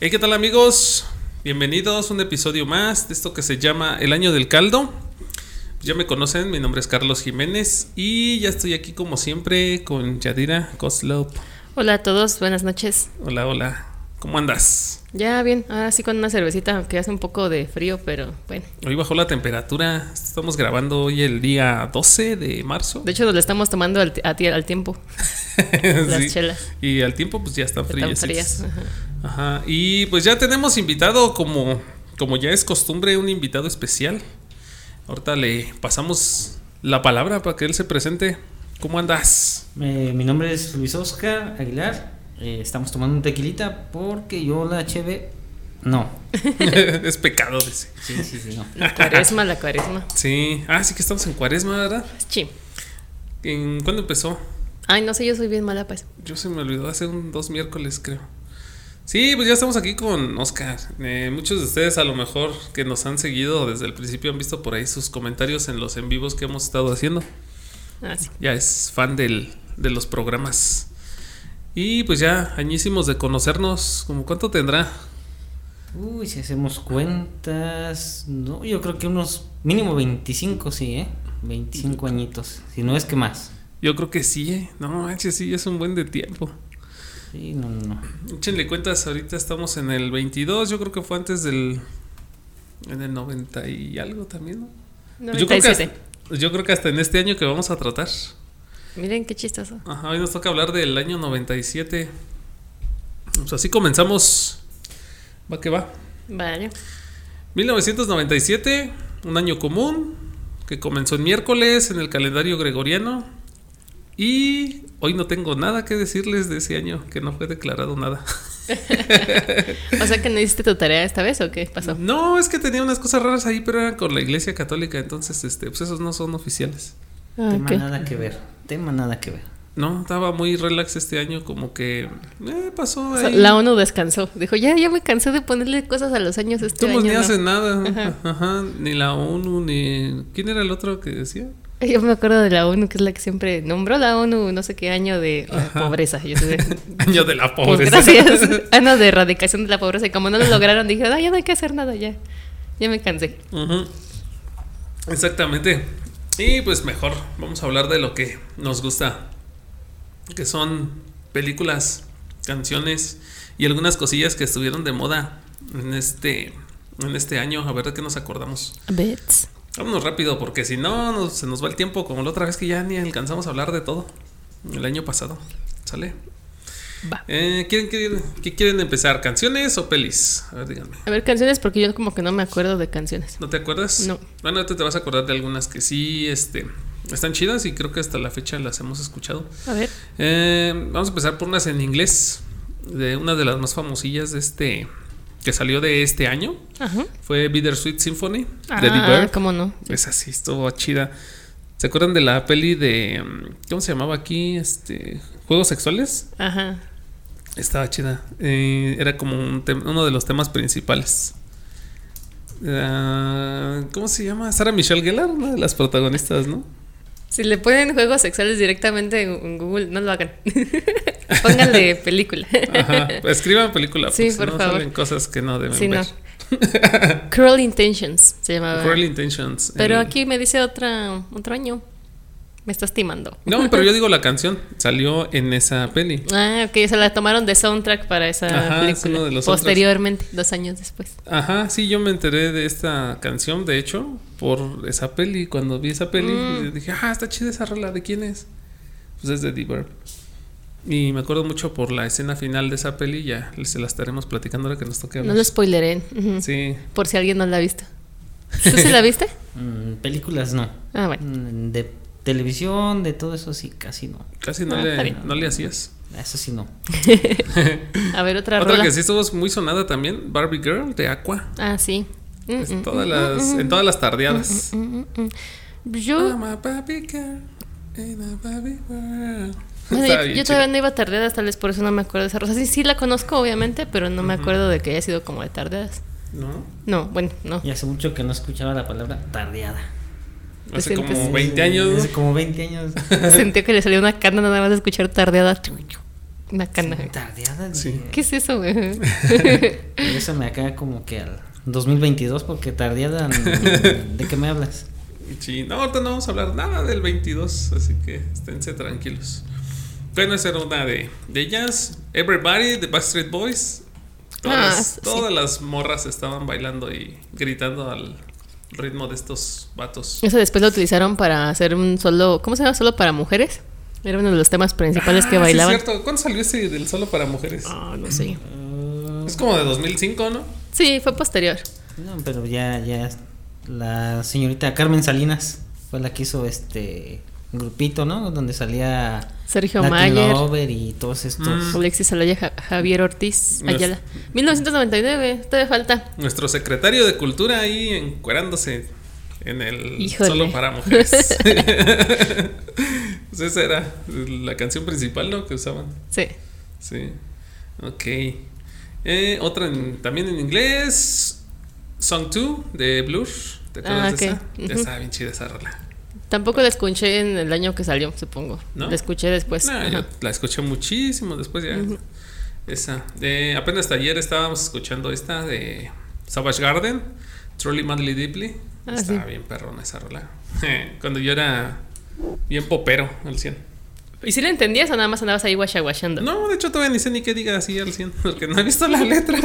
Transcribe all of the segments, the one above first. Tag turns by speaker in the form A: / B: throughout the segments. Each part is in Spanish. A: Hey, ¿qué tal amigos? Bienvenidos a un episodio más de esto que se llama El Año del Caldo. Ya me conocen, mi nombre es Carlos Jiménez y ya estoy aquí como siempre con Yadira Koslop.
B: Hola a todos, buenas noches.
A: Hola, hola. ¿Cómo andas?
B: Ya bien, ahora sí con una cervecita, aunque hace un poco de frío, pero bueno.
A: Hoy bajó la temperatura. Estamos grabando hoy el día 12 de marzo.
B: De hecho, nos la estamos tomando al, a ti- al tiempo. Las
A: Sí.
B: chelas.
A: Y al tiempo pues ya están
B: Están
A: frías.
B: frías. ajá.
A: Ajá. Y pues ya tenemos invitado como como ya es costumbre un invitado especial. Ahorita le pasamos la palabra para que él se presente. ¿Cómo andas?
C: Eh, mi nombre es Luis Oscar Aguilar. Eh, estamos tomando un tequilita porque yo la cheve. No.
A: es pecado, dice.
C: Sí, sí, sí, no.
B: La cuaresma, la cuaresma.
A: Sí. Ah, sí que estamos en cuaresma, ¿verdad?
B: Sí.
A: ¿En cuándo empezó?
B: Ay, no sé, yo soy bien mala pues. para eso.
A: Yo se me olvidó hace un, dos miércoles, creo. Sí, pues ya estamos aquí con Oscar. Eh, muchos de ustedes a lo mejor que nos han seguido desde el principio han visto por ahí sus comentarios en los en vivos que hemos estado haciendo.
B: Ah, sí.
A: Ya es fan del, de los programas. Y pues ya, añísimos de conocernos. ¿Cómo cuánto tendrá?
C: Uy, si hacemos cuentas. No, yo creo que unos mínimo 25, sí, ¿eh? 25 añitos. Si no es que más.
A: Yo creo que sí, ¿eh? No manches, sí, es un buen de tiempo.
C: Sí, no, no, no.
A: Échenle cuentas, ahorita estamos en el 22, yo creo que fue antes del... En el 90 y algo también, ¿no? Pues Yo creo, que
B: 97.
A: hasta, yo creo que hasta en este año que vamos a tratar.
B: Miren qué chistoso.
A: Ajá, hoy nos toca hablar del año 97. Pues así comenzamos. Va que va.
B: Vale.
A: 1997, un año común que comenzó en miércoles en el calendario gregoriano. Y hoy no tengo nada que decirles de ese año, que no fue declarado nada.
B: O sea que no hiciste tu tarea esta vez o qué pasó?
A: No, es que tenía unas cosas raras ahí, pero eran con la iglesia católica, entonces este, pues esos no son oficiales.
B: Ah,
C: Tema
B: ok.
C: nada que ver. Tema nada que ver.
A: No, estaba muy relax este año, como que eh, pasó
B: O sea,
A: ahí.
B: La ONU descansó. Dijo, ya, ya me cansé de ponerle cosas a los años este
A: Tú pues,
B: año.
A: ni
B: ¿no?".
A: hacen nada, Ajá, ni la ONU, ni... ¿Quién era el otro que decía?
B: Yo me acuerdo de la ONU, que es la que siempre nombró la ONU, no sé qué año de eh,
A: Ajá.
B: pobreza. Yo sé de-
A: Año de la
B: Pues
A: pobreza.
B: gracias. Año de erradicación de la pobreza. Y como no lo lograron, dije, "Ah, ya no hay que hacer nada, ya. Ya me cansé.
A: Ujú. Exactamente. Y pues mejor, vamos a hablar de lo que nos gusta, que son películas, canciones y algunas cosillas que estuvieron de moda en este, en este año, a ver de qué nos acordamos.
B: Bets.
A: Vámonos rápido, porque si no, nos- se nos va el tiempo, como la otra vez que ya ni alcanzamos a hablar de todo. El año pasado, ¿sale?
B: Va.
A: Eh, ¿quieren, quieren- qué quieren empezar? ¿Canciones o pelis? A ver, díganme.
B: A ver, canciones, porque yo como que no me acuerdo de canciones.
A: ¿No te acuerdas?
B: No.
A: Bueno, ahorita te vas a acordar de algunas que sí este, están chidas y creo que hasta la fecha las hemos escuchado.
B: A ver.
A: Eh, vamos a empezar por unas en inglés, de una de las más famosillas de este, que salió de este año.
B: Ajá.
A: Fue Bittersweet Symphony de The
B: Ah,
A: Bird.
B: ¿cómo no?
A: Esa sí estuvo chida. ¿Se acuerdan de la peli de. mm, ¿Cómo se llamaba aquí? Este. Juegos sexuales.
B: Ajá.
A: Estaba chida. Eh, era como un tem- uno de los temas principales. Ah, ¿Cómo se llama? Sara Michelle Gellar, una de las protagonistas, ¿no?
B: Si le ponen juegos sexuales directamente en Google, no lo hagan. Pónganle película.
A: Ajá. pues, Escriban película.
B: Sí,
A: porque si
B: por
A: no
B: favor.
A: salen cosas que no deben
B: Sí, no.
A: ver.
B: Cruel Intentions se llamaba.
A: pues. Cruel Intentions. eh,
B: Pero
A: el-
B: aquí me dice otra, otro año. Me estás timando.
A: No, pero yo digo la canción. Salió en esa peli.
B: Ah, ok, se la tomaron de soundtrack para esa
A: Ajá, es
B: película.
A: uno de los soundtracks.
B: Posteriormente, dos años después.
A: Ajá, sí, yo me enteré de esta canción, de hecho, por esa peli. Cuando vi esa peli,
B: Mm.
A: dije, ah, está chida esa rola, ¿de quién es? Pues es de The Verb. Y me acuerdo mucho por la escena final de esa peli, ya se la estaremos platicando ahora que nos toque
B: No
A: hablar.
B: lo spoileré, ujú,
A: Sí,
B: por si alguien no la ha visto. ¿Tú sí la viste?
C: Mm, películas no.
B: Ah, bueno.
C: Mm, de televisión, de todo eso sí, casi no.
A: casi no,
B: Ah, está
A: le,
B: bien.
A: no le hacías.
C: Eso sí no.
B: A ver, otra,
A: Otra
B: rola.
A: que sí estuvo muy sonada también, Barbie Girl de Aqua.
B: Ah, sí. Mm,
A: Es
B: mm,
A: todas
B: mm,
A: las- eh, Ah, en todas las tardeadas.
B: mm, mm, mm. Yo,
A: I'm a Barbie girl in a Barbie world.
B: bueno,
A: Está
B: yo,
A: bien
B: yo
A: chida.
B: todavía no iba a tardeadas, tal vez por eso no me acuerdo de esa rosa. Sí, sí la conozco, obviamente, pero no me acuerdo de que haya sido como de tardeadas.
A: ¿No?
B: No, bueno, no.
C: Y hace mucho que no escuchaba la palabra tardeada.
A: Hace
B: Pues
A: como
B: entonces-
A: 20 años. ¿no?
C: Hace como 20 años.
B: Sentí que le salió una cana nada más de escuchar tardeada. Una cana. güey.
C: tardeada.
A: Sí.
C: dije.
B: ¿Qué es eso, güey?
C: Eso me acaba como que al 2022 porque tardeada. ¿De qué me hablas?
A: Sí, no, ahorita no vamos a hablar nada del 22, así que esténse tranquilos. Bueno, esa era una de, de ellas. Everybody, de Backstreet Boys. Todas,
B: Ah,
A: las-
B: sí.
A: todas las morras estaban bailando y gritando al ritmo de estos vatos.
B: Eso después lo utilizaron para hacer un solo. ¿Cómo se llama? Solo para mujeres. Era uno de los temas principales que
A: Ah, sí,
B: bailaban.
A: cierto. ¿Cuándo salió ese del solo para mujeres?
B: Ah, no sé.
A: Es como de 2005, ¿no?
B: Sí, fue posterior.
C: Eh, No, pero ya, ya. La señorita Carmen Salinas fue la que hizo este grupito, ¿no? Donde salía
B: Sergio
C: Latin
B: Mayer.
C: Lover y todos estos.
A: Mm.
B: Alexis Alaya, Ja- Javier Ortiz,
A: Nos-
B: Ayala. 1999, todavía falta.
A: Nuestro secretario de Cultura ahí encuerándose en el
B: Híjole.
A: solo para mujeres. Pues esa era la canción principal, ¿no? Que usaban.
B: Sí.
A: Sí. Ok. Eh, otra en- también en inglés. Song 2 de Blur. ¿Te acuerdas de
B: Ah, ok.
A: esa? Ya
B: Ujú.
A: estaba bien chida esa rola.
B: Tampoco la escuché en el año que salió, supongo.
A: ¿No?
B: La escuché después.
A: No,
B: Pues, Ajá.
A: Ah, yo la escuché muchísimo después ya. Esa. Eh, apenas hasta ayer estábamos escuchando esta de Savage Garden, Truly Madly Deeply.
B: Ah,
A: Estaba
B: sí.
A: bien perrona esa rola. Cuando yo era bien popero al 100.
B: ¿Y si la entendías o nada más andabas ahí guachaguachando?
A: No, de hecho todavía ni sé ni qué diga así al 100 porque no he visto la letra.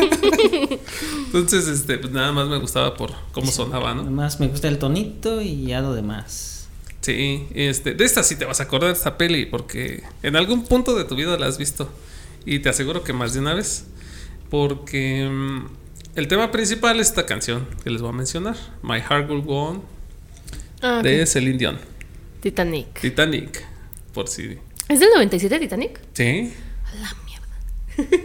A: Entonces, este, pues nada más me gustaba por cómo sonaba, ¿no?
C: Además, me gusta el tonito y ya lo demás.
A: Sí, este, de esta sí te vas a acordar esta peli, porque en algún punto de tu vida la has visto. Y te aseguro que más de una vez. Porque mm, el tema principal es esta canción que les voy a mencionar: My Heart Will Go On,
B: Ah, ok.
A: de Celine Dion,
B: Titanic.
A: Titanic. Por si.
B: ¿Es del 97 Titanic?
A: Sí,
B: A la mierda.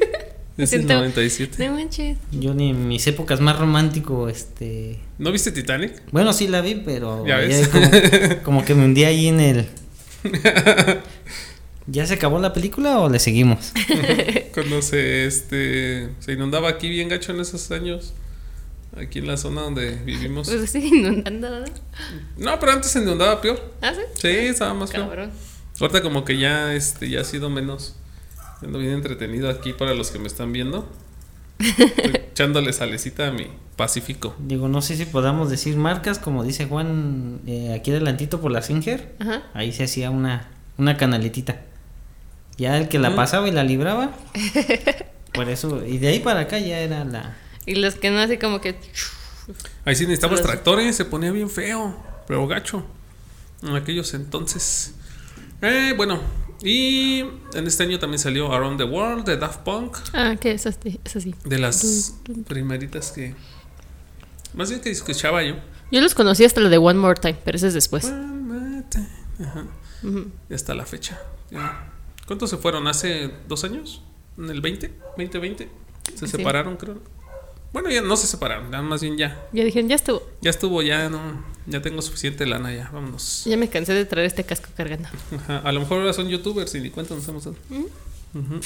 A: es el
B: Siento-
A: 97.
B: No manches.
C: Yo ni en mis épocas más romántico, este.
A: ¿No viste Titanic?
C: Bueno, sí la vi, pero.
A: Ya ves.
C: como, como que me hundí ahí en el. ¿Ya se acabó la película o le seguimos?
A: Cuando se, este, se inundaba aquí bien gacho en esos años. Aquí en la zona donde vivimos.
B: Pues sigue inundando. ¿no?
A: No, pero antes se inundaba peor.
B: ¿Ah, sí?
A: Sí, estaba más peor.
B: Cabrón.
A: Ahorita como que ya este ya ha sido menos ando bien entretenido aquí para los que me están viendo. Estoy echándole salecita a mi Pacífico.
C: Digo, no sé si podamos decir marcas, como dice Juan eh, aquí adelantito por la Singer.
B: Ajá.
C: Ahí se hacía una, una canaletita. Ya el que la
A: Ujú.
C: pasaba y la libraba. Por eso, y de ahí para acá ya era la.
B: Y los que no, así como que.
A: Ahí sí necesitamos
B: Pero-
A: tractores, se ponía bien feo, pero gacho. En aquellos entonces. Eh, bueno, y en este año también salió Around the World de Daft Punk,
B: Ah, que es así. Es así.
A: de las primeritas que más bien que escuchaba yo.
B: Yo los conocí hasta lo de One More Time, pero ese es después.
A: One more time. Ajá.
B: Ujú.
A: Y hasta la fecha. Ya. ¿Cuántos se fueron? ¿Hace dos años? ¿En el 20? ¿2020? Se
B: Sí.
A: separaron, creo. Bueno, ya no se separaron, ya más bien ya.
B: Ya dijeron, ya estuvo.
A: Ya estuvo, ya no, ya tengo suficiente lana, ya, vámonos.
B: Ya me cansé de traer este casco cargando.
A: Ajá, A lo mejor ahora son youtubers y ni cuenta nos hemos dado. Ujú.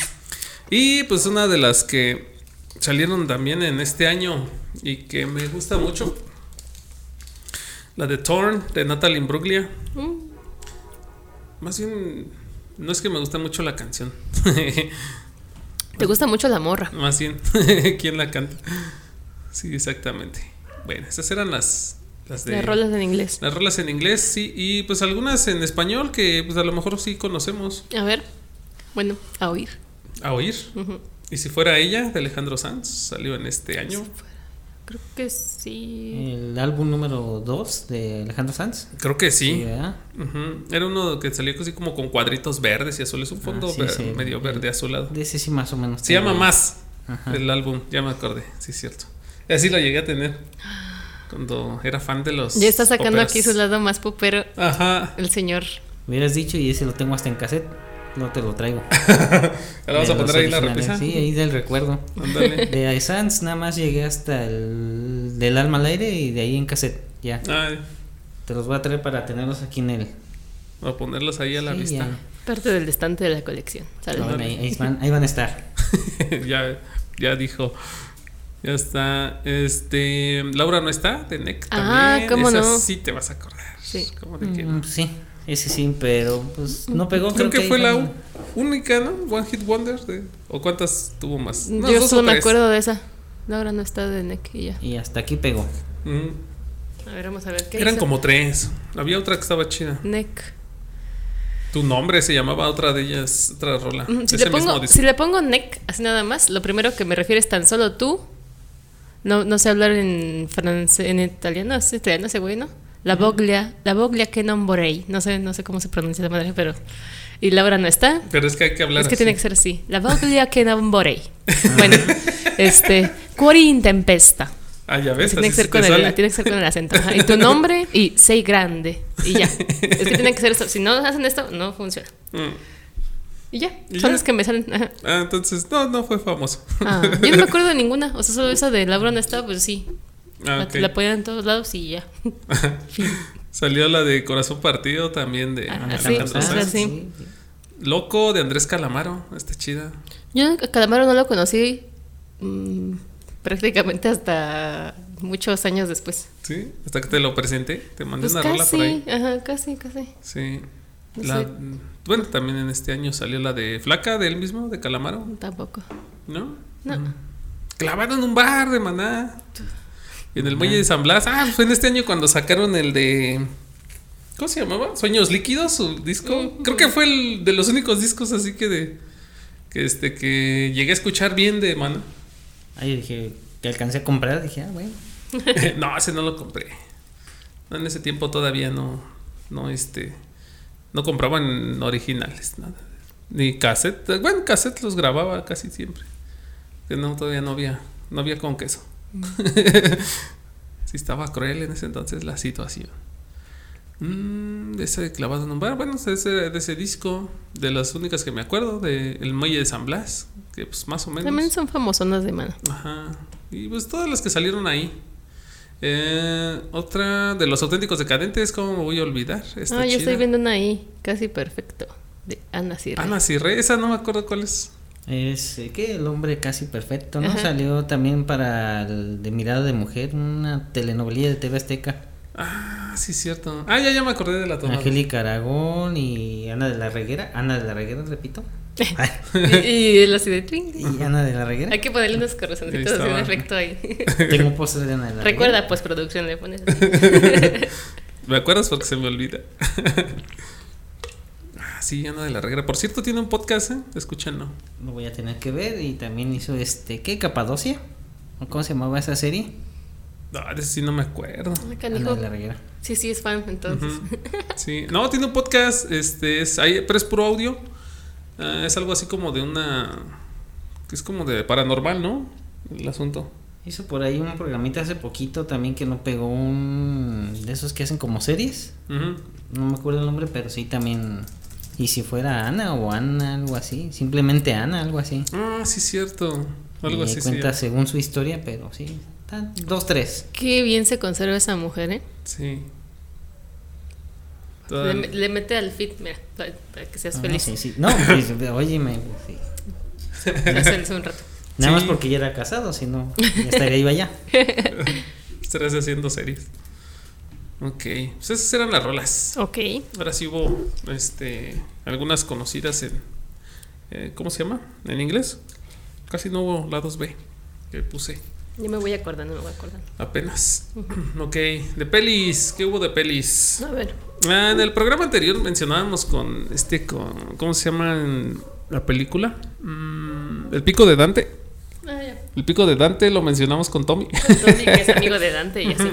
A: Y pues una de las que salieron también en este año y que me gusta mucho. La de Torn, de Natalie Imbruglia.
B: Mm.
A: Más bien, no es que me gusta mucho la canción.
B: Te gusta mucho la morra.
A: Más bien, ¿quién la canta? Sí, exactamente. Bueno, esas eran las, las de
B: Las rolas en inglés.
A: las rolas en inglés, sí, y pues algunas en español que pues a lo mejor sí conocemos
B: A ver. Bueno, a oír.
A: a oír.
B: Ujú.
A: Y si fuera ella, de Alejandro Sanz, salió en este año.
B: Creo que sí.
C: El álbum número 2 de Alejandro Sanz.
A: Creo que sí.
C: ¿verdad?
A: Ujú. Era uno que salió así como con cuadritos verdes y azules, un fondo
C: Ah, sí,
A: ver-
C: sí.
A: medio verde azulado.
C: De ese sí, más o menos.
A: Se
C: tengo-
A: llama Más
C: Ajá.
A: el álbum, ya me acordé, sí es cierto. Y así lo llegué a tener cuando era fan de los.
B: Ya está sacando
A: poperos.
B: aquí su lado más popero
A: Ajá.
B: el señor.
C: Hubieras dicho, y ese lo tengo hasta en cassette. No te lo traigo.
A: Ahora vamos a
C: De los
A: poner ahí la
C: originales,
A: repisa.
C: Sí, ahí del recuerdo.
A: Ándale.
C: De Sanz nada más llegué hasta el del alma al aire y de ahí en cassette. Ya.
A: Ay,
C: Te los voy a traer para tenerlos aquí en el.
A: voy a ponerlos ahí a la
C: Sí,
A: vista.
B: Parte del estante de la colección.
C: ya.
B: ¿sale?
C: Ahí, ahí van, ahí van a estar.
A: ya, ya dijo. Ya está. Este. Laura no está, de NEC
B: Ah,
A: también.
B: ¿cómo
A: Esa
B: no?
A: sí te vas a acordar.
B: Sí.
A: ¿Cómo te quiero?
C: Mm, sí, ese sí, pero pues
B: Mm,
C: no pegó.
A: Creo que
C: ahí
A: fue la
C: también.
A: u- única, ¿no? One Hit Wonder. de- ¿O cuántas tuvo más? No,
B: Yo
A: dos o
B: solo me
A: tres.
B: acuerdo de esa. Laura no está de Nick y ya.
C: Y hasta aquí pegó.
A: Mm,
B: A ver, vamos a ver qué
A: Eran
B: hizo?
A: como tres. Había otra que estaba chida.
B: Nick.
A: Tu nombre se llamaba otra de ellas, otra rola.
B: Mm, Si
A: Ese
B: le,
A: mismo
B: pongo,
A: disco.
B: si le pongo Nick, así nada más, lo primero que me refiero es tan solo tú. No, no sé hablar en francés, en italiano, es italiano ese güey, ¿no? La Boglia, la Boglia que nombrei. No sé, no sé cómo se pronuncia la madre, pero. Y Laura no está.
A: Pero es que hay que hablar.
B: Es que
A: así.
B: tiene que ser así. La Boglia que nombrei. Bueno, este. Cuori in tempesta.
A: Ah, ya ves.
B: Tiene que,
A: así
B: ser
A: se
B: con
A: te sale.
B: el, tiene que ser con el acento. ajá. Y tu nombre y sei grande. Y ya. Es que tiene que ser esto. Si no hacen esto, no funciona.
A: Mm.
B: Y ya.
A: Y
B: Son
A: ya.
B: los que me salen. ajá.
A: Ah, entonces, no, no fue famoso.
B: Ah, yo no me acuerdo de ninguna. O sea, solo esa de Laura no está, pues sí.
A: Ah,
B: La-
A: ok.
B: La, ponían en todos lados y ya.
A: Salió la de Corazón Partido también de
B: Ah, sí,
A: Alejandro
B: o sea,
A: Sanz.
B: sí.
A: Loco de Andrés Calamaro, está chida.
B: Yo a Calamaro no lo conocí mm, prácticamente hasta muchos años después.
A: Sí, hasta que te lo presenté, te mandé
B: Pues
A: una rola por ahí.
B: casi, ajá, casi, casi.
A: Sí.
B: No
A: La-
B: sé.
A: Bueno, también en este año salió la de Flaca de él mismo, de Calamaro,
B: Tampoco.
A: ¿no?
B: No.
A: Clavaron un bar de maná. Y en el muelle de San Blas. Ah, fue en este año cuando sacaron el de. ¿Cómo se llamaba? Sueños líquidos, su disco. Creo que fue el de los únicos discos así que de. Que este, que llegué a escuchar bien de maná.
C: Ahí dije, que alcancé a comprar, dije, ah, bueno.
A: no, ese no lo compré. No, en ese tiempo todavía no, no, este, no compraban originales, nada. Ni cassette. Bueno, cassette los grababa casi siempre. Que no, todavía no había, no había con queso. sí estaba cruel en ese entonces la situación. Mm, de ese clavado en un bar, bueno, de ese, de ese disco, de las únicas que me acuerdo, de El Muelle de San Blas, que pues más o menos.
B: También son famosonas de mano.
A: Ajá. Y pues todas las que salieron ahí. Eh, otra de los auténticos decadentes, ¿cómo me voy a olvidar? Está
B: Ah, yo
A: chida.
B: estoy viendo una ahí, casi perfecto, de Ana Sierra.
A: Ana Cirre, esa no me acuerdo cuál es.
C: Es eh, que el hombre casi perfecto, ¿no?
B: Ajá.
C: Salió también para el de Mirada de Mujer, una telenovela de TV Azteca.
A: Ah, sí, cierto. Ah, ya, ya me acordé de la toma.
C: Angélica Aragón y Ana de la Reguera. Ana de la Reguera, repito. Ay,
B: y, y él así de "Tling, tling".
C: y Ana de la Reguera.
B: Hay que ponerle unos corazoncitos
A: Ahí
B: de un
A: estaba.
B: efecto ahí.
C: Tengo un póster de Ana de la
B: Recuerda,
C: Reguera.
B: pues producción le pones así.
A: ¿Me acuerdas? Porque se me olvida. ah, sí, Ana de la Regra. Por cierto, tiene un podcast, ¿eh? Escúchenlo.
B: pues.
C: Lo voy a tener que ver. Y también hizo este, ¿qué? Capadocia. ¿O ¿Cómo se llamaba esa serie?
A: No, Ah, de ese sí no me acuerdo.
B: Ah,
C: Ana
B: canijo.
C: de la Reguera.
B: Sí, sí, es fan, entonces.
A: Ujú. Sí, no, tiene un podcast, este, es ahí, pero es puro audio. Ah, es algo así como de una. Es como de paranormal, ¿no? El asunto.
C: Hizo por ahí un programita hace poquito también que no pegó un de esos que hacen como series.
A: Ujú.
C: No me acuerdo el nombre, pero sí también. Y si fuera Ana o Ana, algo así. Simplemente Ana, algo así.
A: Ah, sí, cierto. Algo
C: Y
A: así, sí.
C: cuenta según su historia, pero sí. Tan, dos, tres.
B: Qué bien se conserva esa mujer, ¿eh?
A: Sí. Toda-
B: Le, me- le mete al fit, mira, para, para que seas
C: No,
B: feliz.
C: Ah, sí, sí. No, pues, óyeme. sí.
B: Ya se le hizo un rato.
C: Nada más
A: Sí.
C: porque ya era casado, si no, ya estaría iba allá.
A: Estarás haciendo series. Ok. Pues esas eran las rolas.
B: Ok.
A: Ahora sí hubo este, algunas conocidas en. eh, ¿Cómo se llama? ¿En inglés? Casi no hubo la 2B que puse.
B: Yo me voy acordando, me voy acordando.
A: Apenas. Ok, de pelis. ¿Qué hubo de pelis?
B: A ver.
A: Ah, en el programa anterior mencionábamos con este, con, ¿cómo se llama en la película? Mm, el pico de Dante.
B: Ah, ya.
A: El pico de Dante lo mencionamos con Tommy.
B: Tony, que es amigo de Dante y así.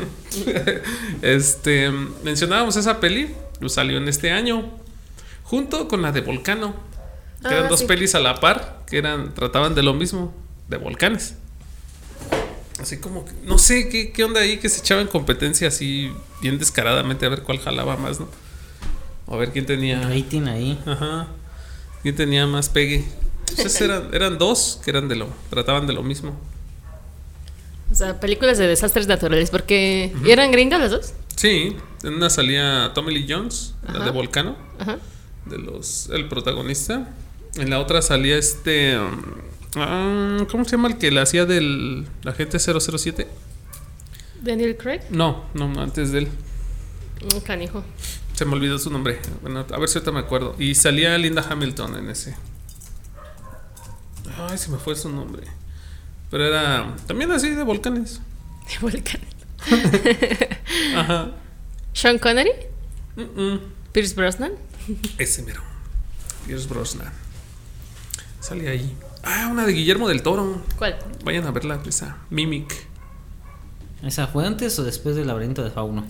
A: este, mencionábamos esa peli, lo salió en este año, junto con la de Volcano. que
B: Ah,
A: eran dos
B: sí.
A: pelis a la par, que eran, trataban de lo mismo, de volcanes. Así como, que- no sé qué, qué onda ahí, que se echaban competencia así, bien descaradamente, a ver cuál jalaba más, ¿no? O a ver quién tenía.
C: Rating ahí.
A: Ajá. ¿Quién tenía más pegue? Entonces eran, eran dos que eran de lo, trataban de lo mismo.
B: O sea, películas de desastres naturales, porque eran gringas las dos.
A: Sí, en una salía Tommy Lee Jones, la
B: Ajá.
A: de Volcano,
B: Ajá.
A: de los, el protagonista. En la otra salía este um, Ah, ¿Cómo se llama el que la hacía del agente 007?
B: Daniel Craig.
A: No, no, antes de él.
B: Un canijo.
A: Se me olvidó su nombre. Bueno, a ver si ahorita me acuerdo. Y salía Linda Hamilton en ese. Ay, se me fue su nombre. Pero era también así de volcanes.
B: De volcán.
A: Ajá.
B: Sean Connery.
A: Mm, mm.
B: Pierce Brosnan.
A: Ese mero. Pierce Brosnan. Sale ahí. Ah, una de Guillermo del Toro.
B: ¿Cuál?
A: Vayan a verla, esa. Mimic.
C: ¿Esa fue antes o después del laberinto de Fauno?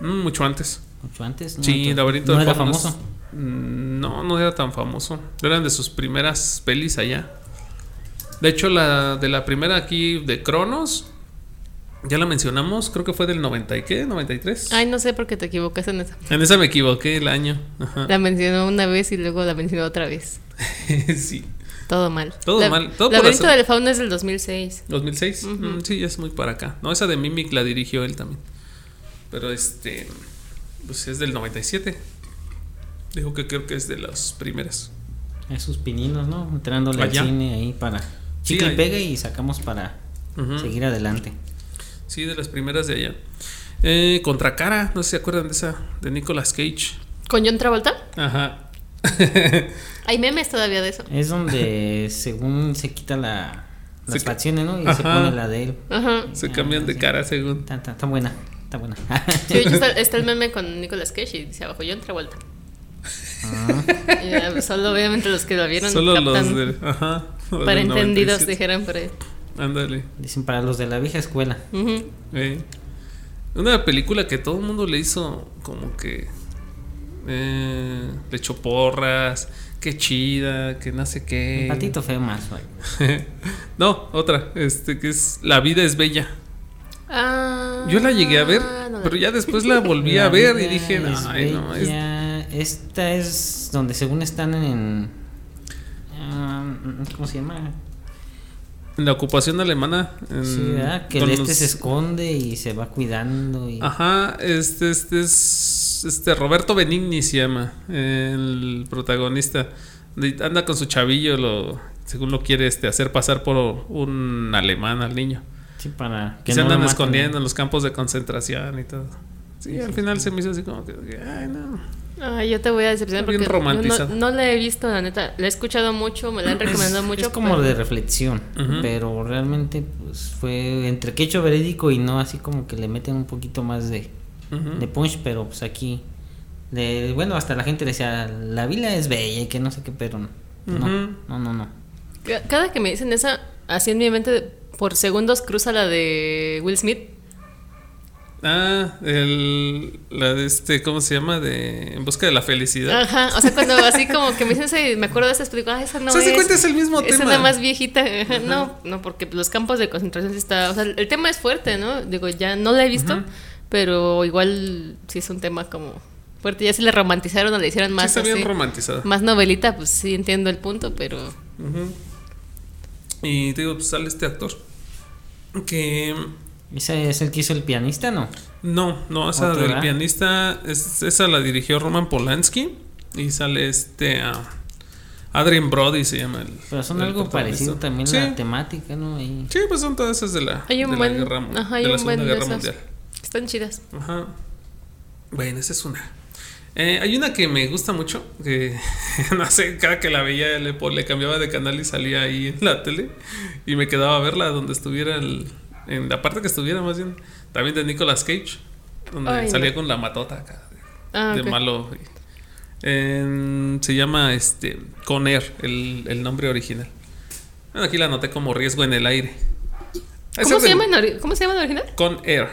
A: Mm, mucho antes.
C: Mucho antes. ¿no?
A: Sí,
C: Entonces,
A: Laberinto
C: ¿no
A: de
C: era
A: Faunos.
C: famoso.
A: Mm, No, no era tan famoso. Eran de sus primeras pelis allá. De hecho, la de la primera aquí de Cronos, ya la mencionamos, creo que fue del 90 y qué, 93.
B: Ay, no sé por qué te equivocas en esa.
A: En esa me equivoqué el año. Ajá.
B: La mencionó una vez y luego la mencionó otra vez.
A: sí.
B: Todo mal.
A: Todo
B: La-
A: mal, todo por
B: Laberinto
A: hacer-
B: del Fauna es del 2006.
A: 2006. Mm, sí, ya es muy para acá. No, esa de Mimic la dirigió él también. Pero este pues es del 97. Dijo que creo que es de las primeras.
C: Esos pininos, ¿no? Entrándole
A: Allá.
C: al cine ahí para. Chicle
A: ahí.
C: y pega y sacamos para
A: Ujú.
C: seguir adelante.
A: Sí, de las primeras de allá. Eh, Contra Cara, no sé si se acuerdan de esa, de Nicolas Cage.
B: ¿Con John Travolta?
A: Ajá.
B: Hay memes todavía de eso.
C: Es donde según se quita la, las
A: Se ca-
C: facciones, ¿no? Y se
A: Ajá.
C: pone la de él.
B: Ajá.
A: Se cambian de cara según.
C: Está, está- está buena, está buena.
B: Sí, de hecho, está, está el meme con Nicolas Cage y dice abajo John Travolta.
C: Ah,
B: Y ya, pues, solo obviamente los que lo vieron
A: Solo los
B: captan
A: de. Ajá. los
B: para
A: del
B: entendidos
A: 97.
B: dijeran por ahí.
A: Ándale.
C: Dicen para los de la vieja escuela.
B: Ujú.
A: eh. Una película que todo el mundo le hizo como que. eh, le echó porras. Qué chida, que no sé qué.
C: El patito feo más. güey.
A: no, otra. Este que es La vida es bella.
B: Ah,
A: Yo la llegué a ver,
B: no la
A: pero
B: vi.
A: ya después la volví a
C: La
A: ver y
C: vida
A: dije,
C: es
A: "Ay, no, es-
C: bella". Esta es donde según están en... ah, ¿Cómo se llama?
A: en la ocupación alemana. en-
C: Sí, ¿verdad? Que el
A: con
C: este
A: los-
C: se esconde y se va cuidando y...
A: Ajá, este, este es. Este Roberto Benigni se llama, el protagonista. De- Anda con su chavillo, lo, según lo quiere este, hacer pasar por un alemán al niño.
C: Sí, para
A: Que se
C: no lo
A: andan
C: maten.
A: escondiendo en los campos de concentración y todo. Sí, al final se me hizo así como que, ay, no.
B: Ay, yo te voy a decepcionar
A: Está bien
B: porque yo no,
A: romantizado.
B: no la he visto, la neta. La he escuchado mucho, me la han recomendado mucho. pues.
C: Es como
B: pero-
C: de reflexión,
A: Ujú.
C: pero realmente pues fue entre que hecho verídico y no así como que le meten un poquito más de,
A: Ujú.
C: de punch, pero pues aquí, le- bueno, hasta la gente le decía, la vila es bella y que no sé qué, pero no,
A: Ujú.
C: no, no, no.
B: Ca- Cada que me dicen esa, así en mi mente por segundos cruza la de Will Smith.
A: Ah, el, la de este, ¿cómo se llama? De En busca de la felicidad.
B: Ajá, o sea, cuando así como que me dicen esa y me acuerdo de esas películas, ah, esa no
A: O sea, se
B: es.
A: cuenta es el mismo
B: Esa
A: tema.
B: es la más viejita. Ajá, No, no, porque los campos de concentración sí está. O sea, el tema es fuerte, ¿no? Digo, ya no la he visto, pero igual sí es un tema como fuerte. Ya si le romantizaron o le hicieron
A: Sí,
B: más.
A: está bien
B: así,
A: romantizada.
B: más novelita, pues sí entiendo el punto, pero.
A: Ujú. Y te digo, pues sale este actor. Que
C: ¿Ese es el que hizo el pianista, no?
A: no, no, esa
C: Otro,
A: del
C: ¿verdad?
A: pianista, es- esa la dirigió Roman Polanski. Y sale este ah, Adrien Brody se llama el.
C: Pero son
A: el
C: algo
A: protagonista.
C: parecido también
A: sí,
C: la temática, ¿no? Ahí.
A: Sí, pues son todas esas de la,
B: Hay un
A: de la
B: buen-
A: guerra, mu-
B: ajá, hay
A: de la
B: un buen
A: Segunda
B: de
A: Guerra
B: esas.
A: Mundial.
B: Están chidas.
A: Ajá. Bueno, esa es una. Eh, hay una que me gusta mucho, que no sé, cada que la veía le, pon- le cambiaba de canal y salía ahí en la tele y me quedaba a verla donde estuviera, el- en la parte que estuviera más bien, también de Nicolas Cage, donde
B: Ay, no.
A: salía con la matota acá, de,
B: Ah,
A: de
B: ok.
A: malo. En- se llama este Conair, el, el nombre original. Bueno, aquí la anoté como riesgo en el aire.
B: ¿Cómo se, llama en ori- ¿Cómo se llama en original?
A: Conair.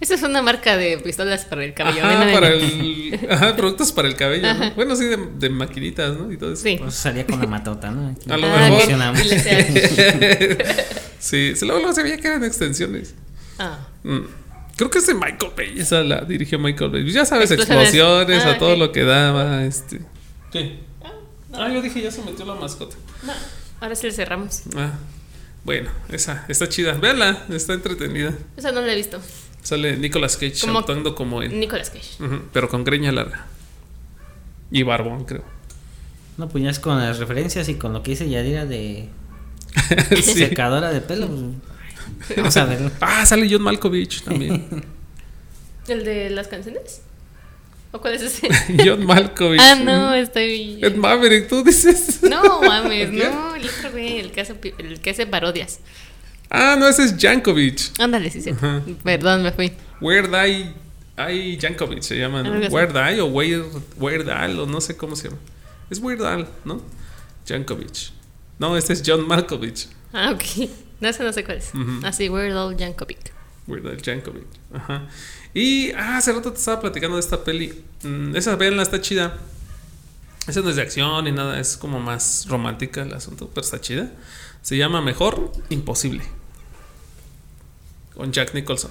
B: Esa es una marca de pistolas para el Ah. cabello.
A: Ajá,
B: Ven a
A: para
B: ver.
A: el, ajá, productos para el cabello. ¿no? Bueno, sí, de, de maquinitas, ¿no? Y todo eso.
B: Sí.
C: Pues salía con la matota, ¿no? Aquí
A: A lo
B: Ah,
A: mejor.
B: ok.
C: funcionamos.
B: Y le sea-
A: sí, se luego luego se veía que eran extensiones.
B: Ah.
A: Mm. Creo que es de Michael Bay. Esa la dirigió Michael Bay. Ya sabes,
B: Explosiones.
A: explosiones,
B: Ah,
A: a todo
B: ok.
A: lo que daba. Este. ¿Qué? Ah, yo dije, ya se metió la mascota.
B: No, ahora sí le cerramos.
A: Ah, bueno, esa está chida. Véanla, está entretenida.
B: Esa no la he visto.
A: Sale Nicolas Cage
B: Como-
A: actuando como él,
B: Nicolas Cage.
A: Ujú, pero con greña larga. Y barbón, creo.
C: No, pues ya es con las referencias y con lo que dice Yadira de
A: Sí.
C: Secadora de pelo. pues, Vamos a verlo.
A: Ah, sale John Malkovich también.
B: ¿El de las canciones? ¿O cuál es ese?
A: John Malkovich.
B: ah, no, estoy.
A: Ed Maverick, tú dices.
B: No, mames, no. El otro güey, el que hace, pi- el que hace parodias.
A: Ah, no, ese es Jankovic.
B: Ándale, sí, sí.
A: Ajá.
B: Perdón, me fui.
A: Weird Eye. Ay, Jankovic se llama, ¿no?
B: Algo así.
A: Weird Eye o Weird, Weird Al, o no sé cómo se llama. Es Weird Al, ¿no? Jankovic. No, este es John Malkovich.
B: Ah, ok. No sé, no sé cuál es.
A: Ujú.
B: Así, Weird Al Jankovic.
A: Weird Al Jankovic. Ajá. Y ah, hace rato te estaba platicando de esta peli. Mm, esa la está chida. Esa no es de acción ni nada, es como más romántica el asunto, pero está chida. Se llama Mejor Imposible. Con Jack Nicholson.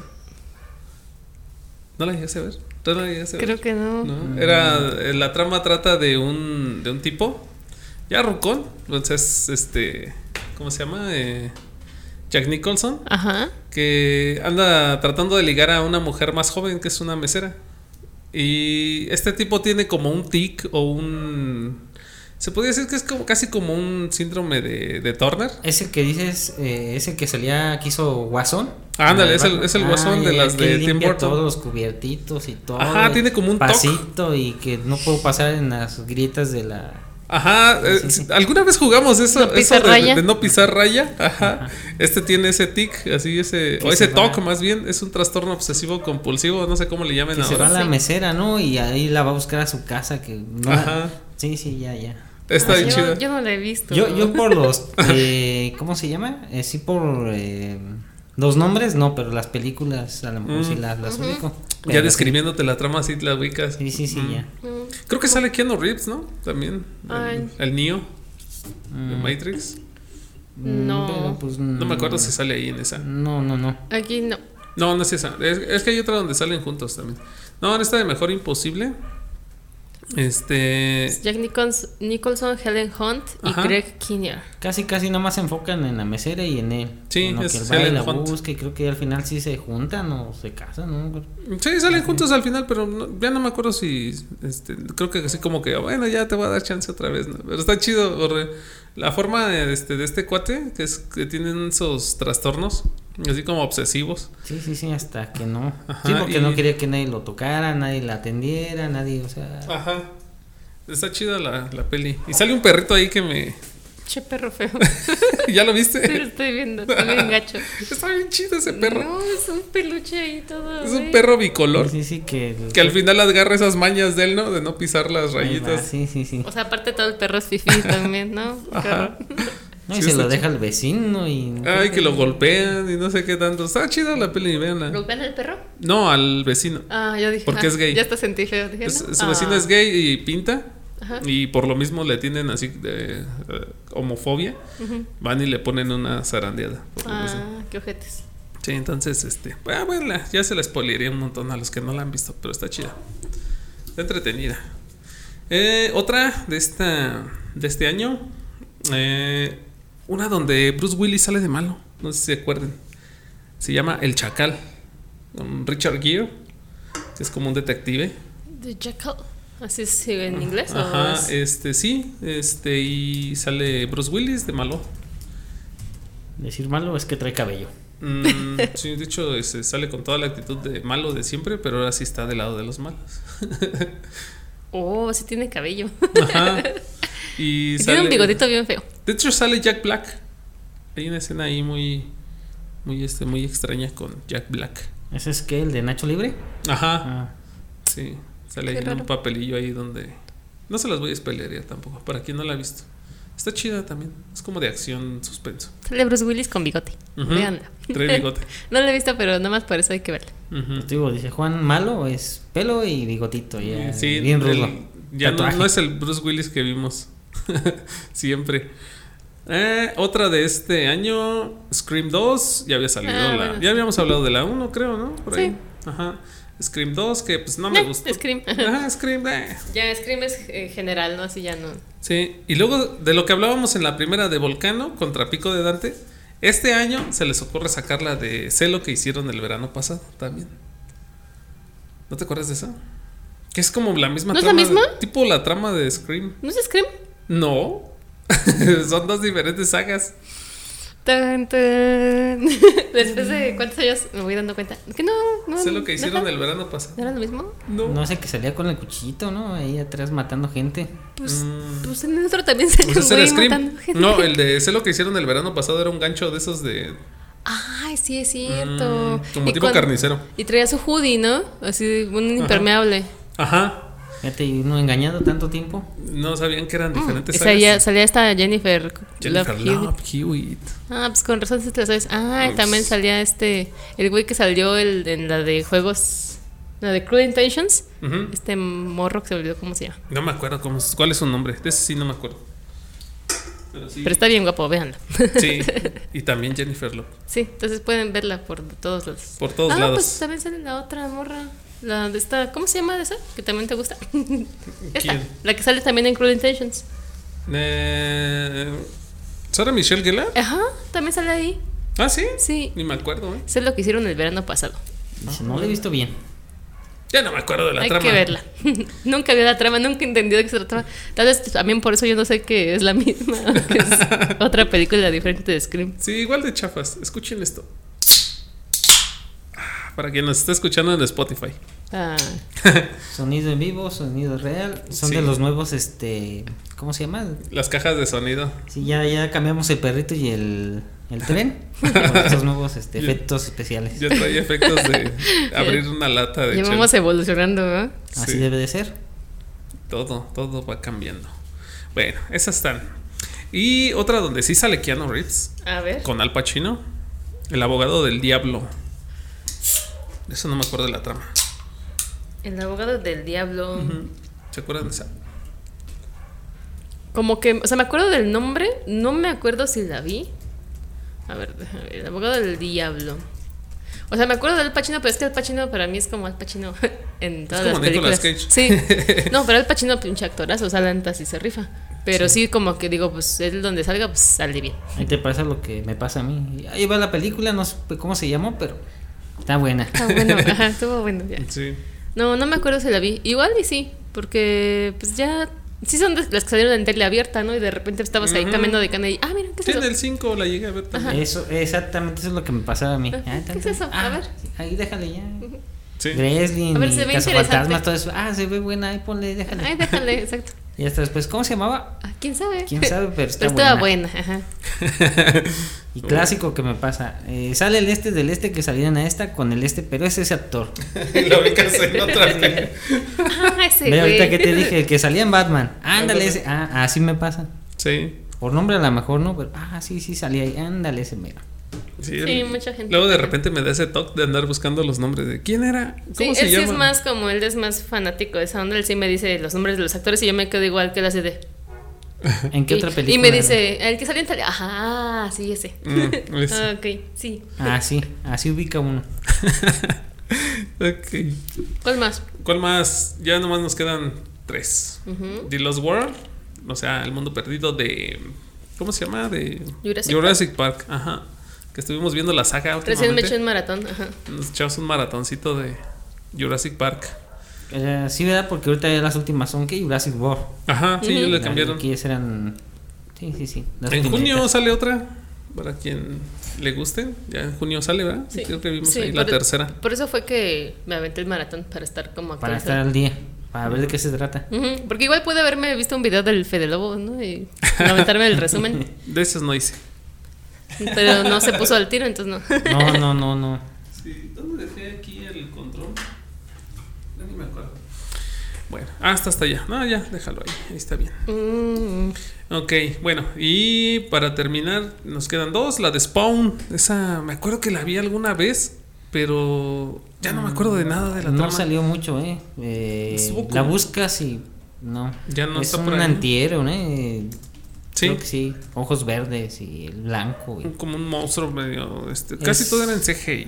A: ¿No la llegaste a ver? ¿Tú no la llegaste a ver?
B: Creo que no.
A: ¿no? Era, eh, la trama trata de un, de un tipo, ya rucón, entonces, este, ¿cómo se llama? Eh, Jack Nicholson,
B: Ajá.
A: que anda tratando de ligar a una mujer más joven que es una mesera. Y este tipo tiene como un tic o un... Se podría decir que es como casi como un síndrome de, de Turner.
C: Ese que dices, eh, ese que salía, que hizo Guasón.
A: Ah, ándale,
C: Ah,
A: es el- es el Guasón de
C: ya,
A: las
C: que
A: de
C: limpia
A: Tim Burton.
C: todos los cubiertitos y todo.
A: Ajá,
C: el
A: tiene como un toc.
C: pasito y que no puedo pasar en las grietas de la.
A: Ajá, eh,
C: Sí, sí, sí.
A: alguna vez jugamos eso,
B: No pisar
A: eso de,
B: raya.
A: de no pisar raya. Ajá. Este tiene ese tic, así ese,
C: Que
A: o ese
C: se va.
A: TOC más bien, es un trastorno obsesivo compulsivo, no sé cómo le llamen
C: Que se va a
A: ahora.
C: la
B: Sí.
C: mesera, ¿no? Y ahí la va a buscar a su casa. que no-
A: Ajá.
C: Sí, sí, ya, ya.
A: Está
B: Ah,
A: bien
B: yo,
A: chido.
B: Yo no la he visto.
C: Yo, yo por los. eh, ¿Cómo se llama? Eh, sí, por. eh, los nombres, no, pero las películas a lo mejor
A: Mm.
C: sí las, las ubico.
A: ya
C: Pero
A: describiéndote la trama así la ubicas.
C: Sí, sí, sí,
A: Mm.
C: ya.
B: No.
A: Creo que sale Keanu Reeves, ¿no? También. el-
B: Ay.
A: El, Neo de
C: Mm.
A: Matrix.
C: Mm,
B: No.
C: pero, pues,
A: No me acuerdo si
C: mm,
A: sale ahí en esa.
C: No, no, no.
B: Aquí no.
A: No, no es esa. Es, es que hay otra donde salen juntos también. No, en esta de Mejor Imposible. Este.
B: Jack Nichols- Nicholson, Helen Hunt y
A: Ajá.
B: Greg Kinnear.
C: Casi, casi nomás se enfocan en la mesera y en él.
A: Sí,
C: en lo
A: es
C: que él va y
A: Helen
C: la
A: Hunt.
C: busca y creo que al final sí se juntan o se casan, ¿no?
A: Sí, salen juntos al final, pero no- ya no me acuerdo si. Este, creo que así como que, bueno, ya te voy a dar chance otra vez, ¿no? Pero está chido. Borre. La forma de este, de este cuate, que es que tienen esos trastornos, así como obsesivos.
C: Sí, sí, sí, hasta que no.
A: Ajá,
C: sí, porque
A: y-
C: no quería que nadie lo tocara, nadie la atendiera, nadie, o sea...
A: Ajá. Está chida la, la peli. Y sale un perrito ahí que me.
B: Che perro feo.
A: ¿Ya lo
B: Sí, lo
A: viste?
B: estoy viendo, estoy bien gacho.
A: está bien chido ese perro.
B: No, es un peluche ahí todo.
A: es un
B: güey.
A: perro bicolor.
C: Sí, sí, que...
A: Que al final agarra esas mañas de él, ¿no? De no pisar las
C: Ahí va,
A: rayitas.
C: Sí, sí, sí.
B: O sea, aparte todo el perro es fifí también, ¿no?
A: Ajá.
C: No,
A: sí,
C: y se
A: está
C: lo deja al vecino y...
A: Ay, que lo golpean y no sé qué tanto. Está chida la peli, véanla.
B: ¿Golpean al perro?
A: No, al vecino.
B: Ah, yo dije.
A: Porque
B: ah,
A: es gay.
B: Ya hasta sentí feo. Dije,
A: Es-
B: no.
A: su vecino
B: Ah.
A: es gay y pinta.
B: Ajá.
A: Y por lo mismo le tienen así de eh, homofobia. Van y le ponen una zarandeada. por lo mismo.
B: Ah, qué ojetes.
A: Sí, entonces, este. ah, bueno, la- ya se la spoilería un montón a los que no la han visto, pero está chida. Está entretenida. Eh, otra de esta. de este año. eh, una donde Bruce Willis sale de malo. No sé si se acuerdan. Se llama El Chacal. Con Richard Gere. Que es como un detective.
B: The Jackal. Así es en inglés. o
A: Ajá,
B: es-
A: este sí, este y sale Bruce Willis de malo.
C: Decir malo es que trae cabello.
A: Mm, sí, de hecho este, sale con toda la actitud de malo de siempre, pero ahora sí está del lado de los malos.
B: Oh, sí tiene cabello.
A: Ajá. Y
B: Y tiene un
A: sale,
B: bigotito bien feo.
A: de hecho sale Jack Black. Hay una escena ahí muy muy este muy extraña con Jack Black.
C: ¿Ese es que el de Nacho Libre?
A: Ajá.
C: Ah,
A: Sí, sale
B: Qué
A: ahí en
B: raro.
A: un papelillo ahí donde no se las voy a spoilerear tampoco, para quien no la ha visto. Está chida también. Es como de acción suspenso.
B: Sale Bruce Willis con bigote.
A: Ujú.
B: Veanla.
A: Trae bigote.
B: No la he visto, pero nada más por eso hay que verla.
A: Ujú.
C: pues digo, dice Juan malo es pelo y bigotito, ya,
A: Sí,
C: bien
A: el-
C: rudo.
A: ya no,
C: Tatuaje.
A: no es el Bruce Willis que vimos siempre. Eh, otra de este año, Scream 2, ya había salido
B: Ah,
A: la-
B: bueno, sí.
A: ya habíamos hablado de la 1, creo, ¿no? Por ahí.
B: Sí.
A: Ajá. Scream 2 que pues no me
B: Eh,
A: gustó.
B: Scream.
A: Ajá, Scream. eh.
B: Ya, Scream es eh, general, ¿no? Así ya no.
A: Sí, y luego de lo que hablábamos en la primera de Volcano contra Pico de Dante, este año se les ocurre sacar la de Celo que hicieron el verano pasado también. ¿No te acuerdas de esa? Que es como la misma
B: ¿No es la
A: de-
B: misma?
A: tipo la trama de Scream.
B: ¿No es Scream?
A: No. Son dos diferentes sagas.
B: Tan, tan. Después de cuántos años me voy dando cuenta. Que no, no.
A: Mm. Sé lo que
B: no
A: hicieron
B: era-
A: el verano pasado.
B: ¿No era lo mismo?
A: No.
C: No sé, que salía con el cuchillito, ¿no? Ahí atrás matando gente.
B: Pues,
A: Mm.
B: pues en el otro también salió
A: Pues es
B: un
A: el
B: güey
A: Scream.
B: matando gente.
A: No, el de sé lo que hicieron el verano pasado era un gancho de esos de.
B: Ay, sí, es cierto.
A: Mm, como
B: Y
A: tipo
B: cuan-
A: carnicero.
B: Y traía su hoodie, ¿no? Así, un
A: Ajá.
B: impermeable.
A: Ajá.
C: Fíjate, y uno engañado tanto tiempo.
A: No sabían que
B: Mm,
A: eran diferentes.
B: Y
A: sagas.
B: salía, salía esta Jennifer,
A: Jennifer
B: Love
A: Love,
B: Hewitt.
A: Hewitt.
B: Ah, pues con razón sí te lo sabes. Ah, y
A: Ups.
B: también salía este, el güey que salió el, en la de juegos, la de Cruel Intentions.
A: Ujú.
B: Este morro que se olvidó cómo se llama.
A: No me acuerdo cómo, es- cuál es su nombre. De ese sí no me acuerdo. Pero sí.
B: Pero está bien guapo, véanlo.
A: Sí. Y también Jennifer Love.
B: Sí, entonces pueden verla por todos lados.
A: Por todos
B: ah,
A: lados.
B: pues también sale la otra morra. La de esta, ¿cómo se llama de esa? Que también te gusta. esta,
A: ¿Quién?
B: la que sale también en Cruel Intentions.
A: Eh, ¿Sara Michelle Gellar?
B: Ajá, también sale ahí.
A: Ah, sí.
B: Sí.
A: Ni me acuerdo, ¿eh?
B: Eso es lo que hicieron el verano pasado.
C: Dice, no lo he visto bien.
A: Ya no me acuerdo de la
B: Hay
A: trama.
B: que verla. nunca vi la trama, nunca entendí de qué se trataba. Tal vez también por eso yo no sé que es la misma. que es otra película diferente de Scream.
A: Sí, igual de chafas. Escuchen esto. Ah, Para quien nos está escuchando en Spotify.
B: Ah,
C: Sonido en vivo, sonido real. Son
A: Sí.
C: de los nuevos, este. ¿Cómo se llama?
A: Las cajas de sonido.
C: Sí, ya, ya cambiamos el perrito y el, el tren. Con estos nuevos este, efectos especiales.
A: Ya trae efectos de abrir una lata de
B: llevamos
A: chela.
B: evolucionando, ¿no?
C: Así
A: sí.
C: debe de ser.
A: Todo, todo va cambiando. Bueno, esas están. Y otra donde sí sale Keanu Reeves
B: A ver.
A: con Al Pacino, el abogado del diablo. Eso no me acuerdo de la trama.
B: El abogado del diablo.
A: ¿Se acuerdan de esa?
B: Como que, o sea, me acuerdo del nombre, no me acuerdo si la vi. A ver, déjame ver, el abogado del diablo. O sea, me acuerdo del Pacino, pero es que el Pacino para mí es como el Pacino en todas
A: como
B: las
A: Nicolas
B: películas.
A: Cage.
B: Sí. No, pero el Pacino pinche actorazo, o sea, la neta sí se rifa. Pero sí. como que digo, pues él donde salga, pues sale bien.
C: Ahí te pasa lo que me pasa a mí. Ahí va la película, no sé cómo se llamó, pero está buena.
B: Está Ah, bueno, ajá, estuvo bueno ya.
A: Sí.
B: No, no me acuerdo si la vi. Igual y sí, porque pues ya sí son de las que salieron en tele abierta, ¿no? Y de repente estabas ahí
A: Ujú.
B: caminando de cana y ah, mira, ¿qué es
A: Sí, en
B: eso?
A: el 5 la llegué a ver también.
C: Eso, exactamente eso es lo que me pasaba a mí.
B: Ajá,
C: Ah,
B: ¿qué
C: tanto-
B: es eso? A
C: ah,
B: ver.
C: sí, Ahí déjale ya.
A: Sí.
C: Greslin,
B: A ver, se ve interesante.
C: cazafantasmas, todo eso. Ah, se ve buena, ahí ponle, déjale.
B: Ay, déjale, exacto.
C: Y hasta después, ¿cómo se llamaba?
B: Ah, ¿Quién sabe?
C: Quién sabe, pero está
B: estaba buena.
C: buena.
B: ajá.
C: Y clásico que me pasa. eh, sale el este del este que salían a esta con el este, pero es ese actor.
A: la ubicas en otra vez.
B: Ah, ese
C: Ve ahorita
B: güey.
C: que te dije, el que salía en Batman.
A: Ándale.
C: Ándale ese. Ah, así me pasa.
A: Sí.
C: Por nombre a lo mejor no, pero ah, sí, sí salía ahí. Ándale ese mero.
A: Sí,
B: Sí,
A: el-
B: mucha gente.
A: Luego de repente me da ese toque de andar buscando los nombres de quién era,
B: Sí,
A: cómo
B: él
A: se
B: sí
A: llama.
B: es más como él es más fanático de esa onda. Él sí me dice los nombres de los actores y yo me quedo igual que él hace de.
C: ¿En qué
B: y,
C: otra película?
B: Y me
C: era?
B: dice, el que salió en tal. Ajá, sí, ese.
A: Mm, ese.
B: Ah, ok, sí.
C: Ah, sí, así ubica uno.
A: Ok.
B: ¿Cuál más?
A: ¿Cuál más? Ya nomás nos quedan tres.
B: Ujú.
A: The Lost World, o sea, el mundo perdido de ¿cómo se llama? De
B: Jurassic
A: Park. Ajá. Que estuvimos viendo la saga
B: Recién me
A: últimamente.
B: eché un maratón. Ajá.
A: Nos echamos un maratoncito de Jurassic Park.
C: Eh, sí, ¿verdad? Porque ahorita ya las últimas son que Jurassic World.
A: Ajá, sí,
B: Ujú.
A: le cambiaron.
C: Aquí eran. Sí, sí, sí. las
A: En junio
C: ultimitas.
A: sale otra para quien le guste. Ya en junio sale, ¿verdad?
B: Sí.
A: Creo que vimos
B: Sí,
A: ahí la
B: por- e-
A: tercera.
B: Por eso fue que me aventé el maratón para estar como
C: Para estar
B: actualizada.
C: al día. Para ver de qué se trata.
B: Ujú, Porque igual pude haberme visto un video del Fede Lobo, ¿no? Y aventarme el resumen.
A: De esas no hice.
B: Pero no se puso al tiro, entonces no.
C: No, no, no, no.
A: Sí, ¿dónde dejé aquí el control? Ya ni me acuerdo. Bueno, ah, hasta hasta allá. No, ya, déjalo ahí. Ahí está bien.
B: Mm,
A: Ok, bueno, y para terminar, nos quedan dos. La de Spawn. Esa, me acuerdo que la vi alguna vez, pero ya no me acuerdo de nada de la
C: Mm, No
A: trama.
C: salió mucho, ¿eh? Eh,
A: Estuvo como-
C: la buscas y. No.
A: Ya no
C: es
A: está
C: un
A: por ahí.
C: antihéroe, ¿eh?
A: Sí.
C: Creo que sí. Ojos verdes y el blanco. y-
A: Como un monstruo medio. Este, Casi
C: Es-
A: todo era en CGI.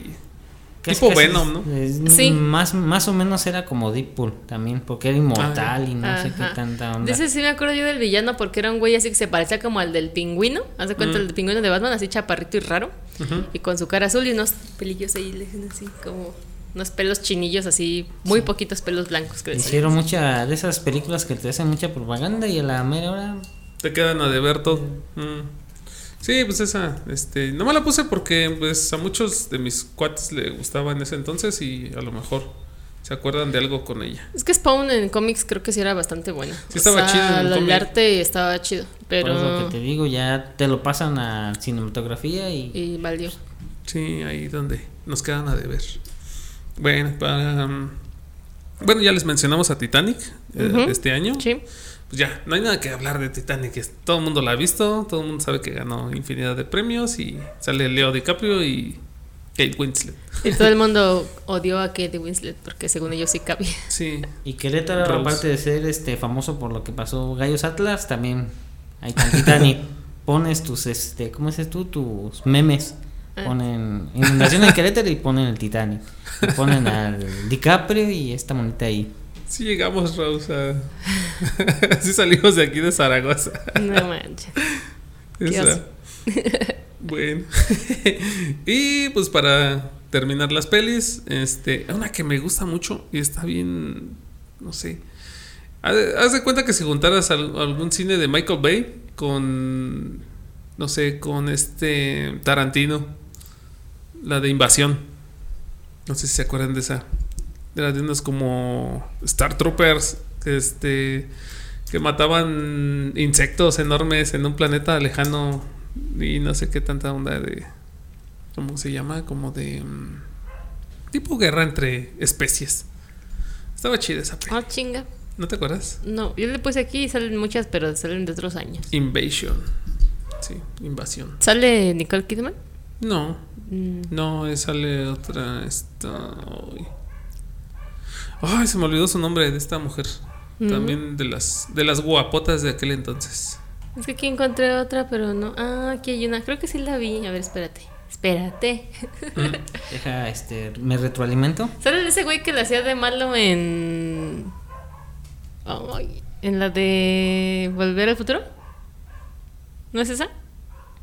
C: casi,
A: Tipo
C: casi
A: Venom, ¿no?
C: es-
B: Sí.
C: Más, más o menos era como Deadpool también, porque era inmortal y no sé
B: Ah, ajá.
C: qué tanta onda.
B: De ese sí me acuerdo yo del villano porque era un güey así que se parecía como al del pingüino. Haz de cuenta
A: Mm.
B: el del pingüino de Batman, así chaparrito y raro.
A: Ujú.
B: Y con su cara azul y unos pelillos ahí, le dicen así como unos pelos chinillos, así muy poquitos pelos blancos. Que le salen.
C: Hicieron mucha de esas películas que te hacen mucha propaganda y a la mera hora
A: Te quedan a deber todo. Mm. Sí, pues esa, este, no me la puse porque pues a muchos de mis cuates le gustaba en ese entonces y a lo mejor se acuerdan de algo con ella.
B: Es que Spawn en cómics creo que sí era bastante buena.
A: Sí estaba chido en
B: El
A: cómic.
B: arte estaba chido,
C: Por eso
B: pero...
C: que te digo, ya te lo pasan a cinematografía y...
B: Y valió.
A: Sí, ahí donde nos quedan a deber. Bueno, para mm, bueno, ya les mencionamos a Titanic eh,
B: Ujú.
A: de este año.
B: Sí.
A: Pues ya, no hay nada que hablar de Titanic. es- Todo el mundo la ha visto, todo el mundo sabe que ganó infinidad de premios y sale Leo DiCaprio y Kate Winslet.
B: Y todo el mundo odió a Kate Winslet porque según ellos sí cabía.
A: Sí,
C: Y Querétaro,
A: Rose.
C: aparte de ser este famoso por lo que pasó Gallos Atlas, también hay con Titanic. pones tus este, ¿cómo dices tú? tus memes.
B: Ah.
C: Ponen inundación en Querétaro y ponen el Titanic. Y ponen al DiCaprio y esta monita ahí.
A: sí llegamos, Rosa. sí salimos de aquí de Zaragoza.
B: No manches. Qué
A: Esa.
B: oso.
A: Bueno. y pues para terminar las pelis, este, una que me gusta mucho y está bien, no sé. Haz de- haz de cuenta que si juntaras al- algún cine de Michael Bay con, no sé, con este Tarantino, la de Invasión. No sé si se acuerdan de esa. De las de unos como Star Troopers, que este que mataban insectos enormes en un planeta lejano y no sé qué tanta onda de cómo se llama como de mm, tipo guerra entre especies estaba chida esa peli
B: Ah, chinga.
A: no te acuerdas
B: No, yo le puse aquí y salen muchas, pero salen de otros años.
A: invasion sí invasión
B: ¿Sale Nicole Kidman?
A: no
B: Mm,
A: no eh, sale otra esta ay. ay se me olvidó su nombre de esta mujer
B: Ujú.
A: también de las de las guapotas de aquel entonces
B: Es que aquí encontré otra, pero no. Ah, aquí hay una. Creo que sí la vi. A ver, espérate. Espérate.
A: Mm.
C: Deja, este, me retroalimento.
B: ¿Sale ese güey que la hacía de malo en. Ay, en la de. Volver al futuro? ¿No es esa?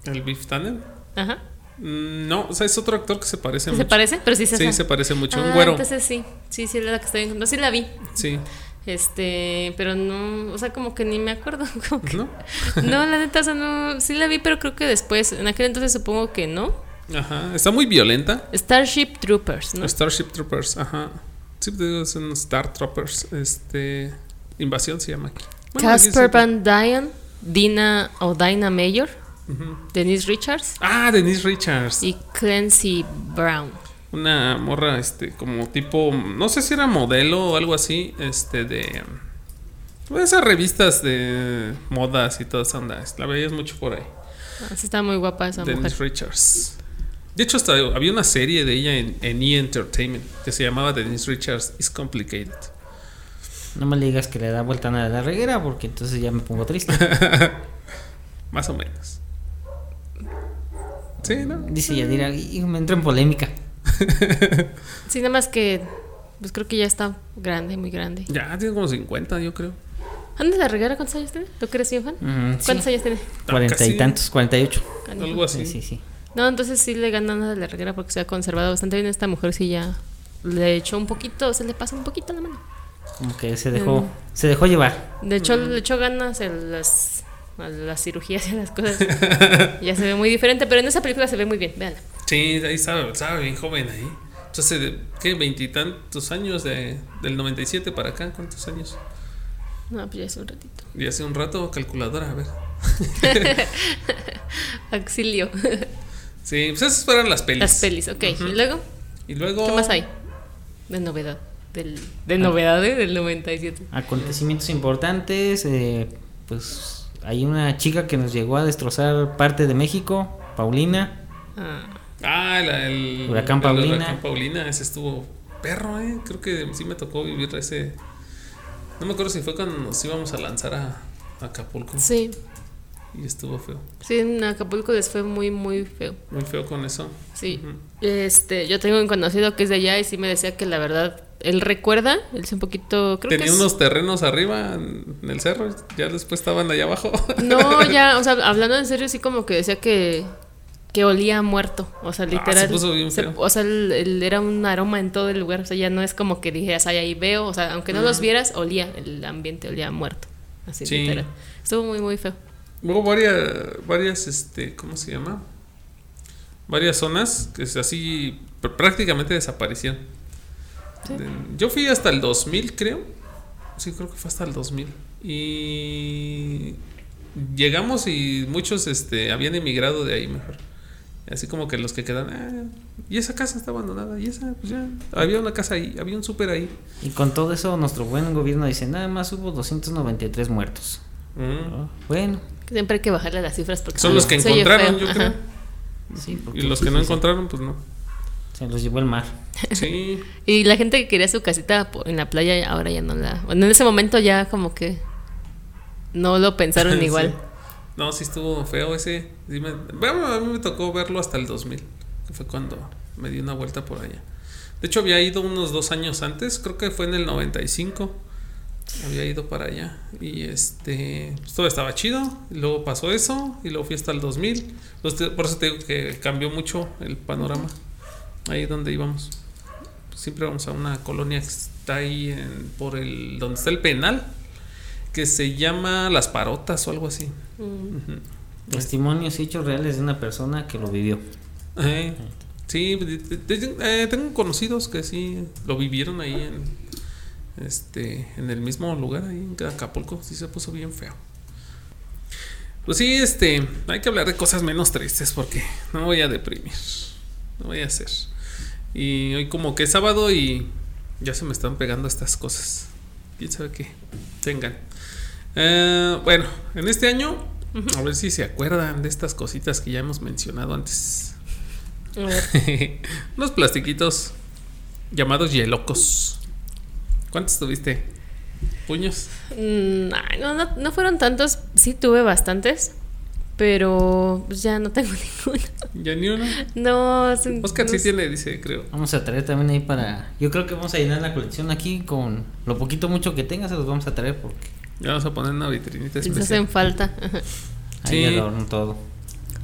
A: el beef Tannen
B: Ajá.
A: Mm, No, o sea, es otro actor que se parece
B: ¿Se
A: mucho.
B: parece? Pero sí es
A: Sí,
B: esa.
A: se parece mucho.
B: Ah,
A: un güero.
B: Entonces sí. Sí, sí, es la que estoy encontrando. Sí la vi.
A: Sí.
B: Este, pero no, o sea, como que ni me acuerdo. como que-
A: ¿No?
B: no, la neta, o sea, no, sí la vi, pero creo que después, en aquel entonces supongo que no.
A: Ajá. Está muy violenta.
B: Starship Troopers, ¿no?
A: Starship Troopers, ajá. Sí, te digo, son Star Troopers. Este. Invasión se llama aquí. Bueno, aquí
B: Casper
A: sí-
B: Van Dien, Dina o Dina Mayer,
A: Ujú.
B: Denise Richards
A: Ah, Denise Richards.
B: y Clancy Brown.
A: Una morra, este, como tipo. No sé si era modelo o algo así. Este, de. de Esas revistas de modas y toda esa onda. La veías mucho por ahí.
B: Así Ah, está muy guapa esa
A: Denise
B: mujer.
A: Richards. De hecho, hasta había una serie de ella en, en E! Entertainment que se llamaba Denise Richards is Complicated.
C: No me le digas que le da vuelta a la reguera porque entonces ya me pongo triste.
A: Más o menos. Sí, ¿no?
C: Dice Yadira, y me entro en polémica.
B: Sí, nada más que, pues creo que ya está grande, muy grande.
A: Ya tiene como 50, yo creo.
B: ¿Antes la regala cuántos años tiene? ¿Tú que eres bien fan?
C: Mm, sí.
B: ¿Cuántos años tiene?
C: Cuarenta
A: Ah, Casi. Pues
C: y tantos, cuarenta y ocho.
A: Algo así.
C: Sí, sí, sí.
B: No, entonces sí le ganan a la reguera porque se ha conservado bastante bien. Esta mujer sí ya le echó un poquito, se le pasa un poquito la mano.
C: Como que se dejó,
B: Mm.
C: se dejó llevar.
B: De hecho, le echó ganas a las, a las cirugías y a las cosas. ya se ve muy diferente, pero en esa película se ve muy bien. Véanla.
A: Sí, ahí estaba, estaba bien joven ahí. Entonces, ¿de ¿qué? Veintitantos años de- del 97 para acá, ¿cuántos años?
B: No, pues ya es un ratito.
A: Y hace un rato, calculadora, a ver.
B: Auxilio.
A: Sí, pues esas fueron las pelis.
B: las pelis, ok.
A: Ujú.
B: Y luego,
A: Y luego.
B: ¿qué más hay? De novedad. Del, Oh. ah. de novedades del 97.
C: Acontecimientos importantes, eh, pues hay una chica que nos llegó a destrozar parte de México, Paulina.
B: Ah,
A: Ah, la- el
C: Huracán
A: el
C: Paulina.
A: Huracán Paulina, ese estuvo perro, eh. Creo que sí me tocó vivir ese. No me acuerdo si fue cuando nos íbamos a lanzar a, a Acapulco.
B: sí,
A: Y estuvo feo.
B: sí, en Acapulco les fue muy, muy feo.
A: Muy feo con eso.
B: Sí.
A: Ujú.
B: Este, yo tengo un conocido que es de allá y sí me decía que la verdad, él recuerda, él es un poquito, creo que
A: Tenía
B: es-
A: unos terrenos arriba en en el cerro, ya después estaban allá abajo.
B: No, ya, o sea, hablando en serio, sí como que decía que, que olía a muerto. O sea,
A: Ah,
B: literal.
A: se puso bien
B: se-
A: feo.
B: o sea, el- el- era un aroma en todo el lugar. O sea, ya no es como que dijeras, ay, ahí veo. O sea, aunque no los vieras, olía. El ambiente olía a muerto. Así
A: Sí.
B: literal. Estuvo muy, muy feo.
A: Hubo varias, varias, este, ¿cómo se llama? Varias zonas que es así pr- prácticamente desaparecieron.
B: Sí.
A: De- Yo fui hasta el 2000, creo. Sí, creo que fue hasta el 2000. Y llegamos y muchos este, habían emigrado de ahí mejor. Así como que los que quedan, "Ah, y esa casa está abandonada, y esa, pues ya, había una casa ahí, había un súper ahí.
C: Y con todo eso, nuestro buen gobierno dice: nada más hubo 293 muertos.
A: Mm.
C: Ah, Bueno,
B: Siempre hay que bajarle las cifras porque
A: Son
B: se-
A: los que
B: se oye
A: encontraron,
B: feo.
A: yo
B: Ajá.
A: creo.
C: sí. porque
A: Y los que no
C: sí, sí,
A: encontraron, pues no.
C: Se los llevó el mar.
A: Sí.
B: Y la gente que quería su casita po- en la playa ahora ya no la... Bueno, en ese momento ya como que no lo pensaron
A: Sí.
B: igual.
A: No, sí estuvo feo ese. Sí me- bueno, a mí me tocó verlo hasta el 2000, que fue cuando me di una vuelta por allá. De hecho, había ido unos dos años antes, creo que fue en el 95. Había ido para allá. Y este, pues, todo estaba chido. y luego pasó eso, y luego fui hasta el 2000. Entonces, te- por eso te digo que cambió mucho el panorama. Ahí donde íbamos. Siempre vamos a una colonia que está ahí en- por el donde está el penal, que se llama Las Parotas o algo así.
B: Mm.
A: Ujú.
C: Testimonios y hechos reales de una persona que lo vivió.
A: Eh, sí, de- de- de- eh, tengo conocidos que sí lo vivieron ahí en este en el mismo lugar ahí en Acapulco, sí se puso bien feo. Pues sí, este, hay que hablar de cosas menos tristes porque no me voy a deprimir. No voy a hacer. Y hoy como que es sábado y ya se me están pegando estas cosas. Quién sabe qué tengan. Eh, bueno, en este año, a ver si se acuerdan de estas cositas que ya hemos mencionado antes.
B: A ver,
A: Unos plastiquitos llamados hielocos. ¿Cuántos tuviste? ¿Puños?
B: mm, ay, no, no, no fueron tantos, sí tuve bastantes, pero pues, ya no tengo ninguno.
A: Ya ni uno.
B: No, es un-
A: Oscar
B: no
A: sí
B: sé.
A: tiene, dice, creo.
C: Vamos a traer también ahí para. Yo creo que vamos a llenar la colección aquí con lo poquito mucho que tengas, se los vamos a traer porque
A: Ya vamos a poner una vitrinita
B: Les
A: especial.
B: hacen falta. Ajá.
C: ahí
A: Sí.
C: ya lo adorno todo.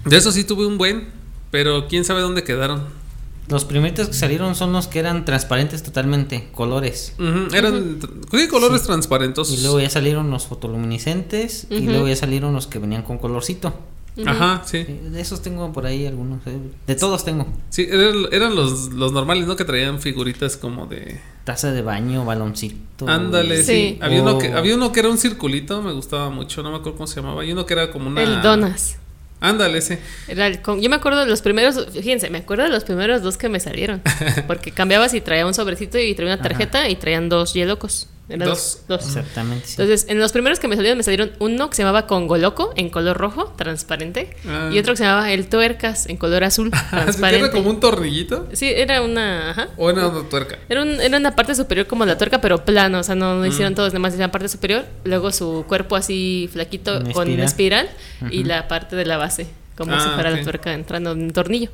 B: em.
A: De eso sí tuve un buen, pero quién sabe dónde quedaron.
C: Los primeritos que salieron son los que eran transparentes totalmente, colores.
A: Ujú, Eran tr- sí, colores transparentosos.
C: Y luego ya salieron los fotoluminiscentes y
B: Ujú.
C: luego ya salieron los que venían con colorcito.
A: Ajá, sí.
C: Eh, De esos tengo por ahí algunos. eh, De todos tengo.
A: Sí, eran, eran los, los normales, ¿no? Que traían figuritas como de...
C: Taza de baño, baloncito.
A: Ándale, sí.
B: Sí.
A: Había, uno que,
C: Oh.
A: había uno que era un circulito, me gustaba mucho, no me acuerdo cómo se llamaba. Y uno que era como una...
B: El Donas.
A: Ándale, ese.
B: Era el con- yo me acuerdo de los primeros, fíjense, me acuerdo de los primeros dos que me salieron. Porque cambiabas y traía un sobrecito y traía una tarjeta y traían dos hielocos. Eran
A: Dos.
B: Dos.
C: Exactamente. sí.
B: Entonces, en los primeros que me salieron, me salieron uno que se llamaba Congo Loco en color rojo, transparente,
A: Ah.
B: y otro que se llamaba El Tuercas en color azul,
A: ¿Se cierra
B: transparente.
A: como un tornillito?
B: Sí, era una. ajá.
A: ¿O era una tuerca?
B: Era, un- era una parte superior como la tuerca, pero plano, o sea, no, no
A: Mm.
B: hicieron todos, nada más hicieron parte superior, luego su cuerpo así flaquito
C: Una
B: con una espiral
C: espiral.
B: y la parte de la base, como
A: Ah,
B: si fuera
A: ok. Ah.
B: la tuerca entrando en un tornillo.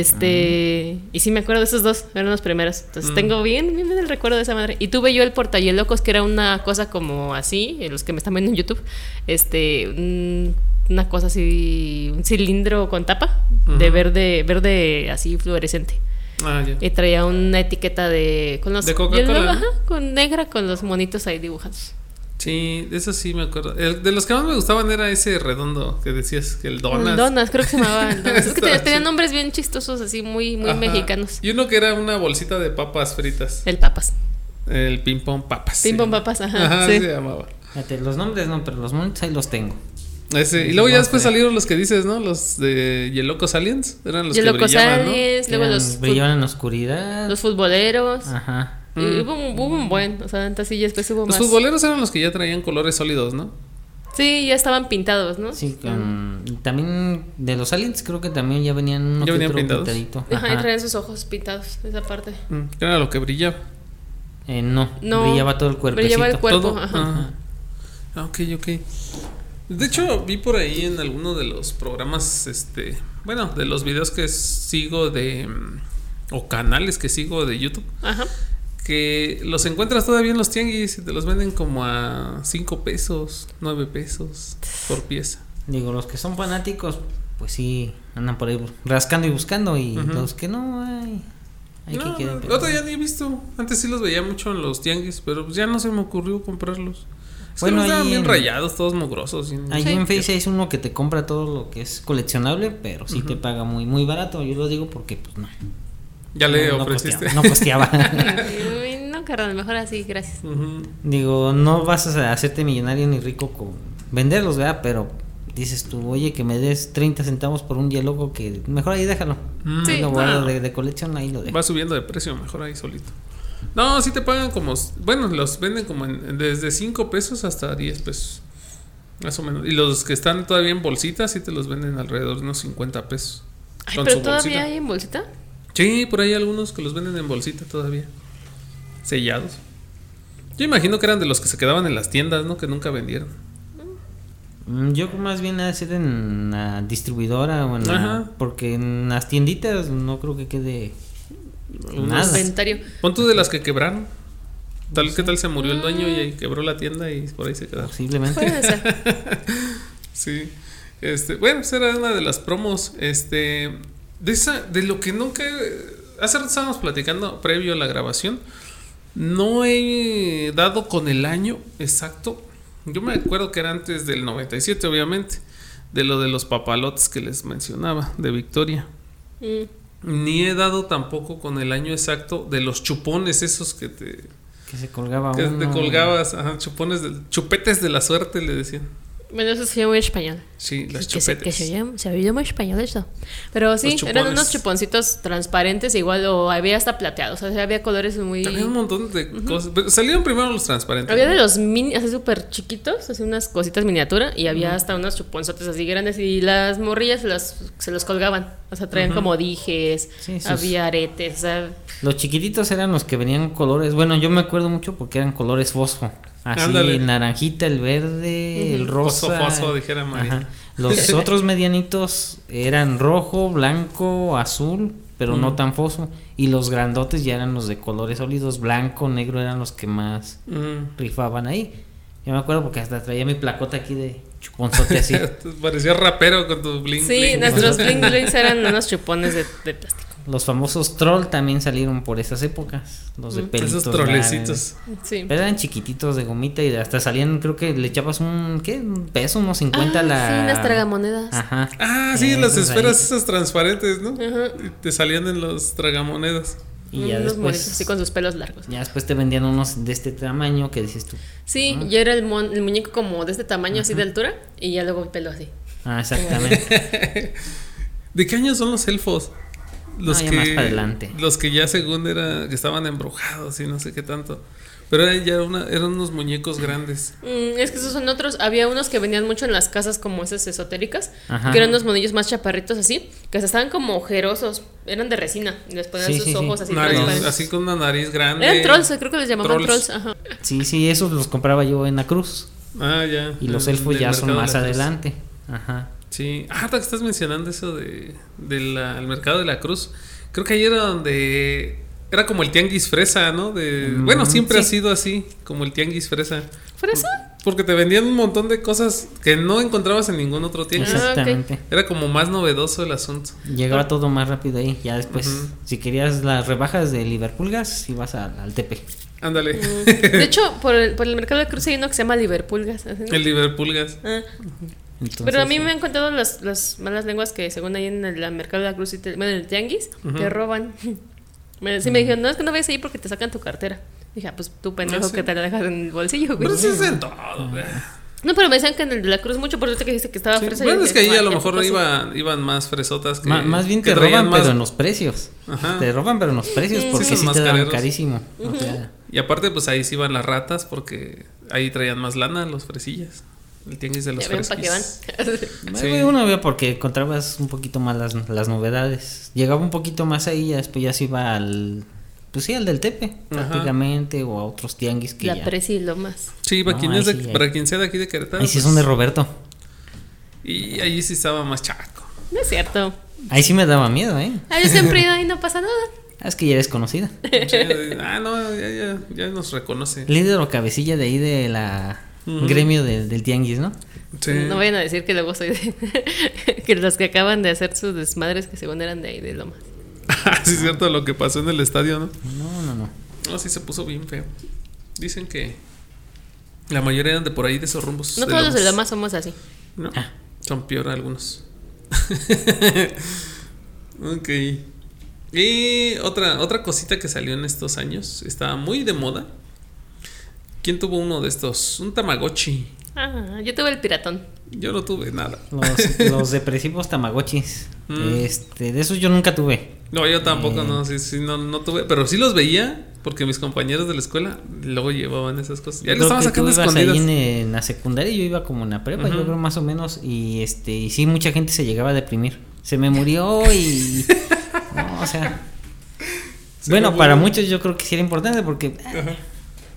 B: Este, y sí me acuerdo de esos dos, eran los primeros. Entonces
A: Mm.
B: tengo bien, bien el recuerdo de esa madre. Y tuve yo el portahielos que era una cosa como así, eh, los que me están viendo en YouTube, este, un- una cosa así, un cilindro con tapa de
A: Ujú.
B: verde, verde así fluorescente.
A: Ah, ya.
B: Y traía una etiqueta de. Con los,
A: De Coca-Cola,
B: y luego,
A: ¿no?
B: ajá, con negra con los monitos ahí dibujados.
A: Sí, de eso sí me acuerdo. El- de los que más me gustaban era ese redondo que decías que el
B: El
A: donas.
B: Donas, creo que se llamaba. el Donas. es que
A: Estaba
B: tenía, tenían
A: chido.
B: nombres bien chistosos, así muy, muy
A: Ajá.
B: mexicanos.
A: Y uno que era una bolsita de papas fritas.
B: El Papas.
A: El ping pong papas.
B: Ping
A: se
B: pong
A: llama.
B: papas, ajá, sí.
A: se llamaba.
C: Fíjate, los nombres no, pero los monitos ahí los tengo.
A: Ese, Y luego ya
C: No
A: después
C: sé.
A: salieron los que dices, ¿no? Los de Yelocos Aliens. Eran los
B: Y
A: que
B: luego
A: brillaban, ¿no?
B: Aliens, luego
C: Eran- Ah.
B: los, fut-
C: brillaban en la oscuridad.
B: los futboleros.
C: Ajá.
B: Y
A: Mm.
B: hubo, un, hubo un buen, o sea, antes sí, ya después hubo
A: Los
B: más.
A: futboleros eran los que ya traían colores sólidos, ¿no?
B: Sí, ya estaban pintados, ¿no?
C: Sí, con- y también de los aliens creo que también ya venían uno
A: ¿Ya
C: que
A: venían
C: otro
A: pintados?
C: pintadito.
B: Ajá, y
C: Ajá.
B: traían sus ojos pintados, esa parte.
A: Mm, Era lo que brillaba.
C: Eh, no,
B: No,
C: brillaba todo el cuerpecito.
B: brillaba el cuerpo.
A: Todo.
B: ajá.
A: Ah. Ah, ok, ok. De hecho, vi por ahí en alguno de los programas, este, bueno, de los videos que sigo de, mm, o canales que sigo de YouTube,
B: Ajá.
A: que los encuentras todavía en los tianguis y te los venden como a 5 pesos, 9 pesos por pieza.
C: Digo, los que son fanáticos, pues sí, andan por ahí rascando y buscando. Y
A: Ujú.
C: los que no, ay, hay
A: No,
C: que quedar.
A: otro ya ni he visto. Antes sí los veía mucho en los tianguis, pero pues ya no se me ocurrió comprarlos. Es que
C: Bueno,
A: los
C: ahí
A: estaban bien
C: en-
A: rayados, todos mugrosos. bien-
C: Ahí
B: Sí.
C: en Face es uno que te compra todo lo que es coleccionable, pero sí te paga muy muy barato. Yo lo digo porque pues no.
A: Ya le
C: no, no
A: ofreciste.
C: costeaba, No costeaba.
B: Uy, No, carnal, mejor así, gracias.
A: Ujú.
C: digo, no vas a hacerte millonario ni rico con venderlos, ¿verdad? Pero dices tú, oye, que me des 30 centavos por un diálogo que mejor ahí déjalo.
A: Mm.
B: Sí,
C: Ahí lo guardo
A: no.
C: de, de colección, ahí lo dejo.
A: Va subiendo de precio, mejor ahí solito. No, sí te pagan como. Bueno, los venden como en- desde 5 pesos hasta 10 pesos. Más o menos. Y los que están todavía en bolsitas, sí te los venden alrededor de unos 50 pesos.
B: Ay,
A: Con
B: pero
A: su
B: todavía
A: bolsita.
B: hay en bolsita.
A: Sí, por ahí algunos que los venden en bolsita todavía. Sellados. Yo imagino que eran de los que se quedaban en las tiendas, ¿no? Que nunca vendieron.
C: Mm, Yo más bien a ser en la distribuidora o en la-
A: Ajá.
C: porque en las tienditas no creo que quede nada.
B: Inventario.
A: Pon tú de las que quebraron. Tal que tal se murió el
B: Ah.
A: dueño y ahí quebró la tienda y por ahí se quedaron.
C: Posiblemente.
B: Puede ser.
A: Sí. Este, bueno, esa era una de las promos. Este, de esa, de lo que nunca. Hace rato estábamos platicando previo a la grabación. No he dado con el año exacto. Yo me acuerdo que era antes del 97, obviamente. De lo de los papalotes que les mencionaba, de Victoria.
B: Mm.
A: Ni he dado tampoco con el año exacto de los chupones esos que te,
C: Que se colgaba
A: que te
B: Ah.
C: uno.
A: colgabas. Ajá, chupones, de- chupetes de la suerte, le decían.
B: Bueno, eso se llama español.
A: Sí, las
B: que se,
A: chupetes.
B: que se, llama- se oye muy español esto. Pero sí,
A: Los
B: eran unos
A: chupones.
B: chuponcitos transparentes, igual, o había hasta plateados. O sea, había colores muy.
A: Había un montón de cosas. Pero salieron primero los transparentes.
B: Había
A: ¿no?
B: de los mini, así súper chiquitos, así unas cositas miniatura, y había hasta unos chuponzotes así grandes, y las morrillas se los, se los colgaban. O sea, traían como dijes,
C: Sí, sus-
B: había aretes, o sea,
C: Los chiquititos eran los que venían colores. Bueno, yo me acuerdo mucho porque eran colores fosfo. Así,
A: Ándale.
C: el naranjita, el verde, el rosa.
A: Fosfo, fosfo, dijera María.
C: Ajá. Los otros medianitos eran rojo, blanco, azul, pero no tan fosfo. Y los grandotes ya eran los de colores sólidos. Blanco, negro eran los que más
A: Mm.
C: rifaban ahí. Yo me acuerdo porque hasta traía mi placota aquí de chuponzote así.
A: Parecía rapero con tu bling.
B: sí,
A: bling.
B: nuestros bling blings eran unos chupones de, de plástico.
C: Los famosos troll también salieron por esas épocas. Los de pelitos.
A: Mm, Esos
C: largos.
A: trolecitos.
B: Sí.
C: Pero eran chiquititos de gomita y hasta salían, creo que le echabas un, ¿qué? Un peso, unos 50
B: Ah,
C: la...
B: Sí, las tragamonedas.
C: Ajá.
A: Ah, sí, las
C: Eh, Esos ahí.
A: esferas esas transparentes, ¿no?
B: Ajá.
A: Y Te salían en los tragamonedas.
C: Y ya
B: unos
C: después,
B: monitos así con sus pelos largos.
C: ya después te vendían unos de este tamaño que dices tú.
B: Sí,
C: Ah.
B: yo era el, mon- el muñeco como de este tamaño, así de altura, y ya luego el pelo así.
C: Ah, exactamente.
A: ¿De qué año son los elfos? Los
C: No, ya
A: que
C: más para adelante.
A: los que ya según era que estaban embrujados y no sé qué tanto. Pero eran ya una, eran unos muñecos grandes.
B: Mm, es que esos son otros. Había unos que vendían mucho en las casas como esas esotéricas,
C: Ajá.
B: que eran unos monillos más chaparritos así, que hasta estaban como ojerosos, eran de resina, y les ponían
C: Sí,
B: sus
C: sí, sí.
B: ojos así
A: Nariz-
B: transparentes.
A: así con una nariz grande.
B: Eran trolls, creo que les llamaban trolls.
A: Trolls.
B: ajá.
C: sí, sí, esos los compraba yo en la cruz.
A: Ah, ya.
C: Y los
A: En
C: elfos
A: el
C: ya son
A: mercado de
C: más
A: la cruz.
C: adelante. Ajá.
A: Sí. Ah, ahorita que estás mencionando eso de, del mercado de la cruz. Creo que ahí era donde era como el tianguis fresa, ¿no? De,
C: Mm,
A: bueno, siempre
C: sí.
A: ha sido así, como el tianguis fresa.
B: ¿Fuera eso?
A: Porque te vendían un montón de cosas que no encontrabas en ningún otro tianguis.
B: Exacto.
C: Exactamente.
A: Era como más novedoso el asunto.
C: Llegaba todo más rápido ahí. Ya después,
A: Ujú.
C: si querías las rebajas de Liverpool Gas, ibas al, al Tepe.
A: Ándale.
B: De hecho, por el, por el mercado de cruz hay uno que se llama Liverpoolgas. así, ¿no?
A: el Liverpoolgas.
B: Ah,
C: Entonces,
B: pero a mí me han contado las, las malas lenguas que según hay en el mercado de la cruz, y te- bueno, en el tianguis, te roban. Me- sí me dijeron, no, es que no vayas ahí porque te sacan tu cartera. Dije, "Ah, pues tú pendejo
A: sí.
B: que te la dejas en el bolsillo, güey.
A: Pero sí es en todo. güey.
B: No, pero me decían que en el de la Cruz mucho, por eso que dijiste que estaba
A: Sí,
B: Ah, fresa.
A: bueno, es que ahí a lo mejor
B: iba
A: iban, iban más fresotas que.
C: Ma- más bien
A: que
C: te
A: traían
C: roban,
A: más-
C: pero en los precios.
A: Ajá.
C: Te roban, pero en los precios, porque
A: son
C: sí,
A: más
C: te dan
A: careros.
C: carísimo. O sea,
A: Y aparte, pues ahí sí iban las ratas porque ahí traían más lana los fresillas. El tianguis de los
B: Ya ven para qué van.
A: fresillas. Sí.
C: bueno, uno veía porque encontrabas un poquito más las, las novedades. Llegaba un poquito más ahí y después ya se iba al. Pues sí, al del Tepe,
A: Ajá.
C: prácticamente, o a otros tianguis que
B: la
C: ya.
B: presi y lo más.
A: Sí, para,
C: No,
A: quien
C: ahí
A: es de-
C: sí, ahí.
A: para quien sea de aquí de Querétaro.
C: Ahí sí
A: pues,
C: son de Roberto.
A: Y ahí sí estaba más chaco.
B: No es cierto.
C: Ahí sí me daba miedo, ¿eh?
B: Ah, yo siempre he ido ahí, no pasa nada.
C: Es que ya eres conocida.
A: Sí, ah, no, ya, ya, ya nos reconoce.
C: Líder o cabecilla de ahí de la gremio de- del tianguis, ¿no?
A: Sí.
B: No vayan a decir que luego soy de. que los que acaban de hacer sus desmadres que según eran de ahí, de lo más.
A: Ah, sí, es cierto lo que pasó en el estadio, ¿no?
C: No, no, no.
A: No, sí se puso bien feo. Dicen que La mayoría eran de por ahí, de esos rumbos.
B: No todos los de Lomas somos así.
A: No,
C: Ah.
A: son peor algunos. ok. Y otra, otra cosita que salió en estos años, estaba muy de moda. ¿Quién tuvo uno de estos? Un Tamagotchi.
B: Ah, yo tuve el piratón.
A: Yo no tuve nada.
C: Los, los depresivos Tamagotchis.
A: Mm.
C: Este, de esos yo nunca tuve.
A: No, yo tampoco,
C: Eh.
A: no, sí, sí, no, no tuve, pero sí los veía porque mis compañeros de la escuela luego llevaban esas cosas. Ya
C: Yo
A: los
C: creo
A: estaban
C: que tú
A: sacando escondidas.
C: ibas ahí en, en la secundaria, yo iba como en la prepa,
A: Ujú.
C: yo creo más o menos, y este, y sí, mucha gente se llegaba a deprimir. Se me murió y. no, o sea.
A: Se me
C: bueno, para
A: murió.
C: muchos yo creo que sí era importante porque ah,
A: Ajá.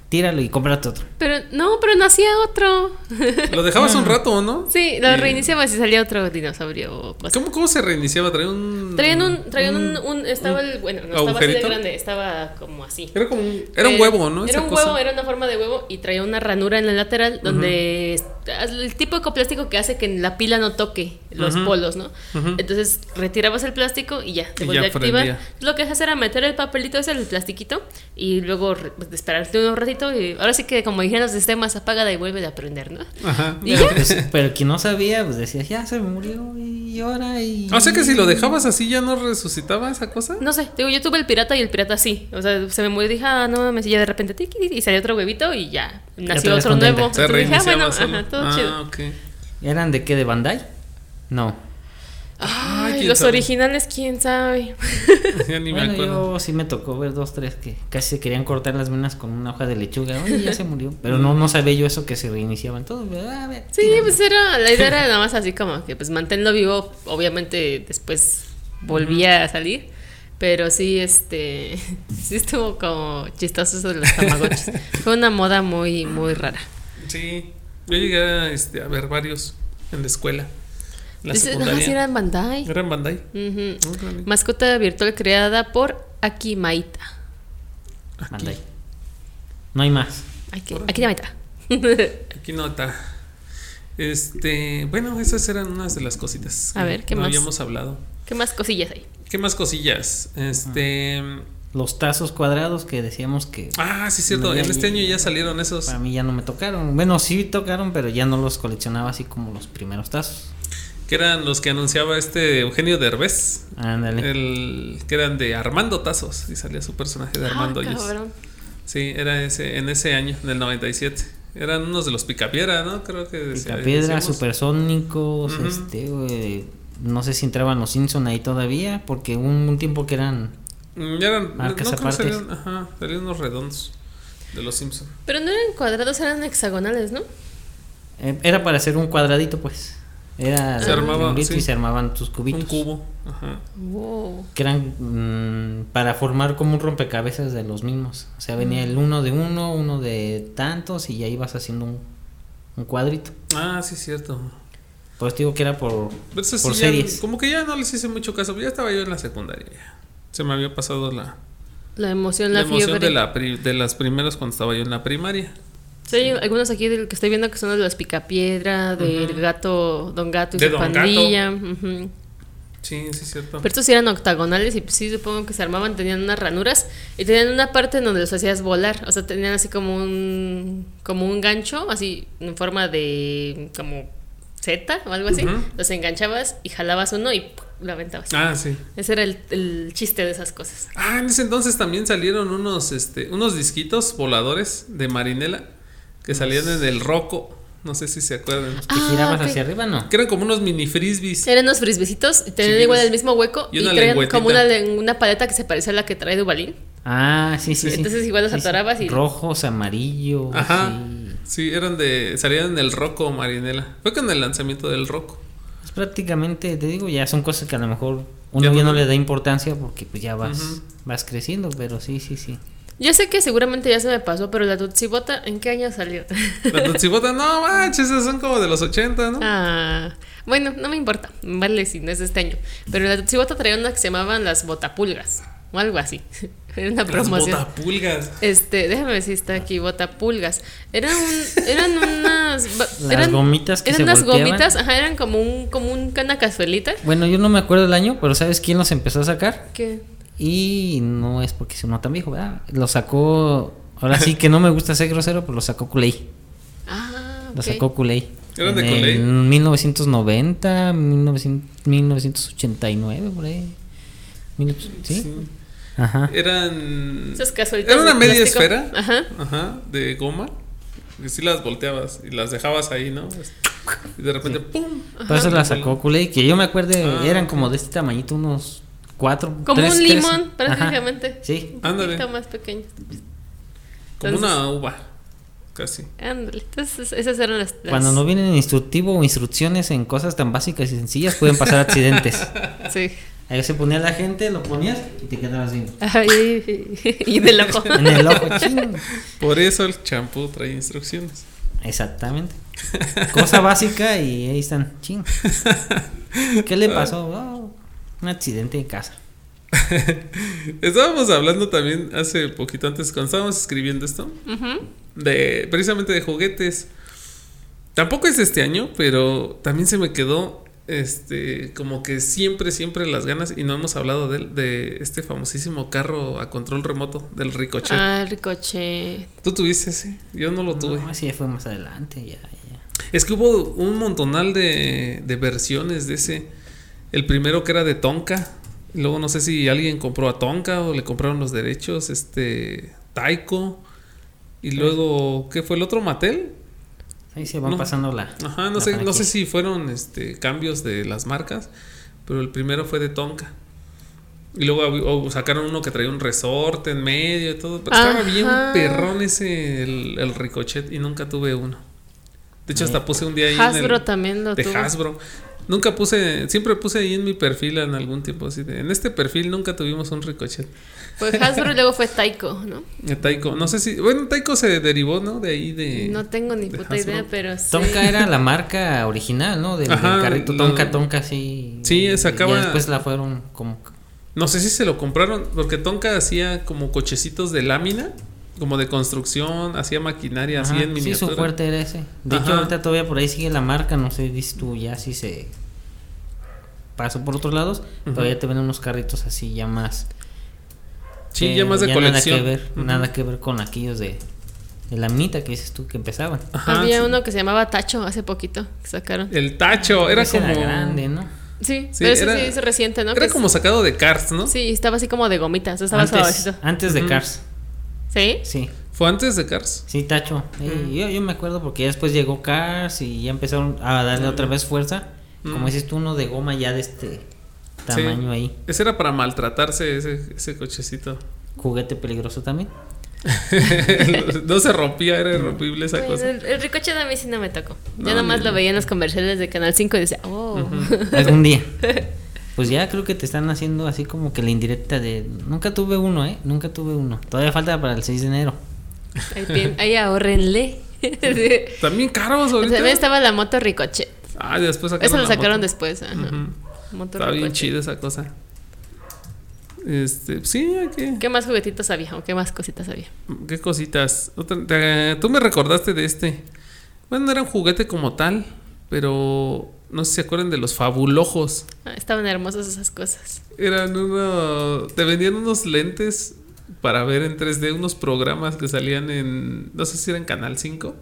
C: tíralo y cómprate otro.
B: Pero no, pero no hacía otro.
A: Lo dejabas
C: Mm.
A: un rato, ¿no?
B: sí, lo
A: Y-
B: reiniciabas y salía otro dinosaurio. o cosa.
A: ¿Cómo, cómo se reiniciaba? Traía un.
B: Traían un, traían un, un- estaba el, bueno, no estaba así de
A: agujerito.
B: grande, estaba como así.
A: Era como un, era un
B: Pero-
A: huevo, ¿no?
B: eh, Era
A: Esa
B: un
A: cosa.
B: huevo, era una forma de huevo y traía una ranura en la lateral donde es- el tipo de plástico que hace que la pila no toque los
A: Ujú.
B: polos, ¿no?
A: Ujú.
B: Entonces retirabas el plástico y ya, te
A: Y
B: volvía a
A: ya
B: activar.
A: prendía.
B: Lo que haces era meter el papelito ese, el plastiquito, y luego re- pues, esperarte un ratito y ahora sí que como dijeron los sistemas, apaga y vuelve a prender, ¿no?
A: Ajá.
B: Y
C: Pero,
B: ya.
C: pues, pero quien no sabía, pues decía, ya se me murió y ahora y.
A: O sea que si lo dejabas así ya no resucitaba esa cosa.
B: No sé, digo, yo tuve el pirata y el pirata sí. O sea, se me murió y dije, ah, no mames, y ya de repente tiqui, y salió otro huevito y ya nació
C: te ves
B: otro
C: contenta.
B: nuevo.
A: Se
B: Entonces dije, ah,
A: reiniciaba
B: bueno,
A: solo.
B: ajá, todo
A: ah,
B: chido.
A: ok.
C: ¿Eran de qué? ¿De Bandai? No.
A: Ay,
B: Ay,
A: quién
B: los
A: sabe.
B: originales, quién sabe.
A: Ya ni
C: bueno,
A: me acuerdo.
C: yo sí me tocó ver dos, tres que casi se querían cortar las venas con una hoja de lechuga. Oye, ya se murió. Pero no, no sabía yo eso que se reiniciaban todos. ¿verdad? A ver,
B: Sí,
C: tíralo.
B: pues era, la idea era nada más así como que pues manténlo vivo, obviamente después volvía a salir, pero sí, este, sí estuvo como chistoso eso de los tamagotchis. Fue una moda muy, muy rara.
A: Sí. Yo llegué a, este, a ver varios en la escuela. En La
B: Dices, no,
A: secundaria.
B: sí
A: era...
B: era en Bandai.
A: en Bandai.
B: Ujú.
A: Órale.
B: Mascota virtual creada por Aki Maita.
A: pues, Aquí.
C: Mandai. No hay más.
B: Aki, Aki Maita.
A: Aquí nota. Este, bueno, esas eran unas de las cositas.
B: A
A: que
B: ver, ¿qué
A: no
B: más?
A: habíamos hablado.
B: ¿Qué más cosillas hay?
A: ¿Qué más cosillas? Este,
C: Los tazos cuadrados que decíamos que
A: ah, sí es cierto,
C: No, ya-
A: en este año ya
C: ya-
A: salieron esos.
C: para mí ya no me tocaron. Bueno, sí tocaron, pero ya no los coleccionaba así como los primeros tazos.
A: que eran los que anunciaba este Eugenio Derbez,
C: Ándale.
A: el que eran de Armando Tazos y salía su personaje de Armando
B: Ah,
A: Hoyos.
B: cabrón.
A: Sí, era ese en ese año, en el 97. Eran unos de los Picapiedra, ¿no? Creo que decía-
C: Piedra,
A: decíamos.
C: supersónicos,
A: Ujú.
C: este, eh, no sé si entraban los Simpson ahí todavía, porque hubo un tiempo que eran
A: Mm, ya eran no,
C: Marcas
A: creo que
C: aparte.
A: salieron, ajá, salían unos redondos de los Simpson.
B: Pero no eran cuadrados, eran hexagonales, ¿no?
C: Eh, Era para hacer un cuadradito, pues. Era
A: Se
C: de
A: armaba,
C: triangulito
A: sí.
C: y se armaban tus cubitos.
A: Un cubo, ajá.
B: Wow.
C: Que eran mm, para formar como un rompecabezas de los mismos. O sea,
A: Mm.
C: venía el uno de uno, uno de tantos y ya ibas haciendo un, un cuadrito.
A: Ah, sí es cierto.
C: Por eso te digo que era por,
A: Pero eso sí
C: por
A: ya-
C: series.
A: como que ya no les hice mucho caso, ya estaba yo en la secundaria. ya. Se me había pasado la,
B: La emoción,
A: la
B: la,
A: emoción
B: fiebre.
A: de, la pri- de las primeras cuando estaba yo en la primaria.
B: Sí, hay algunos aquí del que estoy viendo que son de las picapiedra, del gato, don gato y
A: De
B: su
A: Don Gato.
B: pandilla. ujú.
A: Sí, sí es cierto.
B: Pero estos sí eran octagonales y pues sí supongo que se armaban, tenían unas ranuras y tenían una parte en donde los hacías volar. O sea, tenían así como un, como un gancho, así en forma de como Z o algo así.
A: Ujú.
B: Los enganchabas y jalabas uno y ¡pum! lo aventabas.
A: Ah, sí.
B: Ese era el, el chiste de esas cosas.
A: Ah, en ese entonces también salieron unos, este, unos disquitos voladores de marinela que salían en el roco. No sé si se acuerdan.
C: que
B: Ah,
C: girabas
B: ok.
C: hacia arriba, ¿no?
A: Que eran como unos mini frisbees.
B: Eran unos frisbecitos y tenían
A: Chiquitos.
B: igual el mismo hueco
A: Y
B: y,
A: una
B: traían
A: lengüetita.
B: como una, len- una paleta que se parecía a la que trae Dubalín.
C: Ah, sí, sí. sí.
B: Entonces igual los
C: Sí, sí.
B: atorabas y-
C: Rojos, amarillos.
A: Ajá.
C: sí.
A: Sí, eran de. salían en el roco marinela. Fue con el lanzamiento del roco.
C: Pues prácticamente, te digo, ya son cosas que a lo mejor
A: Ya
C: uno ya
A: no-
C: no le da importancia porque pues ya vas,
A: Ujú.
C: vas creciendo, pero sí, sí, sí.
B: Ya sé que seguramente ya se me pasó, pero la Tutsibota, ¿en qué año salió?
A: La Tutsibota, no manches, esas son como de los 80, ¿no?
B: ah, bueno, no me importa, vale si no es de este año. Pero la Tutsibota traía una que se llamaban las botapulgas o algo así. Era una
A: Las
B: promoción.
A: botapulgas.
B: Este, déjame ver si está aquí, botapulgas. Eran un- eran unas ba-
C: Las
B: eran,
C: gomitas que
B: eran
C: se
B: unas
C: volteaban.
B: gomitas, ajá, eran como un como un cana cazuelita.
C: Bueno, yo no me acuerdo el año, pero ¿sabes quién los empezó a sacar?
B: Que
C: Y no es porque sea uno tan viejo, ¿verdad? Lo sacó, ahora sí que no me gusta ser grosero, pero lo sacó Culey.
B: ah, ok.
C: La sacó Kool-Aid.
A: ¿Eran de
C: En
A: Kool-Aid?
C: el 1990, 1900 1989, por ahí. Mil- ¿Sí?
A: Sí. Eh,
C: Ajá.
A: Eran.
B: Esas casualitas
A: Era una
B: de
A: media
B: plástico.
A: esfera.
B: Ajá.
A: Ajá, de goma. Y sí las volteabas y las dejabas ahí, ¿no? Y de repente, ¡pum!
C: Por eso la sacó Kool-Aid, que yo me acuerde,
A: Ah.
C: eran como de este tamañito, unos cuatro.
B: Como
C: tres-
B: un
C: tres-
B: limón,
C: ajá.
B: prácticamente.
C: Sí.
B: Un
A: Ándale.
B: poquito más pequeño.
A: Como una uva. Casi.
B: Ándale. Entonces, esas eran las. las-
C: Cuando no vienen instructivo o instrucciones en cosas tan básicas y sencillas, pueden pasar accidentes.
B: Sí.
C: Ahí se ponía la gente, lo ponías y te quedabas bien.
B: Ay, y del ojo.
C: En el ojo, ching.
A: Por eso el champú trae instrucciones.
C: Exactamente. Cosa básica y ahí están, ching. ¿Qué le pasó?
A: Ah.
C: Oh, un accidente en casa.
A: estábamos hablando también hace poquito antes, cuando estábamos escribiendo esto,
B: Ujú.
A: de precisamente de juguetes. Tampoco es este año, pero también se me quedó este como que siempre, siempre las ganas, y no hemos hablado de, de este famosísimo carro a control remoto del Ricochet.
B: Ah, ricochet.
A: Tú tuviste ese, yo no lo tuve.
C: No, así fue más adelante, ya, ya.
A: Es que hubo un montonal de, de versiones de ese. El primero que era de Tonka. y Luego no sé si alguien compró a Tonka o le compraron los derechos. Este. Taiko. Y luego, ¿qué fue el otro? Mattel.
C: Ahí se van
A: No.
C: pasando la.
A: Ajá, no
C: la
A: sé, no sé
C: franquicia.
A: si fueron este, cambios de las marcas, pero el primero fue de Tonka. Y luego hab- o sacaron uno que traía un resorte en medio y todo. Pero estaba
B: Ajá.
A: bien perrón ese, el, el ricochet, y nunca tuve uno. De hecho, hasta puse un día ahí. en el-
B: Hasbro también lo
A: de
B: tuvo.
A: Hasbro. Nunca puse, siempre puse ahí en mi perfil en algún tiempo así de, en este perfil nunca tuvimos un ricochet.
B: Fue Pues Hasbro y luego fue Taiko, ¿no?
A: De Taiko, no sé si, bueno, Taiko se derivó, ¿no? De ahí de...
B: No tengo ni
A: de
B: puta
A: Hasbro.
B: idea, pero sí.
C: Tonka era la marca original, ¿no? Del, del
A: Ajá,
C: carrito
A: lo-
C: Tonka, Tonka, sí.
A: Sí,
C: Y
A: sacaba-
C: ya después la fueron como.
A: No sé si se lo compraron, porque Tonka hacía como cochecitos de lámina, como de construcción, hacía maquinaria
C: Ajá,
A: así en
C: sí, su
A: miniatura.
C: fuerte era ese. De hecho,
A: Ajá.
C: ahorita todavía por ahí sigue la marca, no sé, dices tú ya si se pasó por otros lados.
A: Ujú.
C: Todavía te ven unos carritos así ya más.
A: sí,
C: que
A: ya más de colección.
C: eh, Nada que ver,
A: Ujú.
C: nada que ver con aquellos de, de la minita que dices tú que empezaban.
A: Ajá,
B: Había
A: sí.
B: uno que se llamaba Tacho hace poquito que sacaron.
A: El tacho, era
C: Ese
A: como...
C: grande, ¿no?
B: Sí,
A: Sí,
B: pero eso
A: era-
B: sí es reciente, ¿no? Que
A: Era
B: es-
A: como sacado de Cars, ¿no?
B: Sí, estaba así como de gomitas, estaba
C: antes, Ah.
B: suavecito.
C: antes de
A: Ujú.
C: Cars,
B: ¿Sí?
C: sí.
A: Fue antes de Cars.
C: Sí, Tacho. Eh, yo, yo me acuerdo porque ya después llegó Cars y ya empezaron a darle otra vez fuerza.
A: Mm.
C: Como dices tú, uno de goma ya de este tamaño ahí.
A: Ese era para maltratarse ese, ese cochecito.
C: Juguete peligroso también.
A: no se rompía, era irrompible esa
B: Bueno,
A: cosa.
B: Pues el, el ricochet a mí sí no me tocó.
A: No,
B: Yo nomás
A: ni-
B: lo veía en los comerciales de Canal 5 y decía, oh.
C: Algún día. Pues ya creo que te están haciendo así como que la indirecta de... Nunca tuve uno, ¿eh? Nunca tuve uno. Todavía falta para el 6 de enero.
B: ahí, tien- ahí ahorrenle. Sí.
A: También caros ahorita.
B: También estaba la moto ricochet.
A: Ah, y después sacaron
B: Eso lo
A: la
B: sacaron
A: moto.
B: después. Ajá.
A: Ujú.
B: Moto
A: Está bien
B: ricochet.
A: chida esa cosa. Este, sí, hay que-
B: ¿Qué más juguetitos había o qué más cositas había?
A: ¿Qué cositas? Otra- te- Tú me recordaste de este. Bueno, no era un juguete como tal, pero no sé si se acuerdan de los fabulojos.
B: Ah, estaban hermosas esas cosas.
A: Eran uno. Te vendían unos lentes para ver en 3D unos programas que salían en. No sé si eran Canal 5.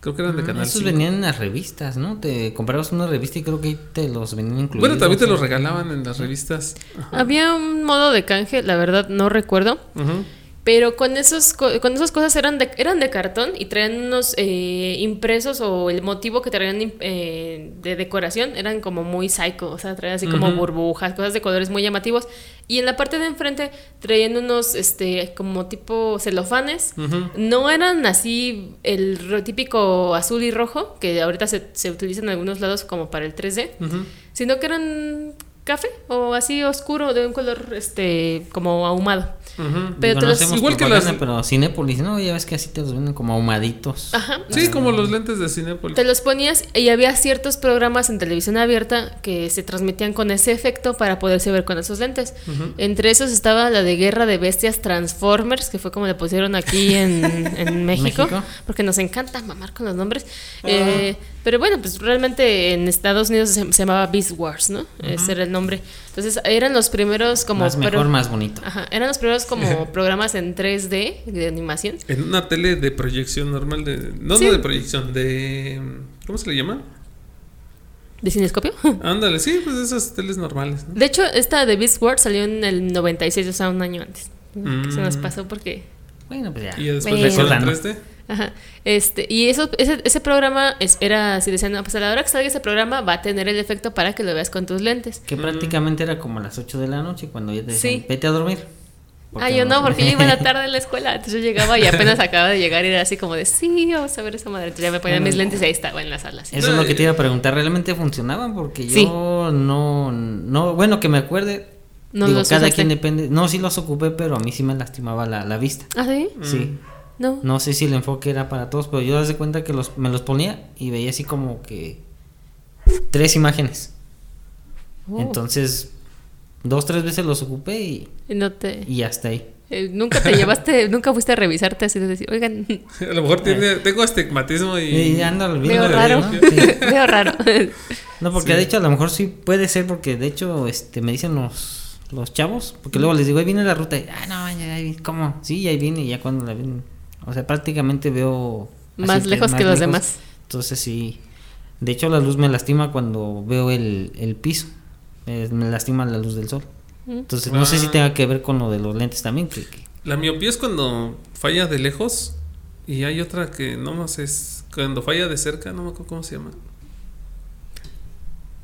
A: Creo que eran de
C: Mm,
A: Canal
C: Esos
A: 5.
C: venían en las revistas, ¿no? Te comprabas una revista y creo que ahí te los venían incluidos.
A: Bueno, también te
C: ¿sí?
A: los regalaban en las revistas. Ajá.
B: Había un modo de canje, la verdad no recuerdo.
A: Ujú.
B: Pero con, esos, co- con esas cosas eran de, eran de cartón y traían unos eh, impresos o el motivo que traían im- eh, de decoración eran como muy psycho, o sea, traían así como
A: Ujú.
B: burbujas, cosas de colores muy llamativos. Y en la parte de enfrente traían unos este, como tipo celofanes.
A: Ujú.
B: No eran así el ro- típico azul y rojo, que ahorita se, se utiliza en algunos lados como para el 3D,
A: Ujú.
B: sino que eran café o así oscuro, de un color este como ahumado.
A: Ujú.
B: Pero
C: Digo,
B: te
C: no
B: los-
C: hacemos
A: Igual que
C: propaganda,
A: las-
C: Pero Cinépolis, ¿no? Ya ves que así te los venden como ahumaditos.
B: Ajá.
A: Sí, como los lentes de Cinepolis.
B: Te los ponías y había ciertos programas en televisión abierta que se transmitían con ese efecto para poderse ver con esos lentes. Entre esos estaba la de Guerra de Bestias Transformers, que fue como le pusieron aquí en, en México,
C: México. Ah.
B: porque nos encanta mamar con los nombres. Eh, pero bueno, pues realmente en Estados Unidos se, se llamaba Beast Wars, ¿no? Ese era el el nombre. Entonces eran los primeros como...
C: más mejor,
B: pero-
C: más bonito.
B: Ajá, eran los primeros como programas en 3D de animación.
A: En una tele de proyección normal de. No,
B: Sí.
A: no de proyección, de. ¿Cómo se le llama?
B: ¿De cinescopio?
A: Ándale, sí, pues esas teles normales, ¿no?
B: De hecho, esta de Beast Wars salió en el 96, o sea, un año antes.
A: Mm.
B: Se nos pasó porque...
C: Bueno, pues ya.
A: Y ya después
B: Bueno.
A: pasó la
C: Recordando.
A: 3D.
B: Ajá. Este, y eso, ese, ese programa es- era así, decían, no, pues a la hora que salga ese programa va a tener el efecto para que lo veas con tus lentes.
C: Que prácticamente era como las 8 de la noche cuando ya te decían,
B: Mm. Sí.
C: vete a dormir.
B: Ah, yo no, porque yo iba en la tarde a la escuela, entonces yo llegaba y apenas acababa de llegar y era así como de, sí, vamos a ver esa madre. Entonces ya me ponían mis lentes y ahí estaba en la sala. así.
C: Eso es lo que te iba a preguntar, ¿realmente funcionaban? Porque yo
B: Eh, Sí.
C: no, no, bueno, que me acuerde,
B: No
C: digo,
B: los
C: cada
B: usaste.
C: quien depende, no, sí los ocupé, pero a mí sí me lastimaba la, la vista,
B: ¿Ah, sí?
C: sí,
B: No.
C: no sé si el enfoque era para todos, pero yo das de cuenta que los, me los ponía y veía así como que tres imágenes,
B: Oh.
C: entonces dos, tres veces los ocupé y,
B: Y no te...
C: y hasta ahí.
B: eh, nunca te llevaste, nunca fuiste a revisarte así de decir, oigan,
A: A lo mejor tiene, tengo astigmatismo y.
C: Y ando al
B: veo
C: viendo,
B: raro,
C: ¿no? Sí.
B: veo raro.
C: No, porque de hecho a lo mejor sí puede ser, porque de hecho este me dicen los, los chavos, porque luego les digo, ahí viene la ruta, y, ah, no, ya, ahí, ¿cómo? Sí, ahí viene, y ya cuando la ven, o sea, prácticamente veo... así
B: Más lejos que los demás.
C: Entonces sí, de hecho la luz me lastima cuando veo el, el piso, eh, me lastima la luz del sol.
B: Mm.
C: Entonces no sé si
A: Ah.
C: tenga que ver con lo de los lentes también, que, que-
A: La miopía es cuando falla de lejos. Y hay otra que no más es. Cuando falla de cerca, no me acuerdo cómo se llama.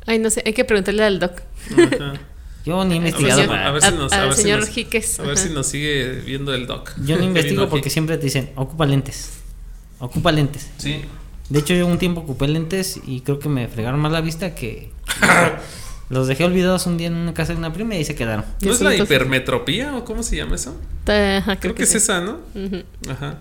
B: Ay, no sé, hay que preguntarle al doc.
A: Ajá.
C: yo ni he
A: A ver
C: investigado.
A: si-
C: para-
A: a ver si nos- a
B: al
A: ver si
B: señor
A: nos-
B: Jiques.
A: A ver
B: ajá.
A: si nos sigue viendo el doc.
C: Yo no
A: Que vino
C: investigo
A: aquí.
C: porque siempre te dicen, ocupa lentes, ocupa lentes.
A: Sí.
C: De hecho, yo un tiempo ocupé lentes y creo que me fregaron más la vista que los dejé olvidados un día en una casa de una prima y ahí se quedaron.
A: ¿No es la
B: Entonces-
A: hipermetropía o cómo se llama eso?
B: Ta- ajá,
A: Creo que es
B: sí.
A: esa, ¿no?
B: Ujú.
A: Ajá.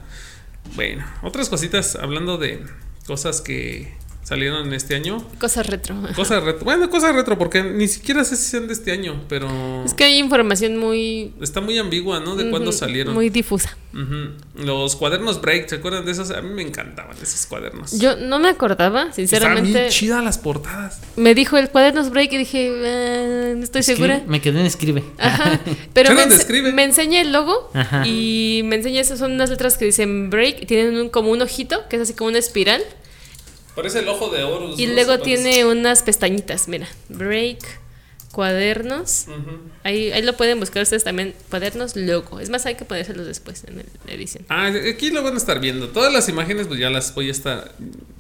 A: Bueno, otras cositas, hablando de cosas que salieron este año.
B: Cosas retro.
A: Cosas retro. Bueno, cosas retro, porque ni siquiera sé si sean de este año, pero
B: Es que hay información muy...
A: está muy ambigua, ¿no? De cuándo
B: ujú,
A: salieron.
B: Muy difusa.
A: Ujú. Los cuadernos break, ¿se acuerdan de esos? A mí me encantaban esos cuadernos.
B: Yo no me
A: Pues
B: acordaba,
A: Estaban bien
B: sinceramente.
A: chidas las portadas.
B: Me dijo el cuadernos break y dije, "Ah, no estoy
C: Escri-
B: segura.
C: Me quedé en escribe.
B: Ajá, pero
A: Yo
B: me,
A: no
B: ense-
A: describe.
B: me enseña el logo
C: Ajá.
B: y me enseña, esas son unas letras que dicen break, y tienen un- como un ojito, que es así como una espiral,
A: Parece el ojo de Horus.
B: y
A: ¿no?
B: luego
A: Se parece.
B: tiene unas pestañitas, mira, break, cuadernos,
A: Ujú.
B: ahí, ahí lo pueden buscar ustedes también, cuadernos logo, es más, hay que ponérselos después en el- la edición.
A: Ah, aquí lo van a estar viendo. Todas las imágenes, pues ya las voy a estar.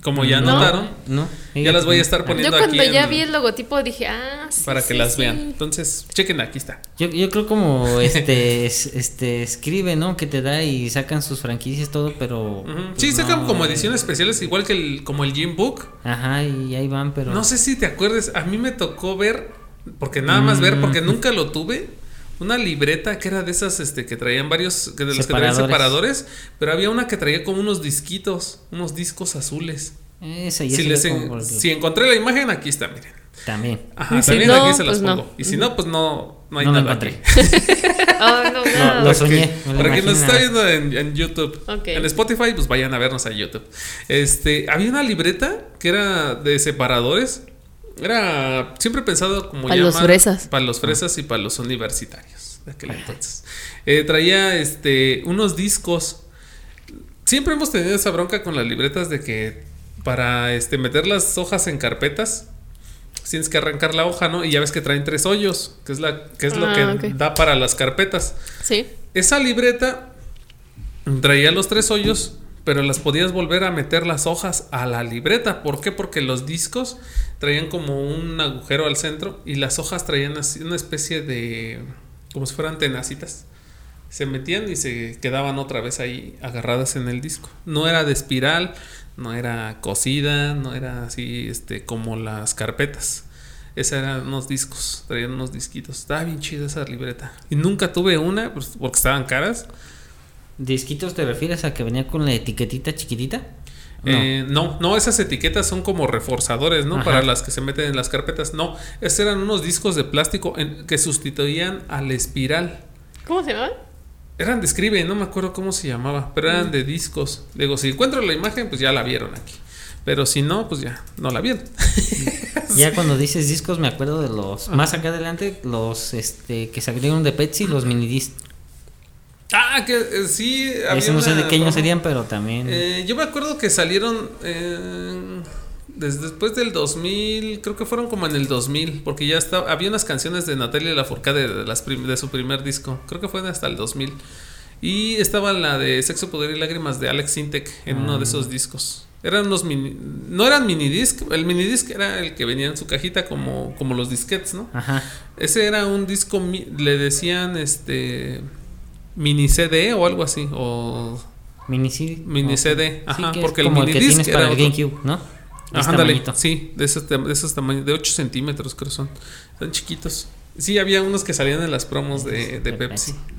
A: Como ya
C: No,
A: notaron,
C: no.
A: ya las voy a estar
B: Yo
A: poniendo
B: cuando
A: aquí
B: ya
A: en-
B: vi el logotipo dije, ah, sí,
A: para que
B: sí,
A: las
B: sí".
A: vean. Entonces, chequen, aquí está.
C: Yo, yo creo como este es- este escribe, ¿no? Que te da y sacan sus franquicias todo, pero
A: Ujú.
C: pues,
A: Sí, sacan
C: no.
A: como ediciones especiales, igual que el, como el Gym Book.
C: Ajá, y ahí van, pero
A: No sé si te acuerdes, a mí me tocó ver, porque nada más ver, porque nunca lo tuve, una libreta que era de esas este, que traían varios, que de los que traían
C: Separadores.
A: separadores, pero había una que traía como unos disquitos, unos discos azules.
C: esa ya
A: Si,
C: se
A: les
C: ve
A: en-
C: como por-
A: si encontré la imagen, aquí está, miren.
C: también.
A: Ajá,
B: Y si
A: también
B: no,
A: aquí se las
B: pues no.
A: pongo. Y si no, pues no, no hay
C: No lo
A: nada.
C: encontré.
A: aquí.
B: Oh, no,
C: No,
B: no.
C: lo soñé. me lo
A: Para quien nos está
C: imagino.
A: viendo en, en YouTube,
B: Ok.
A: en Spotify, pues vayan a vernos a YouTube. Este, había una libreta que era de separadores. Era siempre he pensado como
B: Pa' los fresas.
A: Para los fresas y para los universitarios de aquel entonces. Eh, traía este unos discos. Siempre hemos tenido esa bronca con las libretas de que para este meter las hojas en carpetas tienes que arrancar la hoja, ¿no? Y ya ves que traen tres hoyos, que es la que es lo
B: Ah,
A: que
B: ok.
A: da para las carpetas.
B: Sí.
A: Esa libreta traía los tres hoyos, pero las podías volver a meter las hojas a la libreta. ¿Por qué? Porque los discos traían como un agujero al centro y las hojas traían así una especie de... como si fueran tenacitas. Se metían y se quedaban otra vez ahí agarradas en el disco. No era de espiral, no era cosida, no era así este, como las carpetas. Esos eran unos discos, traían unos disquitos. Estaba bien chida esa libreta. Y nunca tuve una pues, porque estaban caras.
C: ¿Disquitos te refieres a que venía con la etiquetita chiquitita? No.
A: Eh, No, no, esas etiquetas son como reforzadores, ¿no?
C: Ajá.
A: Para las que se meten en las carpetas. No, esos eran unos discos de plástico en- que sustituían al espiral.
B: ¿Cómo se llama?
A: Eran de
C: Mm.
A: escribe, no me acuerdo cómo se llamaba, pero eran de discos. Digo, si encuentro la imagen, pues ya la vieron aquí. Pero si no, pues ya, no la vieron.
C: Ya cuando dices discos me acuerdo de los más acá adelante, los este que se agregaron de Pepsi, los mini discos.
A: ah, que eh, sí.
C: Eso no sé de
A: una
C: qué año
A: broma.
C: serían, pero también.
A: Eh, yo me acuerdo que salieron eh, desde después del 2000, creo que fueron como en el 2000, porque ya estaba, había unas canciones de Natalia Lafourcade de, las prim- de su primer disco, creo que fue hasta el 2000. Y estaba la de Sexo, Poder y Lágrimas de Alex Sintek en uno de esos discos. Eran unos mini, no eran minidisc, el minidisc era el que venía en su cajita como, como los disquets, ¿no?
C: Ajá.
A: Ese era un disco, mi- le decían este mini CD o algo así, o
C: Mini CD.
A: Mini
C: ok.
A: CD, ajá,
C: que es
A: porque el
C: como el,
A: mini
C: que tienes
A: disc era
C: para el
A: otro.
C: GameCube, ¿no? Este
A: Ajá,
C: Es
A: ándale,
C: tamañito.
A: sí, de esos, tam- de esos tamaños, de 8 centímetros creo son, son chiquitos. Sí, había unos que salían en las promos de, de Pepsi.
C: Este,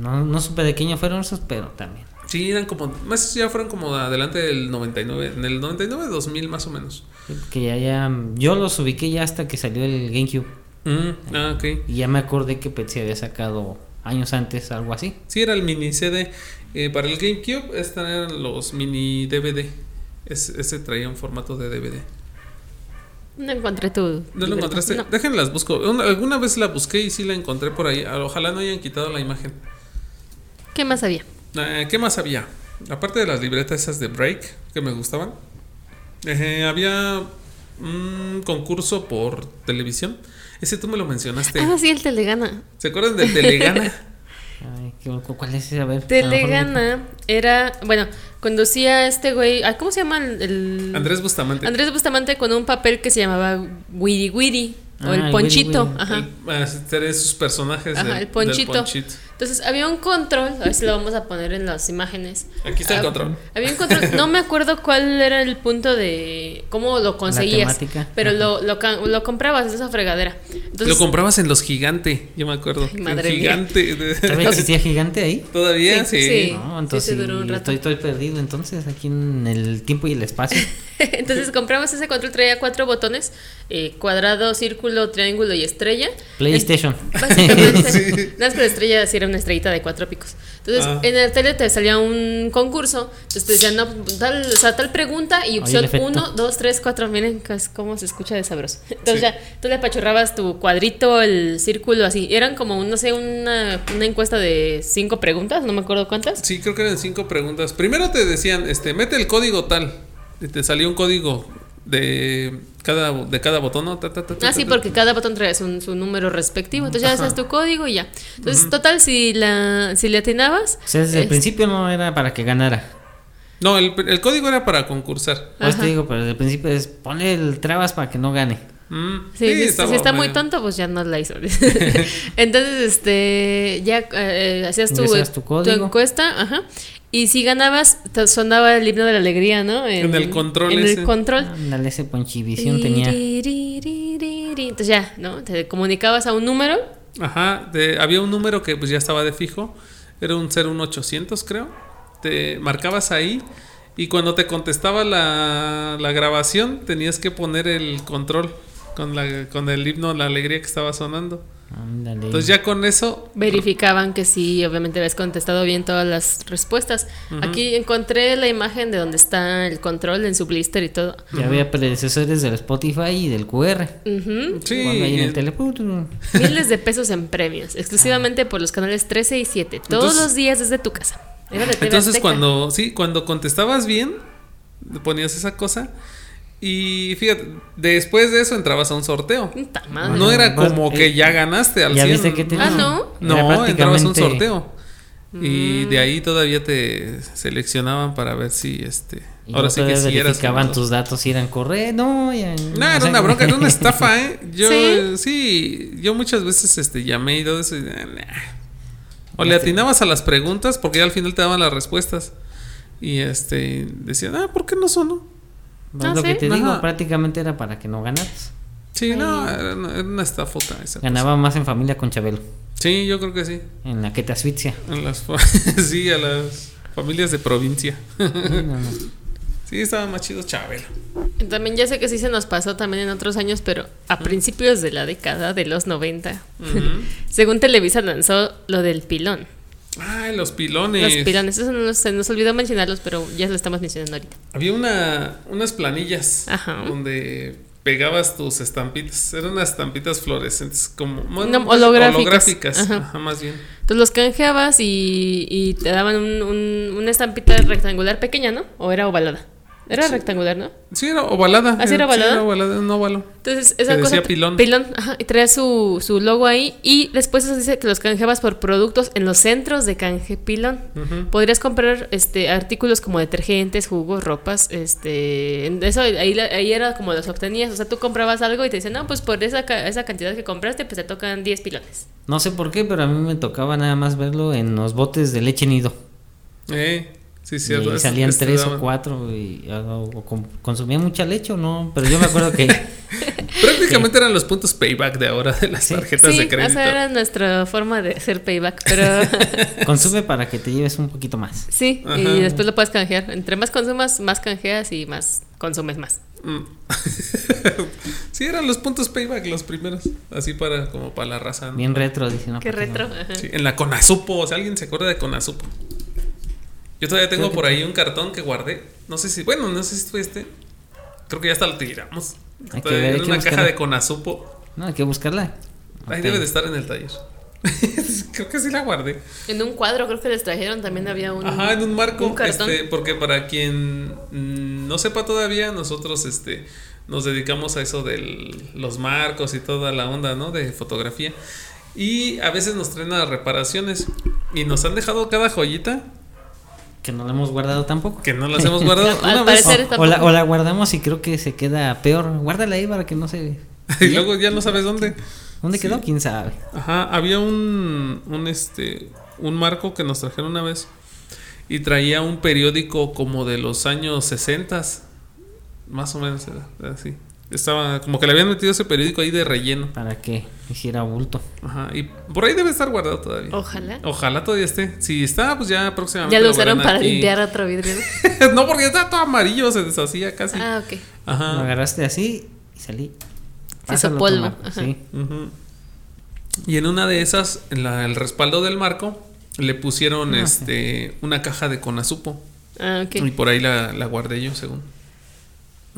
C: No, no supe de qué año fueron esos, pero también.
A: Sí, eran como, esos ya fueron como adelante del 99, en el 99, 2000 más o menos.
C: Que ya, ya, yo los ubiqué ya hasta que salió el GameCube.
A: Mm, ah, ok.
C: Y ya me acordé que Pepsi había sacado años antes algo así.
A: Sí, era el mini CD. Eh, para el GameCube, estos eran los mini DVD. Es- ese traía un formato de DVD.
B: No encontré tu.
A: ¿No lo
B: libreto.
A: encontraste?
B: No.
A: Déjenlas, busco. Una- alguna vez la busqué y sí la encontré por ahí. Ojalá no hayan quitado la imagen.
B: ¿Qué más había?
A: Eh, ¿Qué más había? Aparte de las libretas esas de Break, que me gustaban, eh, había un concurso por televisión. Ese tú me lo mencionaste.
B: Ah, sí, el Telegana.
A: ¿Se acuerdan del Telegana?
C: Ay, qué loco, ¿Cuál es ese? A ver. a lo mejor
B: Telegana era, bueno, conducía este güey, ah, ¿cómo se llama el, el-
A: Andrés Bustamante.
B: Andrés Bustamante con un papel que se llamaba Wiri Wiri o
C: Ah,
B: el
C: el
B: Ponchito,
C: Wiri Wiri.
B: ajá.
A: El- ah, sería sus personajes
B: Ajá,
A: del-
B: el
A: del
B: Ponchito.
A: Ponchito.
B: Entonces había un control, a ver si lo vamos a poner en las imágenes.
A: Aquí está el
B: Ah,
A: control.
B: Había un control, no me acuerdo cuál era el punto de cómo lo conseguías,
C: temática.
B: pero
C: Ajá.
B: lo, lo, ca- lo comprabas en esa fregadera.
A: lo
B: Entonces,
A: comprabas en los Gigante, yo me acuerdo.
B: Ay, madre
A: En
B: mía.
A: gigante.
C: ¿Todavía existía gigante ahí?
A: Todavía
B: Sí,
A: sí.
B: sí.
C: No, entonces
B: sí duró un
C: sí,
B: rato.
C: estoy, estoy perdido entonces aquí en el tiempo y el espacio.
B: Entonces comprabas ese control, traía cuatro botones, eh, cuadrado, círculo, triángulo y estrella.
C: PlayStation.
B: Básicamente,
A: Sí.
B: nada más que la estrella sí era una estrellita de cuatro picos. Entonces,
A: Ah.
B: en la tele te salía un concurso, entonces te decían, no, tal, o sea, tal pregunta y
C: el
B: opción
C: efecto.
B: 1, 2, 3, 4, miren cos- cómo se escucha de sabroso. Entonces
A: Sí.
B: ya, tú le apachurrabas tu cuadrito, el círculo, así. Eran como, un, no sé, una, una encuesta de cinco preguntas, no me acuerdo cuántas.
A: Sí, creo que eran cinco preguntas. Primero te decían, este, mete el código tal. Y te salía un código de cada, de cada botón, ¿no? Ta, ta, ta, ta,
B: Ah, sí,
A: ta, ta.
B: porque cada botón trae su, su número respectivo. Entonces ya
A: Ajá.
B: haces tu código y ya. Entonces, total, si la si le atinabas. eh,
C: O sea, desde el
B: es-
C: principio no era para que ganara.
A: No, el, el código era para concursar.
C: Por eso
B: Ajá.
C: te digo, pero desde el principio es ponle el trabas para que no gane.
A: Mm,
B: Sí, sí,
A: estaba
B: si está muy
A: medio-
B: tonto, pues ya no la hizo. Entonces, este, ya eh, hacías tu,
C: Ingresabas tu código.
B: encuesta, ajá. Y si ganabas, te sonaba el himno de la alegría, ¿no?
A: En el control
B: En
A: ese.
B: el control.
C: Ándale, ese ponchivisión Ah, tenía.
B: Tiriririririri. Entonces ya, ¿no? Te comunicabas a un número.
A: Ajá, de- había un número que pues ya estaba de fijo. Era un 01800, creo. Te marcabas ahí y cuando te contestaba la, la grabación tenías que poner el control con, la, con el himno La Alegría que estaba sonando.
C: Ándale.
A: Entonces Pues ya con eso...
B: Verificaban que sí, obviamente habías contestado bien todas las respuestas. Aquí encontré la imagen de donde está el control en su blister y todo.
C: Ya había predecesores del Spotify y del QR.
B: Ujú.
A: Sí,
C: Cuando ahí en el
A: eh,
C: tele-
B: Miles de pesos en premios, exclusivamente por los canales 13 y 7, todos
A: Entonces-
B: los días desde tu casa. Era de TV
A: Entonces
B: Azteca.
A: cuando, sí, cuando contestabas bien, ponías esa cosa y fíjate, después de eso entrabas a un sorteo.
B: Puta madre.
A: No era
C: Pues,
A: como
C: eh,
A: que ya ganaste al
C: ya
A: 100.
C: viste que tenía.
B: Ah, ¿no?
C: Era
A: No, entrabas a un
C: prácticamente-
A: sorteo. Y
B: Mm.
A: de ahí todavía te seleccionaban para ver si este.
C: Y
A: ahora sí que si eras.
C: verificaban
A: famoso.
C: tus datos si eran correctos. No,
A: No,
C: ya. o
A: era
C: sea,
A: una bronca, era una estafa, ¿eh? Yo,
B: ¿Sí?
A: ¿Sí? yo muchas veces este, llamé y todo eso. y, ah, nah. O le atinabas a las preguntas porque ya al final te daban las respuestas. Y este, decían, ah, ¿por qué no sonó?
C: Es
B: Ah,
C: lo que
B: sí.
C: te digo,
A: Ajá.
C: prácticamente era para que no ganaras.
A: Sí,
B: Ay.
A: no, era una, era una estafota esa. cosa.
C: Ganaba más en familia con Chabelo,
A: Sí, yo creo que sí.
C: en la que te asfixia.
A: En las, fa- sí, a las familias de provincia. sí, estaba más chido Chabelo.
B: También ya sé que sí se nos pasó también en otros años, pero a principios de la década de los 90,
A: Ujú.
B: según Televisa lanzó lo del pilón.
A: Ah, los pilones.
B: Los pilones, eso no, se nos olvidó mencionarlos, pero ya lo estamos mencionando ahorita.
A: Había una, unas planillas
B: Ajá.
A: donde pegabas tus estampitas. Eran unas estampitas fluorescentes, como bueno, pues,
B: No, holográficas.
A: holográficas,
B: Ajá.
A: ajá, más bien.
B: Entonces los canjeabas y, y te daban un- un- una estampita rectangular pequeña, ¿no? O era ovalada. Era rectangular, ¿no?
A: Sí, era ovalada.
B: ¿Ah, sí era
A: Sí,
B: ovalada?
A: era ovalada, un óvalo.
B: Entonces, esa
A: Que
B: cosa.
A: decía pilón.
B: ajá, y traía su, su logo ahí. Y después eso dice que los canjeabas por productos en los centros de canje pilón.
A: Ujú.
B: Podrías comprar este artículos como detergentes, jugos, ropas, este, en- eso ahí, la- ahí era como los obtenías, o sea, tú comprabas algo y te dicen, "No, pues por esa, ca- esa cantidad que compraste, pues te tocan 10 pilones."
C: No sé por qué, pero a mí me tocaba nada más verlo en los botes de leche nido.
A: Eh, sí,
C: Y
A: cierto. es-
C: salían
A: es- te
C: tres o
A: daban.
C: cuatro y o- o com- consumía mucha leche o no, pero yo me acuerdo que
A: Prácticamente eran los puntos payback de ahora de las
C: Sí.
A: tarjetas
B: sí,
A: de
B: o
A: crédito.
B: sea, era nuestra forma de hacer payback, pero
C: consume para que te lleves un poquito más.
B: sí,
A: Ajá.
B: y después lo puedes canjear. Entre más consumas, más canjeas y más consumes más.
A: Mm. sí, eran los puntos payback los primeros. Así para como para la raza. ¿no?
C: Bien retro, dice. No,
B: Qué
C: ¿para
B: retro.
C: no?
B: ajá.
A: Sí, en la Conasupo, o sea, alguien se acuerda de Conasupo. Yo todavía tengo
C: Creo que
A: por ahí un cartón que guardé. No sé si, bueno, no sé si fue este. Creo que ya hasta lo tiramos.
C: Hay que
A: Todavía
C: ver, hay
A: era
C: que
A: una caja
C: buscarlo.
A: de Conasupo.
C: No, hay que buscarla.
A: Ahí
C: Ok.
A: debe de estar en el taller. creo que sí la guardé.
B: En un cuadro creo que les trajeron también había un
A: Mm. Ajá, en un marco.
B: un cartón.
A: este, porque para quien mm, no sepa todavía, nosotros este, nos dedicamos a eso de los marcos y toda la onda, ¿no? De fotografía. Y a veces nos traen a reparaciones. Y nos han dejado cada joyita
C: Que no la hemos guardado tampoco.
A: que no las hemos guardado.
B: Al
A: Una vez-
B: parecer-
C: O, o la, o la guardamos y creo que se queda peor. Guárdala ahí para que no se...
A: y luego ya no sabes dónde.
C: ¿Dónde
A: Sí.
C: quedó? ¿Quién sabe?
A: Ajá, había un, un este un marco que nos trajeron una vez y traía un periódico como de los años 60 más o menos era así. Estaba como que le habían metido ese periódico ahí de relleno.
C: Para que hiciera bulto.
A: Ajá, y por ahí debe estar guardado todavía.
B: Ojalá.
A: Ojalá todavía esté. Si está, pues ya próximamente.
B: Ya lo
A: verán
B: usaron para
A: aquí.
B: limpiar otro vidrio. ¿no?
A: no, porque está todo amarillo, se deshacía casi.
B: Ah, ok.
C: Lo
A: Ajá.
C: agarraste así y salí. Pásalo tu
B: polvo,
C: mano,
B: ajá.
C: Sí.
A: Ujú. Y en una de esas, en la- el respaldo del marco, le pusieron
C: Ah, sí.
A: este una caja de conazupo.
B: Ah, ok.
A: Y por ahí la, la guardé yo, según.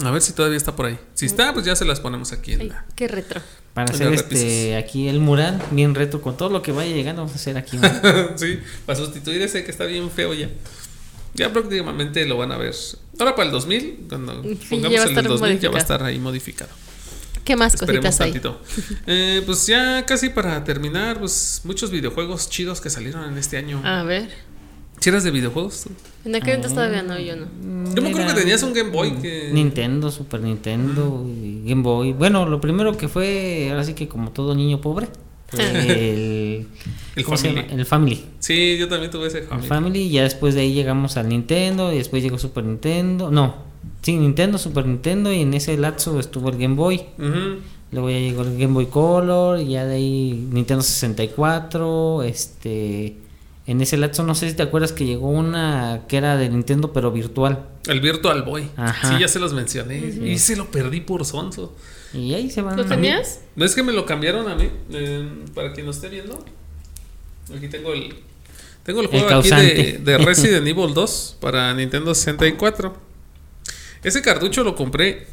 A: A ver si todavía está por ahí.
B: Mm.
A: Si está, pues ya se las ponemos aquí en
B: Ay,
A: la.
B: qué retro.
C: Para
A: Lo
C: hacer
A: repises.
C: este aquí el mural bien retro con todo lo que vaya llegando vamos a hacer aquí. ¿no?
A: sí, para sustituir ese que está bien feo ya. Ya prácticamente lo van a ver. Ahora para el 2000, cuando
B: Sí,
A: pongamos
B: ya va a
A: el del 2000, ya
B: estar
A: va a
B: modificado.
A: estar ahí modificado.
B: ¿Qué más
A: Esperemos
B: cositas hay?
A: tantito. Eh, pues ya casi para terminar, pues muchos videojuegos chidos que salieron en este año.
B: A ver.
A: ¿Si eras de videojuegos? tú?
B: En aquel entonces todavía no, yo no.
A: Yo me acuerdo
C: Era
A: que tenías un Game Boy que-
C: Nintendo, Super Nintendo, y Game Boy. Bueno, lo primero que fue, ahora sí que como todo niño pobre, fue el,
A: El
C: ¿cómo se
A: Family.
C: llama? El Family.
A: Sí, yo también tuve ese
C: El
A: Family.
C: Family, ya después de ahí llegamos al Nintendo, y después llegó Super Nintendo, no, sí, Nintendo, Super Nintendo, y en ese lapso estuvo el Game Boy.
A: Ujú.
C: Luego ya llegó el Game Boy Color, y ya de ahí Nintendo 64, este... En ese lapso no sé si te acuerdas que llegó una que era de Nintendo pero virtual.
A: El Virtual Boy.
C: Ajá.
A: Sí, ya se los mencioné. Y se lo perdí por sonso.
C: Y ahí se van.
B: ¿Lo tenías?
A: No es que me lo cambiaron a mí. Eh, para quien lo esté viendo, aquí tengo el. Tengo el
C: El
A: juego aquí de,
C: causante.
A: de Resident Evil 2 para Nintendo 64. Ese cartucho lo compré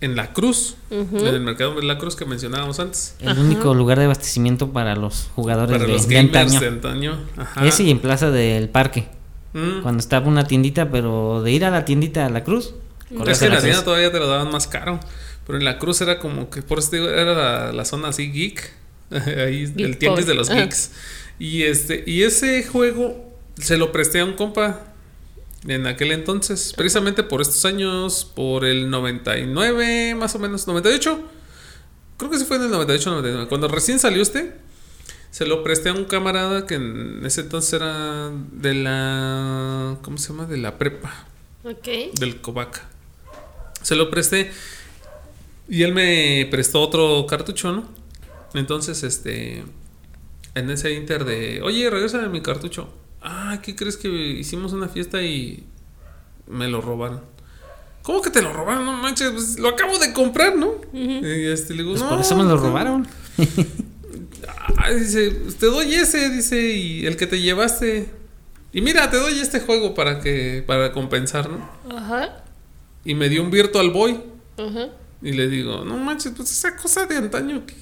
A: en La Cruz,
B: Ujú.
A: en el mercado de La Cruz que mencionábamos antes.
C: El único lugar de abastecimiento para los jugadores
A: Para
C: de,
A: los
C: de
A: gamers Ah.
C: antaño.
A: de antaño. Ajá.
C: Ese y en Plaza del Parque.
A: Mm.
C: Cuando estaba una tiendita, pero de ir a la tiendita a la cruz.
A: Es
C: corrías
A: que
C: a
A: en
C: la
A: la
C: Cruz.
A: tienda todavía te lo daban más caro. Pero en la cruz era como que, por eso te digo, era la, la zona así geek. Ahí, el
B: Geek
A: tianguis
B: pobre.
A: de los
B: Ajá.
A: geeks. Y este, y ese juego se lo presté a un compa en aquel entonces. Precisamente por estos años, por el 99, más o menos, 98. Creo que sí fue en el 98, 99. Cuando recién salió este, se lo presté a un camarada que en ese entonces era de la. ¿Cómo se llama? De la prepa
B: Ok.
A: del Kovac. Se lo presté y él me prestó otro cartucho, ¿no? Entonces, este, en ese inter de, oye, regresa mi cartucho. Ah, ¿qué crees que hicimos una fiesta y me lo robaron? ¿Cómo que te lo robaron? No manches, pues, lo acabo de comprar, ¿no? Y este, le digo,
C: Pues
A: "No,
C: por eso me lo
A: ¿cómo?".
C: robaron.
A: Ah, dice, te doy ese, dice, y el que te llevaste. Y mira, te doy este juego para que, para compensar, ¿no?
B: Ajá,
A: Y me dio un Virtual Boy.
B: ajá.
A: Y le digo, no manches, pues esa cosa de antaño que...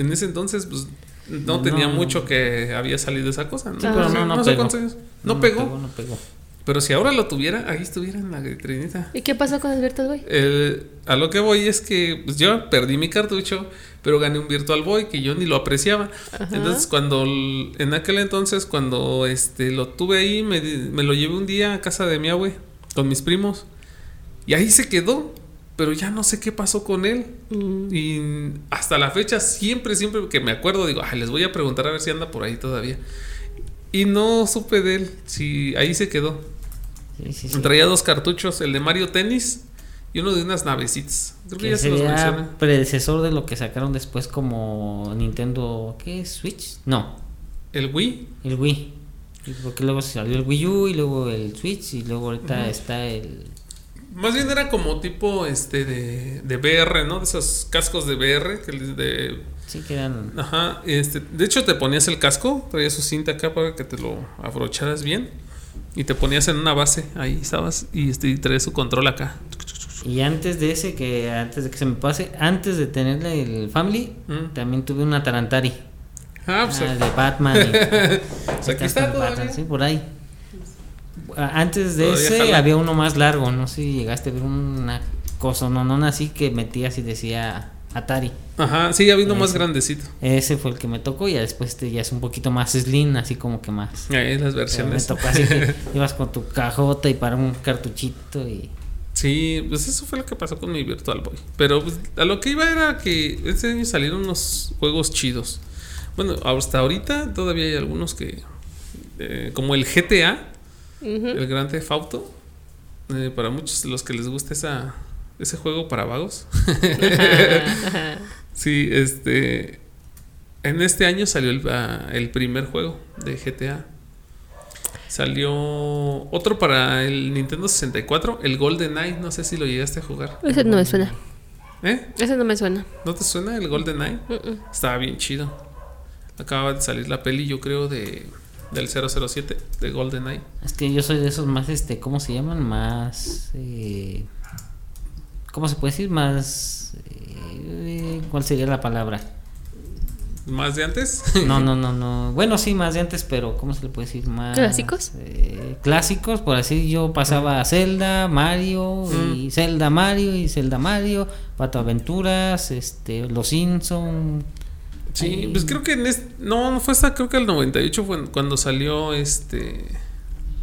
A: En ese entonces, pues, no,
C: No.
A: tenía mucho que había salido esa cosa, ¿no?
B: Sí, pero
A: sé,
C: no, no
A: sé
C: pegó.
A: cuántos años. No, pegó.
C: No pegó.
A: Pero si ahora lo tuviera, ahí estuviera en la vitrinita.
B: ¿Y qué pasó con el Virtual Boy?
A: El- a lo que voy es que pues, yo perdí mi cartucho, pero gané un Virtual Boy que yo ni lo apreciaba. Entonces, cuando l- en aquel entonces, cuando este lo tuve ahí, me, di- me lo llevé un día a casa de mi abue con mis primos y ahí se quedó, pero ya no sé qué pasó con él.
B: Mm.
A: Y hasta la fecha, siempre, siempre que me acuerdo, digo, "Ay, les voy a preguntar a ver si anda por ahí todavía. Y no supe de él, si ahí se quedó.
C: Sí, sí, sí.
A: Traía dos cartuchos, el de Mario Tennis y uno de unas navecitas. Creo que
C: Que
A: ya se los
C: sería
A: mencioné.
C: predecesor de lo que sacaron después como Nintendo, ¿qué? Switch? No,
A: El Wii.
C: el Wii. Y Porque luego salió el Wii U y luego el Switch y luego ahorita está el...
A: Más bien era como tipo este de, de VR, ¿no? De esos cascos de VR. Que les- de,
C: Sí, que eran...
A: ajá, este, de hecho, te ponías el casco, traías su cinta acá para que te lo abrocharas bien. Y te ponías en una base, ahí estabas, y, este, y traías su control acá.
C: Y antes de ese, que antes de que se me pase, antes de tenerle el Family,
A: Mm.
C: también tuve una Tarantari.
A: Ah,
C: Ah,
A: pues,
C: el de Batman. y-
A: pues aquí está
C: con
A: todavía.
C: Batman, sí, por ahí. A- Antes de
A: Todavía
C: ese
A: jala.
C: había uno más largo, no sé si llegaste a ver una cosa, no, no, así que metías y decía Atari.
A: Ajá, sí, ya vino más
C: Ese.
A: grandecito.
C: Ese fue el que me tocó y ya después este ya es un poquito más slim, así como que más.
A: Ahí las
C: Pero me
A: versiones.
C: tocó así que ibas con tu cajota y para un cartuchito y
A: Sí, pues eso fue lo que pasó con mi Virtual Boy. Pero pues, a lo que iba era que este año salieron unos juegos chidos. Bueno, hasta ahorita todavía hay algunos que. eh, como el GTA,
B: ¿Mm?
A: el Gran Theft Auto. eh, para muchos de los que les gusta esa, ese juego para vagos.
B: Ajá, ajá.
A: sí, este. En este año salió el, ah, el primer juego de GTA. Salió otro para el Nintendo 64, el Golden Eye. No sé si lo llegaste a jugar.
B: Ese no me suena.
A: ¿Eh?
B: Ese no me suena.
A: ¿No te suena el Golden Eye?
B: Mm-mm.
A: Estaba bien chido. Acaba de salir la peli, yo creo, de del 007 de Golden Eye.
C: es que yo soy de esos más este, ¿cómo se llaman? Más eh, ¿cómo se puede decir? Más eh, ¿cuál sería la palabra?
A: ¿Más de antes?
C: No, no, no, no. Bueno, sí, más de antes, pero ¿cómo se le puede decir? Más,
B: ¿Clásicos?
C: eh, clásicos, por así yo pasaba a Zelda, Mario, y Zelda Mario, y Zelda Mario, Pato Aventuras, este, Los Simpson.
A: sí,
C: Ay.
A: pues creo que en este, no, no fue hasta creo que el 98 fue cuando salió este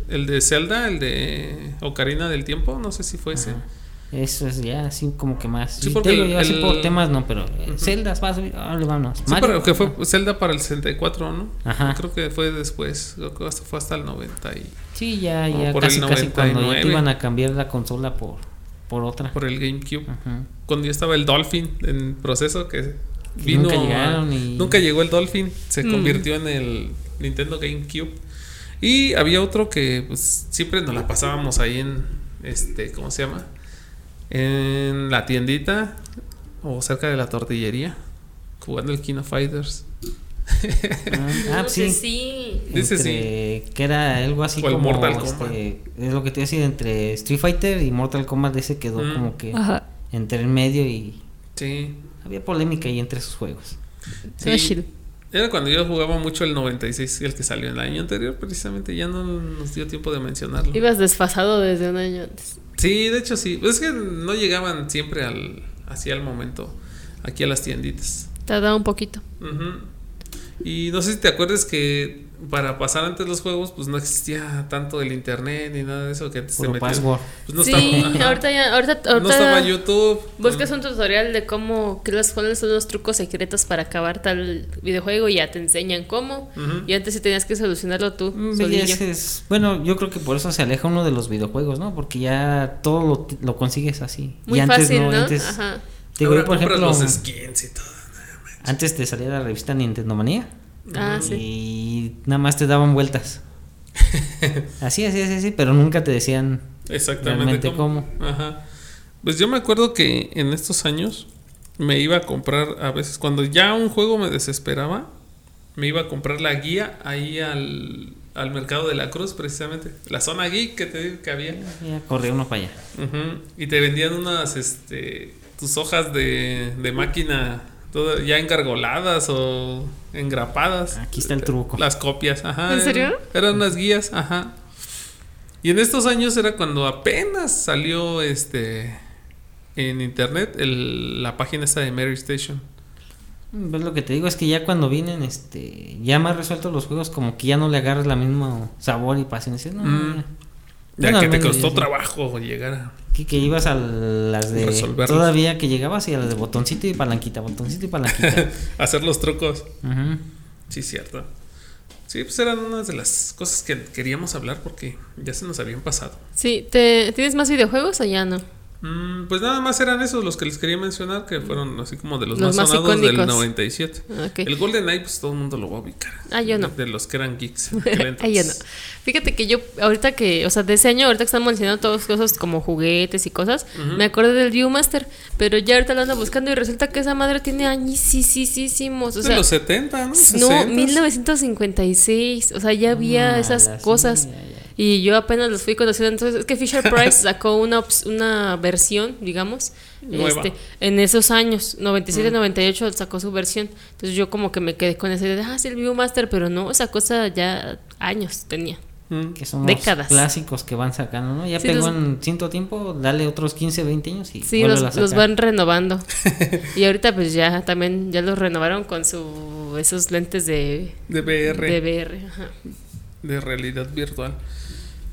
A: el de Zelda, el de Ocarina del Tiempo, no sé si fue ese.
C: Eso es ya así como que más.
A: Sí,
C: Sí,
A: porque
C: te digo, yo
A: el-
C: así
A: el-
C: por temas no, pero eh, Zelda va a subir, órale, vámonos.
A: Sí,
C: Mario,
A: pero que fue Zelda para el 64, ¿no?
C: Ajá.
A: Creo que fue después, creo que hasta- fue hasta el 90 y
C: Sí, ya,
A: como
C: ya
A: por
C: casi
A: el
C: casi cuando ya
A: 99.
C: te iban a cambiar la consola por, por otra.
A: por el GameCube.
C: Ajá.
A: cuando ya estaba el Dolphin en proceso que vino
C: nunca
A: a-
C: llegaron y-
A: nunca llegó el Dolphin se
B: Mm.
A: convirtió en el Nintendo GameCube y había otro que pues, siempre nos la pasábamos ahí en este cómo se llama en la tiendita o cerca de la tortillería jugando el Kino Fighters
C: Ah, sí.
B: sí.
A: Ese
C: entre que era algo así
A: O el
C: como
A: Mortal Kombat.
C: este, es lo que te iba a decir entre Street Fighter y Mortal Kombat ese quedó
A: Mm.
C: como que
B: Ajá.
C: entre el medio y
A: sí
C: había polémica ahí entre esos juegos
B: Suena
A: Sí.
B: chido.
A: Era cuando yo jugaba mucho el 96, el que salió el año anterior, precisamente ya no nos dio tiempo de mencionarlo.
B: Ibas desfasado desde un año antes.
A: Sí, de hecho sí. Es que no llegaban siempre al, hacia el momento aquí a las tienditas.
B: Tardaba un poquito.
A: Ujú. Y no sé si te acuerdas que para pasar antes los juegos, pues no existía tanto el internet ni nada de eso que antes te
C: puro
A: metías.
C: password
A: Pues no
B: sí,
A: estaba, ajá.
B: ahorita ya, ahorita,
A: No
B: ahorita
A: estaba YouTube.
B: buscas un tutorial de cómo, qué los- cuáles son los trucos secretos para acabar tal videojuego y ya te enseñan cómo.
A: Ujú.
B: Y antes sí tenías que solucionarlo tú,
C: Mm,
B: solillo.
C: ese es- bueno yo creo que por eso se aleja uno de los videojuegos no porque ya todo lo, lo consigues así
B: Muy
C: y antes
B: fácil,
C: no,
B: ¿no?
C: antes
B: Ajá.
C: digo
A: Ahora
C: yo por
A: compras
C: ejemplo
A: los skins y todo.
C: antes te salía la revista Nintendo Manía
B: Ah, sí.
C: y nada más te daban vueltas así así así así pero nunca te decían
A: Exactamente.
C: Realmente,
A: Ajá. Pues yo me acuerdo que en estos años me iba a comprar a veces cuando ya un juego me desesperaba, me iba a comprar la guía ahí al, al mercado de la Cruz precisamente, la zona geek que te digo que había.
C: Ya corrió uno para allá.
A: Ujú, Y te vendían unas, este, tus hojas de, de máquina todo ya engargoladas o engrapadas.
C: Aquí está el truco.
A: Las copias, ajá.
B: ¿En serio?
A: eran- Eran unas guías, ajá. Y en estos años era cuando apenas salió este en internet el- la página esta de Mary Station.
C: Pues lo que te digo es que ya cuando vienen, este, ya más resueltos los juegos, como que ya no le agarras la misma sabor y pasión. Dices, no,
A: Mm.
C: ya.
A: Ya
C: Bueno,
A: que
C: al
A: te
C: menos
A: costó
C: yo sí.
A: trabajo llegar a.
C: Que, que ibas a las de
A: Resolverlos.
C: todavía que llegabas y a las de botoncito y palanquita, botoncito y palanquita.
A: hacer los trucos.
C: Ujú.
A: Sí, cierto. Sí, pues eran unas de las cosas que queríamos hablar porque ya se nos habían pasado.
B: Sí, ¿te, ¿tienes más videojuegos o ya no?
A: Mm, pues nada más eran esos los que les quería mencionar, que fueron así como de los,
B: Los
A: más,
B: más
A: sonados del
B: icónicos.
A: 97.
B: Ah, Ok.
A: El Golden Eye, pues todo el mundo lo va a ubicar.
B: Ah, yo no.
A: De, de los que eran geeks. en aquel
B: Ay, yo no.
A: entonces.
B: Fíjate que yo, ahorita que, o sea, de ese año, ahorita que están mencionando todas cosas como juguetes y cosas, me acordé del Viewmaster, pero ya ahorita lo ando buscando y resulta que esa madre tiene añisísimos, o
A: Pues De
B: sea,
A: los 70, ¿no?
B: no,
A: 60s.
B: 1956, o sea, ya había
C: Ah,
B: esas
C: la- sí,
B: cosas.
C: ya, ya.
B: Y yo apenas los fui conociendo, entonces es que Fisher Price sacó una, ops- una versión, digamos,
A: Nueva.
B: este, en esos años, 97, 98 sacó su versión. Entonces yo como que me quedé con esa idea de, ah, sí, el Viewmaster, pero no, esa cosa ya años tenía.
A: Mm.
C: Que son
B: Décadas.
C: los clásicos que van sacando, ¿no? Ya
B: Sí,
C: pegó
B: los-
C: en ciento tiempo, dale otros 15, 20 años y
B: Sí,
C: vuélvelo
B: los,
C: a
B: los
C: sacar.
B: van renovando. y ahorita pues ya también, ya los renovaron con su, esos lentes de,
A: De VR.
B: de VR. ajá.
A: de realidad virtual.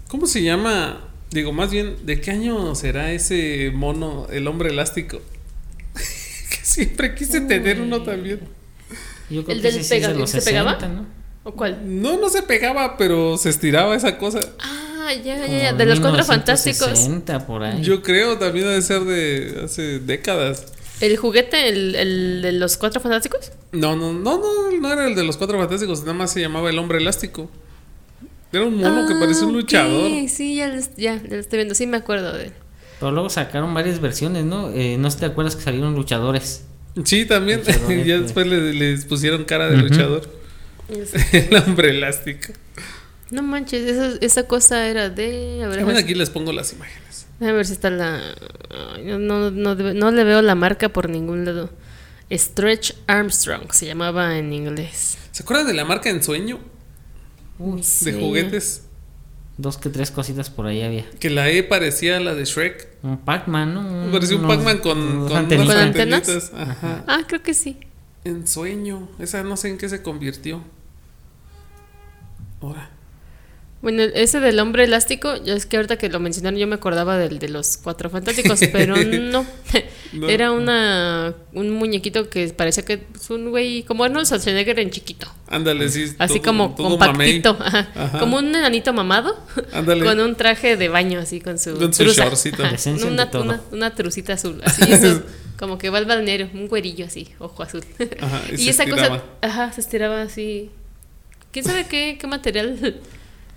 A: ¿Cómo se llama? Digo, más bien, ¿de qué año será ese mono, el hombre elástico? que siempre quise tener uno también.
C: Yo creo
B: El
C: que
B: del
C: ese sí es de
B: pega-
C: los
B: ¿se pegaba?
C: 60, ¿no?
B: ¿O cuál?
A: No, no se pegaba, pero se estiraba esa cosa.
B: Ah, ya,
C: Como
B: ya, ya. De los cuatro fantásticos.
C: 1960 por ahí.
A: Yo creo también ha de ser de hace décadas.
B: ¿El juguete, el, el de los cuatro fantásticos?
A: No, no, no, no, no era el de los cuatro fantásticos, nada más se llamaba el hombre elástico. Era un mono que
B: Ah,
A: parecía un
B: ok,
A: luchador.
B: Sí, ya lo, ya, ya lo estoy viendo. Sí, me acuerdo de él.
C: Pero luego sacaron varias versiones, ¿no? Eh, no sé si te acuerdas que salieron luchadores.
A: Sí, también.
C: Luchador,
A: ya
C: eh.
A: después le- les pusieron cara de
C: Ujú.
A: luchador. el hombre elástico.
B: No manches, esa, esa cosa era de. A ver, a
A: También
B: ver,
A: aquí les pongo las imágenes.
B: déjame ver si está la. ay, No, no, no, debe- no le veo la marca por ningún lado. Stretch Armstrong se llamaba en inglés.
A: ¿Se acuerdan de la marca Ensueño
C: Uy,
A: de juguetes?
C: dos que tres cositas por ahí había.
A: Que la E parecía a la de Shrek.
C: Un Pac-Man, Mm, ¿no?
A: Parecía un
C: unos-
A: Pac-Man con,
C: unos
A: con
C: antenitas.
A: unas
B: ¿Con antenas?
A: antenitas. Ajá.
B: Ah, creo que sí.
A: Ensueño. Esa no sé en qué se convirtió. Ahora.
B: Bueno, ese del hombre elástico, ya es que ahorita que lo mencionaron yo me acordaba del de los cuatro fantásticos, pero no.
A: No.
B: Era una un muñequito que parecía que es un güey como Arnold Schwarzenegger en chiquito.
A: Ándale, sí.
B: Así
A: todo-
B: como
A: todo
B: compactito,
A: mamey.
B: ajá,
A: Ajá.
B: como un enanito mamado,
A: Ándale.
B: con un traje de baño así con su,
A: Con su
B: trusa,
A: shortcito.
B: ajá,
C: Presencia de
B: una,
C: todo.
B: una, una trucita azul, así, eso, como que va al balneario, un güerillo así, ojo azul.
A: Ajá, y
B: y
A: se
B: esa
A: estiraba.
B: cosa, ajá, se estiraba así. ¿Quién sabe qué, qué material?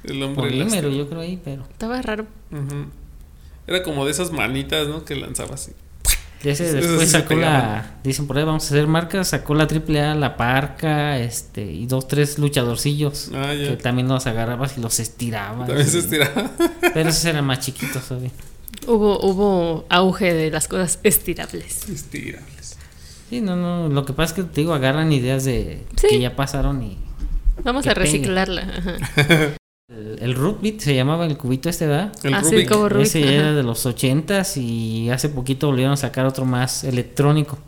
A: El hombre
C: Polímero,
A: elástico.
C: yo creo ahí, pero.
B: Estaba raro.
A: Ujú. Era como de esas manitas, ¿no? Que lanzaba así.
C: De ese
A: Eso sí
C: después
A: se
C: sacó la. Dicen por ahí, vamos a hacer marcas. Sacó la AAA, la Parca, este, y dos, tres luchadorcillos.
A: Ah, ya.
C: Que también los agarrabas y los estirabas.
A: También se
C: y-
A: estiraba.
C: Pero esos eran más chiquitos, ¿sabes?
B: Hubo, hubo auge de las cosas estirables.
A: Estirables.
C: Sí, no, no. Lo que pasa es que te digo, agarran ideas de
B: Sí.
C: que ya pasaron y.
B: Vamos
C: Que
B: a
C: pegue.
B: reciclarla. ajá.
C: El, el Rubik se llamaba el cubito este, ¿verdad?
A: El
B: Así
A: Rubik.
B: como Rubik.
C: Ese ya
B: ajá.
C: era de los ochentas y hace poquito volvieron a sacar otro más electrónico.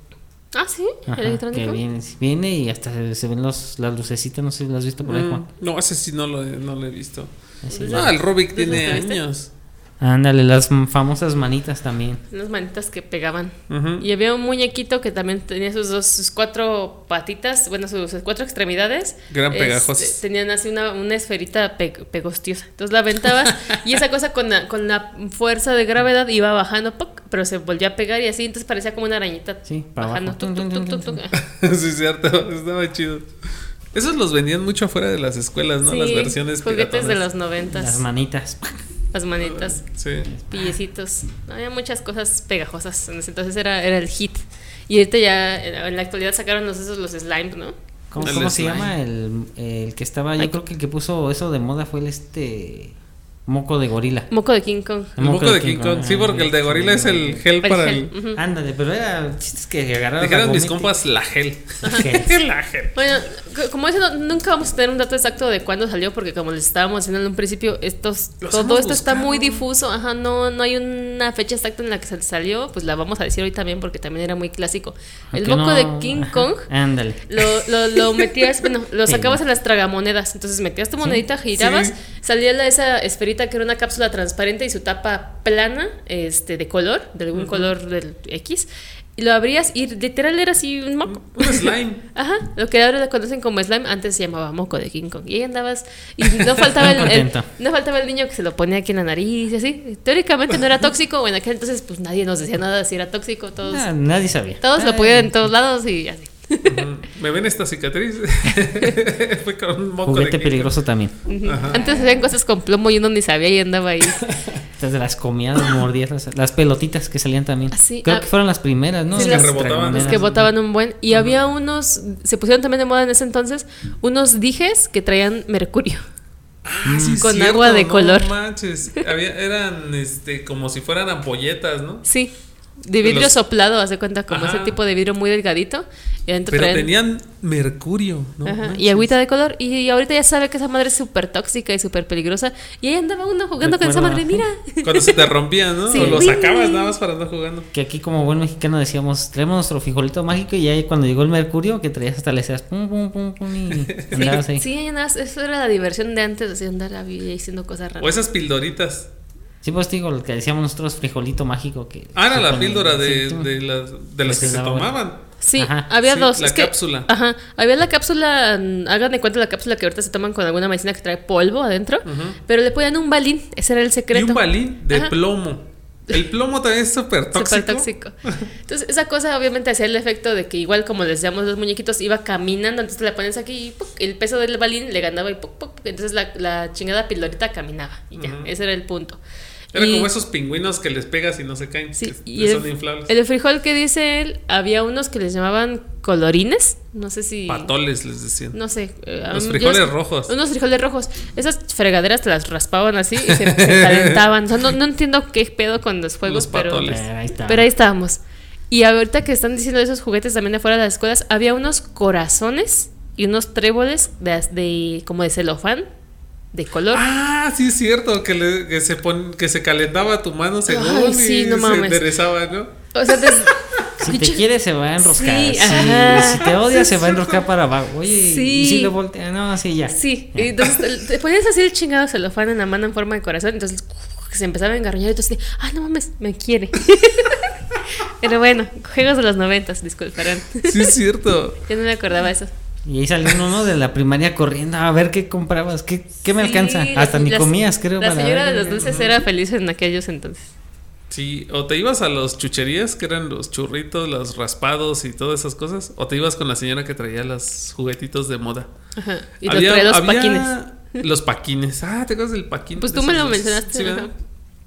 B: Ah, sí,
C: Ajá, Que
B: electrónico.
C: viene, viene y hasta se, se ven los, las lucecitas, no sé si las has visto por ahí,
A: Mm,
C: Juan.
A: No, ese sí no lo, he- no lo he visto.
C: Así
B: Pues
A: No,
C: ya.
A: el Rubik
B: ¿Tú
A: tiene
B: lo viste?
A: años.
C: Ándale, las m- famosas manitas también.
B: Unas manitas que pegaban.
A: Ujú.
B: Y había un muñequito que también tenía sus dos, sus cuatro patitas, bueno, sus cuatro extremidades.
A: Que eran
B: Este,
A: pegajosas.
B: Tenían así una, una esferita pe- pegostiosa. Entonces la aventabas y esa cosa con la, con la fuerza de gravedad iba bajando, ¡poc! pero se volvió a pegar y así, entonces parecía como una arañita.
C: Sí, para
B: bajando.
C: abajo. Tun,
B: tuc,
C: tun,
B: tuc, tuc,
C: tun,
B: tuc,
C: tun.
B: ajá.
A: sí, cierto, estaba chido. Esos los vendían mucho afuera de las escuelas, ¿no? las
B: Sí,
A: versiones
B: juguetes de
A: piratonas.
B: los
C: Las
B: noventas.
C: manitas.
B: Las manitas,
A: Sí.
B: pillecitos. Había muchas cosas pegajosas. en ese Entonces era, era el hit. Y ahorita ya, en la- en la actualidad sacaron los, esos, los slimes, ¿no?
C: ¿Cómo,
A: El
C: cómo se
A: slime.
C: llama el, el que estaba? Yo
B: Ay,
C: creo que el que puso eso de moda fue el este moco de gorila.
B: Moco de King Kong.
A: Un poco de King Kong. Sí, porque el de gorila es el gel
B: El
A: para
B: gel,
A: el.
B: ujú.
C: Ándale, pero era chistes que agarraron.
A: Dijeron mis compas la gel. la gel.
B: Bueno, c- como eso no- nunca vamos a tener un dato exacto de cuándo salió, porque como les estábamos diciendo en un principio, estos,
A: Los
B: todo
A: hemos
B: esto está
A: buscado.
B: muy difuso, ajá, no, no hay una fecha exacta en la que se salió, pues la vamos a decir hoy también porque también era muy clásico. El moco de King Kong
C: Ándale.
B: lo, lo, lo metías, bueno, lo sacabas en las tragamonedas, entonces metías tu monedita, girabas,
A: Sí.
B: salía la- esa esferita que era una cápsula transparente y su tapa plana, este, de color, de algún color del X, y lo abrías y literal era así un moco.
A: Un slime.
B: Ajá, lo que ahora le conocen como slime, antes se llamaba moco de King Kong. Y ahí andabas, y no faltaba el,
C: Bien
B: el-
C: contento.
B: no faltaba el niño que se lo ponía aquí en la nariz y así. Teóricamente no era tóxico, o en aquel entonces pues nadie nos decía nada si era tóxico, todos,
C: Ah, nadie sabía.
B: todos lo
C: Ay,
B: podían en todos lados y así.
A: Ujú. ¿Me ven esta cicatriz? Fue con un moco
C: Juguete
A: de King Kong.
C: peligroso también.
B: Ujú. Antes hacían cosas con plomo y uno ni sabía y andaba ahí.
C: Entonces las comías, mordías, las, las pelotitas que salían también.
B: Ah, sí,
C: Creo
B: ah,
C: que fueron las primeras, ¿no?
B: sí,
C: Las
B: las-
A: rebotaban,
B: Es
C: tragamonedas.
B: que botaban un buen. Y había unos, se pusieron también de moda en ese entonces, unos dijes que traían mercurio.
A: Ah, sí, es
B: Con agua de
A: no
B: color.
A: manches. Había- eran este, como si fueran ampolletas, ¿no?
B: Sí, de vidrio
A: Los-
B: soplado, hace cuenta, como
A: Ajá.
B: ese tipo de vidrio muy delgadito. Y adentro
A: Pero
B: traían-
A: tenían mercurio, ¿no?
B: Ajá,
A: manches.
B: y agüita de color. Y, y ahorita ya sabe que esa madre es súper tóxica y súper peligrosa. Y ahí andaba uno jugando con esa
C: Recuerdo.
B: madre. Mira.
A: Cuando se te rompía, ¿no?
B: Sí.
A: o lo sacabas nada más para andar jugando.
C: Que aquí como buen mexicano decíamos, traemos nuestro frijolito mágico y ahí cuando llegó el mercurio que traías hasta le decías pum pum pum pum y andabas ahí. Sí,
B: Sí, ahí andabas. Eso era la diversión de antes, así andar a villa haciendo cosas
A: O
B: raras.
A: esas pildoritas.
C: pues digo, lo que decíamos nosotros frijolito mágico que...
A: Ah, era
C: que
A: la
C: ponen-
A: píldora de,
C: sí, tú-
A: de las, de las
C: Pues
A: que
C: es
A: se
C: la buena.
A: tomaban.
B: Sí,
C: Ajá.
B: había
A: Sí,
B: dos.
A: la
B: es que-
A: cápsula.
B: Ajá. Había la cápsula, mm, hagan de cuenta la cápsula que ahorita se toman con alguna medicina que trae polvo adentro. Pero le ponían un balín. Ese era el secreto.
A: Y un balín de
B: Ajá.
A: plomo. El plomo también es súper tóxico.
B: Súper tóxico. Entonces, esa cosa obviamente hacía el efecto de que igual como les llamamos los muñequitos, iba caminando, entonces te la ponías aquí y ¡puc! el peso del balín le ganaba y ¡puc, puc, puc! entonces la, la chingada pildorita caminaba y ya,
A: Ujú.
B: ese era el punto.
A: Era
B: Y-
A: como esos pingüinos que les pegas y no se caen.
B: sí,
A: que
B: y
A: son
B: el,
A: inflables.
B: el frijol que dice él, había unos que les llamaban colorines, no sé si...
A: Patoles les decían.
B: No sé. eh, a
A: Los
B: mí- yo
A: frijoles rojos.
B: Unos frijoles rojos. Esas fregaderas te las raspaban así y se, se calentaban. O sea, no, no entiendo qué pedo con los juegos,
A: Los
B: pero...
A: patoles.
C: Pero ahí está.
B: Pero ahí estábamos. Y ahorita que están diciendo esos juguetes también de afuera de las escuelas, había unos corazones y unos tréboles de, as- de- como de celofán de color.
A: Ah, sí es cierto, que, le- que se pon- que se calentaba tu mano según
B: Ay, sí,
A: y
B: no
A: se
B: mames.
A: enderezaba, ¿no?
B: O sea, des-
C: Si te quiere se va a enroscar.
B: Sí,
C: Sí,
B: ajá.
C: Si te odia
A: Sí,
C: se va a
A: es
C: enroscar para abajo. Oye,
B: Sí.
C: y si lo voltea, no, sí, ya.
B: sí, y entonces el- te ponías así el chingado celofán en la mano en forma de corazón, entonces se empezaba a engarroñar y entonces, ah, no mames, me quiere. Pero bueno, juegos de los noventas, disculparán.
A: Sí es cierto.
B: Yo no me acordaba de eso.
C: Y ahí salió uno ¿no? de la primaria corriendo a ver qué comprabas, qué, qué me
B: Sí,
C: alcanza.
B: la-
C: Hasta ni
B: la-
C: comías, creo.
B: La
C: para
B: señora
C: ver.
B: de los dulces era feliz en aquellos entonces.
A: Sí, o te ibas a los chucherías, que eran los churritos, los raspados y todas esas cosas, o te ibas con la señora que traía los juguetitos de moda.
B: Ajá. Y
A: Había-
B: los traía los
A: había
B: paquines.
A: Los paquines. Ah, ¿te acuerdas del paquín?
B: Pues
A: De
B: tú me
A: esos
B: lo
A: dulces?
B: mencionaste,
A: ¿verdad?
B: ajá.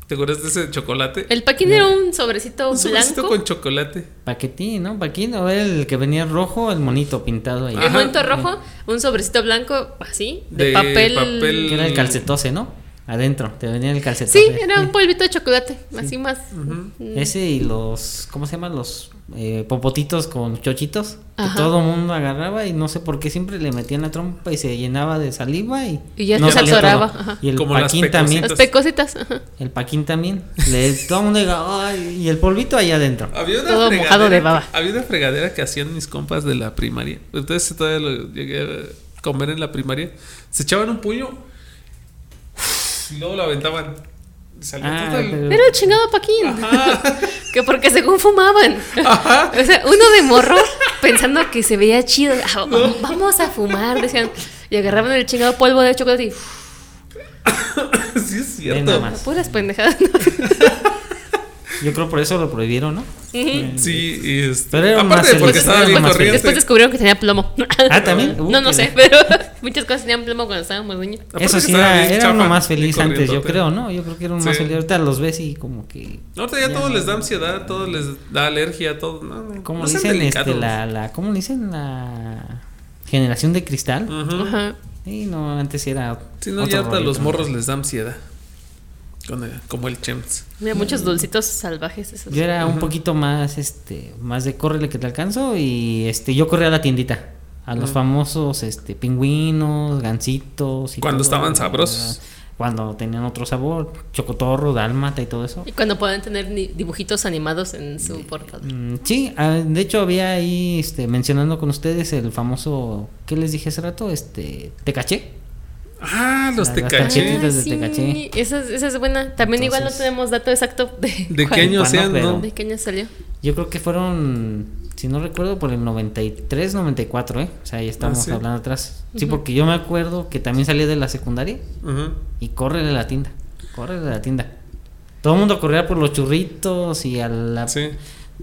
A: ¿Te acuerdas de ese chocolate?
B: El paquín era un sobrecito
A: Un sobrecito
B: blanco.
A: con chocolate.
C: Paquetín, ¿no? Paquín, o era el que venía rojo, el monito pintado ahí.
B: El
A: Ajá.
B: monito rojo, un sobrecito blanco, así, de,
A: De
B: papel.
A: papel.
C: Que era el calcetose, ¿no? Adentro, te venía el calcetose.
B: Sí, era un polvito de chocolate, así más. Mm.
C: Ese y los, ¿cómo se llaman? Los eh, popotitos con chochitos.
B: Ajá.
C: Que todo mundo agarraba y no sé por qué siempre le metían la trompa y se llenaba de saliva y...
B: Y ya
C: no
B: se
C: salía
B: azoraba,
C: todo.
B: ajá.
C: Y el
A: Como las
C: paquín también.
B: Las
A: pecositas.
B: pecositas. ajá.
C: El paquín también. Le, todo el mundo llegaba, "Ay", y el polvito ahí adentro.
A: Había una
B: Todo
A: fregadera
B: mojado de
A: que-
B: baba.
A: había una fregadera que hacían mis compas de la primaria. Entonces todavía lo llegué a comer en la primaria. Se echaban un puño y luego lo aventaban. Salía
C: Ah,
A: todo el-
C: pero-
B: Era el chingado paquín.
A: Ajá.
B: que porque según fumaban.
A: Ajá.
B: O sea, uno de morro pensando que se veía chido. ah, vamos- Vamos a fumar, decían. Y agarraban el chingado polvo de chocolate y uff,
A: sí es
C: Ve nada
A: cierto.
C: más.
B: puras pendejadas.
C: Yo creo por eso lo prohibieron, ¿no?
A: Sí, y este,
C: Pero era
A: aparte
C: más
A: de porque
C: feliz,
A: estaba
C: era
A: bien
C: más feliz.
A: corriente.
B: Después descubrieron que tenía plomo.
C: Ah, ¿también? Uh,
B: no, no
C: qué
B: sé,
C: de-
B: pero muchas cosas tenían plomo cuando estábamos niños.
A: Aparte
C: Eso
A: que
C: sí,
A: estaba
C: era,
A: bien
C: era uno
A: chafa,
C: más
A: bien
C: feliz antes, yo
A: corrientote.
C: creo, ¿no? Yo creo que era uno más
A: Sí.
C: feliz. Ahorita los ves y como que.
A: Ahorita ya,
C: Ya
A: todo
C: no.
A: les da ansiedad, todo les da alergia, todo. No, no,
C: ¿Cómo
A: no
C: le
A: sean
C: dicen? Este,
A: delicados.
C: la, la, ¿Cómo le dicen? La generación de cristal.
A: Ujú.
B: Ajá.
C: Sí, no, antes sí era.
A: Mm. Sí, no,
C: otro
A: ya hasta
C: rollo,
A: los
C: ¿no?
A: morros les da ansiedad. Con el- como el Chems.
B: Mira, muchos dulcitos salvajes esos.
C: Yo era un poquito más, este, más de córrele que te alcanzo y este, yo corría a la tiendita. A
A: Mm.
C: los famosos, este, pingüinos, gansitos. Y
A: Cuando estaban sabrosos.
C: Cuando tenían otro sabor, chocotorro, dálmata y todo eso.
B: Y cuando pueden tener ni- dibujitos animados en su portada.
C: Mm, Sí, ah, de hecho había ahí este, mencionando con ustedes el famoso, ¿qué les dije hace rato? Este, te caché.
A: Ah, los
C: Las
A: tecaché.
C: tarjetas. Chiquitas de Tecaché.
B: esa, es- esa es buena. También igual no
C: Entonces-
B: tenemos dato exacto de,
A: ¿De qué
B: cuál-
A: año
C: cuando,
A: sean?
C: pero-
A: No.
B: ¿De qué año salió?
C: Yo creo que fueron, si no recuerdo, por el 93, 94, ¿eh? O sea, ya estamos
A: Ah, sí.
C: hablando atrás. Sí, porque yo me acuerdo que también salí de la secundaria
A: Ujú.
C: y córrele a la tienda, córrele a la tienda. Todo el mundo corría por los churritos y a la...
A: Sí.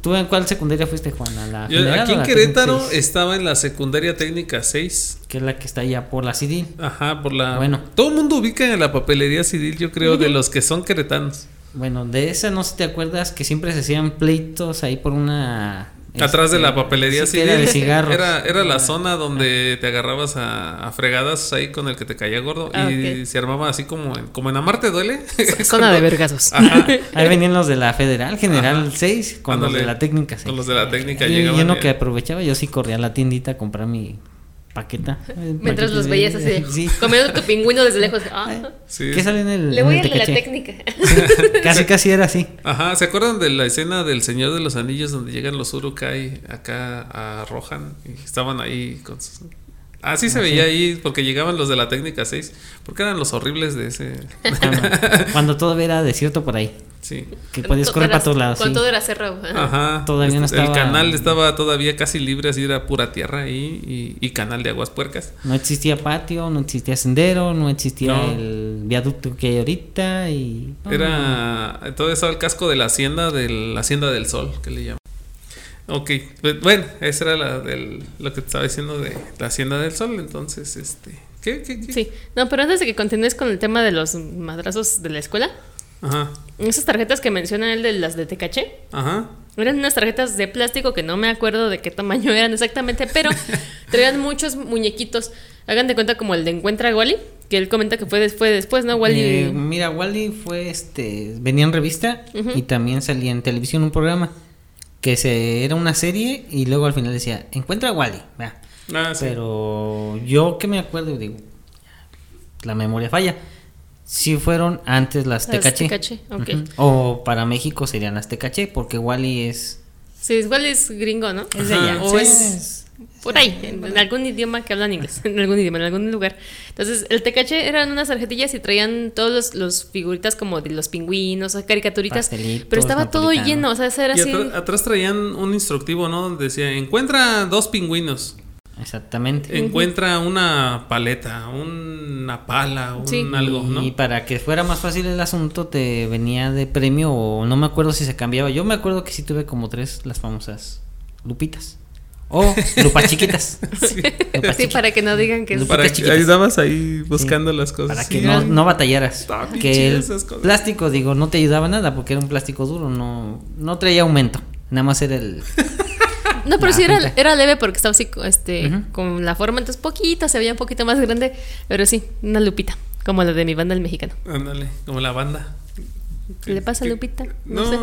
C: ¿Tú en cuál secundaria fuiste, Juan? ¿A la
A: Yo
C: general
A: aquí
C: o a
A: en
C: la
A: Querétaro
C: 36?
A: estaba en la secundaria técnica 6.
C: Que es la que está allá por la CIDIL.
A: Ajá, por la.
C: Bueno.
A: Todo el mundo ubica en la papelería civil, yo creo, de los que son queretanos.
C: Bueno, de esa no sé si te acuerdas que siempre se hacían pleitos ahí por una.
A: Atrás de
C: este,
A: la papelería
C: sí, que
A: civil.
C: Era de cigarros. Ah.
A: Era, era la zona donde te agarrabas a, a fregadas ahí con el que te caía gordo.
B: Ah,
A: y
B: ok.
A: se armaba así como en, como en Amar te duele.
B: Zona de vergazos.
A: Ajá.
C: Ahí venían los de la Federal, General 6, con los
A: Ándale.
C: de la técnica 6.
A: Con los de la técnica
C: Y
A: llegaban
C: yo en
A: y-
C: lo que aprovechaba, yo sí corría a la tiendita a comprar mi paqueta. eh,
B: Mientras
C: paquete
B: los
C: de-
B: veías así, de-
C: Sí.
B: comiendo tu pingüino desde lejos. Ah,
A: Sí.
C: ¿Qué sale en el.?
B: le
C: en
B: voy
C: el
B: a ir a la
C: tecache?
B: técnica.
C: Casi, casi era así.
A: Ajá, ¿se acuerdan de la escena del Señor de los Anillos donde llegan los Urukai acá a Rohan y estaban ahí con sus... Así
C: Ah,
A: se veía ahí porque llegaban los de la técnica 6, porque eran los horribles de ese...
C: Cuando, cuando todavía era desierto por ahí.
A: Sí.
C: Que podías correr para todos lados.
B: Cuando
C: sí.
B: todo era cerrado. ajá.
A: Ajá.
C: Todavía no
A: Este- El
C: estaba-
A: canal estaba todavía casi libre, así era pura tierra ahí y, y canal de aguas puercas.
C: No existía patio, no existía sendero, no existía
A: No.
C: el viaducto que hay ahorita y... no, no, no.
A: Era... Todo estaba el casco de la hacienda, de la hacienda del sol, que le llaman. Ok, pues, bueno, esa era la del, lo que te estaba diciendo de la hacienda del sol, entonces, este... ¿Qué? ¿Qué? ¿Qué?
B: Sí. No, pero antes de que continúes con el tema de los madrazos de la escuela,
A: Ajá,
B: esas tarjetas que menciona él de las de Tecaché,
A: ajá.
B: eran unas tarjetas de plástico que no me acuerdo de qué tamaño eran exactamente, pero traían muchos muñequitos. Hagan de cuenta como el de Encuentra a Wally, que él comenta que fue después, después ¿no? Wally.
C: Eh, mira, Wally fue este... Venía en revista y también salía en televisión un programa que se era una serie y luego al final decía, encuentra a Wally. va.
A: Ah, sí.
C: Pero yo que me acuerdo, digo, la memoria falla. Si fueron antes las
B: Las
C: Tecaché.
B: Tecaché, ok.
C: Ujú. O para México serían las Tecaché porque Wally es...
B: Sí, Wally es gringo, ¿no?
A: Es de allá.
B: O
C: Sí,
B: es
C: es-
B: por ahí, en, en algún idioma que hablan inglés, en algún idioma, en algún lugar. Entonces, el tecache eran unas tarjetillas y traían todos los, los figuritas como de los pingüinos, caricaturitas,
C: Pastelitos,
B: pero estaba todo
C: napolitano.
B: lleno, o sea, esa era
A: Y
B: así.
A: atr- atrás traían un instructivo, ¿no? Donde decía, encuentra dos pingüinos,
C: Exactamente.
A: encuentra una paleta, una pala, un
B: Sí.
A: algo, ¿no?
C: Y para que fuera más fácil el asunto, te venía de premio o no me acuerdo si se cambiaba. Yo me acuerdo que sí tuve como tres las famosas lupitas. O lupas chiquitas. Lupas
B: Sí,
C: chiqui-
B: para que no digan que es-
C: Lupa-
A: Para
C: Lupitas
A: que
C: chiquitas.
A: ayudabas ahí buscando
C: Sí.
A: las cosas.
C: para
A: Sí,
C: que no,
A: eran-
C: no batallaras.
A: Estaban bien
C: Que
A: chidas
C: el
A: esas cosas.
C: plástico, digo, no te ayudaba nada porque era un plástico duro, no, no traía aumento. Nada más era el...
B: No, pero
C: Ah,
B: sí era,
C: ahorita.
B: era leve porque estaba así este,
C: Ujú.
B: con la forma, entonces poquito, se veía un poquito más grande, pero sí, una lupita, como la de mi banda el mexicano.
A: Ándale, como la banda.
B: ¿Qué le pasa a Lupita?
A: No,
B: No sé.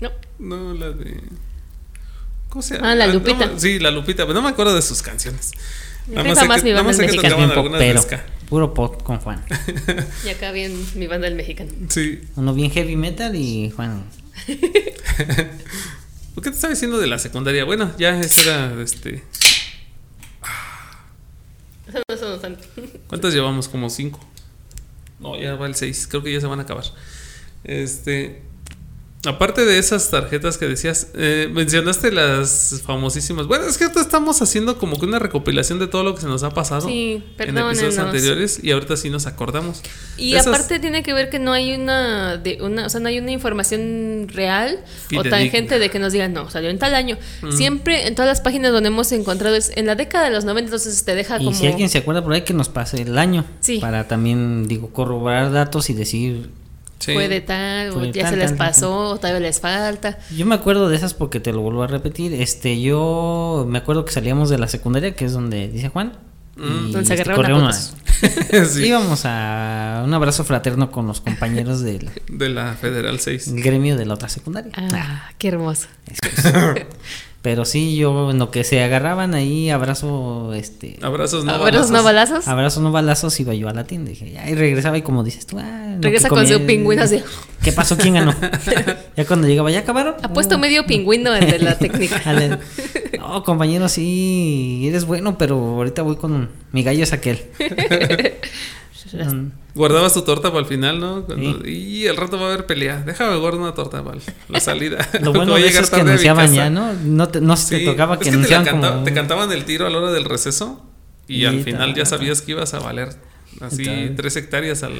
A: no,
B: No.
A: la de... ¿Cómo se
B: Ah, la
A: no
B: Lupita.
A: me- sí, la Lupita, pero no me acuerdo de sus canciones.
B: Nunca jamás mi
A: nada
B: banda
A: más sé
B: en
A: que
B: México es
C: Chicas bien
A: tocaban algunas de
C: popero.
A: ska.
C: Puro pop con Juan.
B: Y acá bien mi banda el mexicano.
A: Sí,
C: Uno bien heavy metal y Juan...
A: ¿Por qué te estaba diciendo de la secundaria? Bueno, ya eso era este.
B: Eso no son tanto.
A: ¿Cuántas llevamos? Como cinco. No, ya va el seis. Creo que ya se van a acabar. Este. Aparte de esas tarjetas que decías, eh, mencionaste las famosísimas. Bueno, es que ahorita estamos haciendo como que una recopilación de todo lo que se nos ha pasado
B: Sí,
A: en episodios
B: perdónenos.
A: anteriores y ahorita sí nos acordamos.
B: Y
A: Esas-
B: aparte tiene que ver que no hay una, de una, o sea, no hay una información real o
A: Fidedigna.
B: tangente de que nos digan, no, salió en tal año. Siempre en todas las páginas donde hemos encontrado es en la década de los 90, entonces te deja
C: Y
B: como...
C: si alguien se acuerda por ahí que nos pase el año.
B: Sí.
C: Para también, digo, corroborar datos y decir.
A: Sí.
B: Fue de tal,
C: Fue
B: o
C: de
B: ya
C: tal,
B: se les
C: tal, tal,
B: pasó, o todavía les falta.
C: Yo me acuerdo de esas porque te lo vuelvo a repetir. Este, yo me acuerdo que salíamos de la secundaria, que es donde dice Juan. y,
B: Mm, Donde se
C: este,
B: agarraban a
C: corríamos
A: Sí,
C: Íbamos a un abrazo fraterno con los compañeros del
A: de la Federal 6.
C: gremio de la otra secundaria.
B: Ah, qué hermoso.
C: Pero sí, yo en lo que se agarraban ahí, abrazo, este,
A: Abrazos no
B: ¿Abrazos no
A: balazos.
B: balazos?
C: abrazo no balazos, iba yo a la tienda. Dije, ya, y regresaba y como dices tú, ah, en lo
B: Regresa
C: que
B: con
C: comí-
B: su pingüino así.
C: ¿Qué pasó? ¿Quién ganó? ya cuando llegaba, ¿ya acabaron?
B: Apuesto medio pingüino el de la técnica.
C: Ale- No, compañero, sí, eres bueno, pero ahorita voy con mi gallo es aquel. Mm,
A: Guardabas tu torta para el final, ¿no? Cuando-
C: Sí.
A: Y el rato va a haber pelea. Déjame guardar una torta para la salida.
C: Lo bueno
A: Voy a
C: de eso
A: llegar
C: es que
A: tarde a mi
C: anunciaban
A: casa.
C: ya, ¿no? No te, no se
A: Sí,
C: tocaba
A: es
C: que,
A: que, te, la
C: anunciaban
A: canta-
C: como...
A: te cantaban el tiro a la hora del receso y,
C: Y
A: al
C: ta-
A: final ya sabías que ibas a valer así
C: Entonces-
A: tres hectáreas al...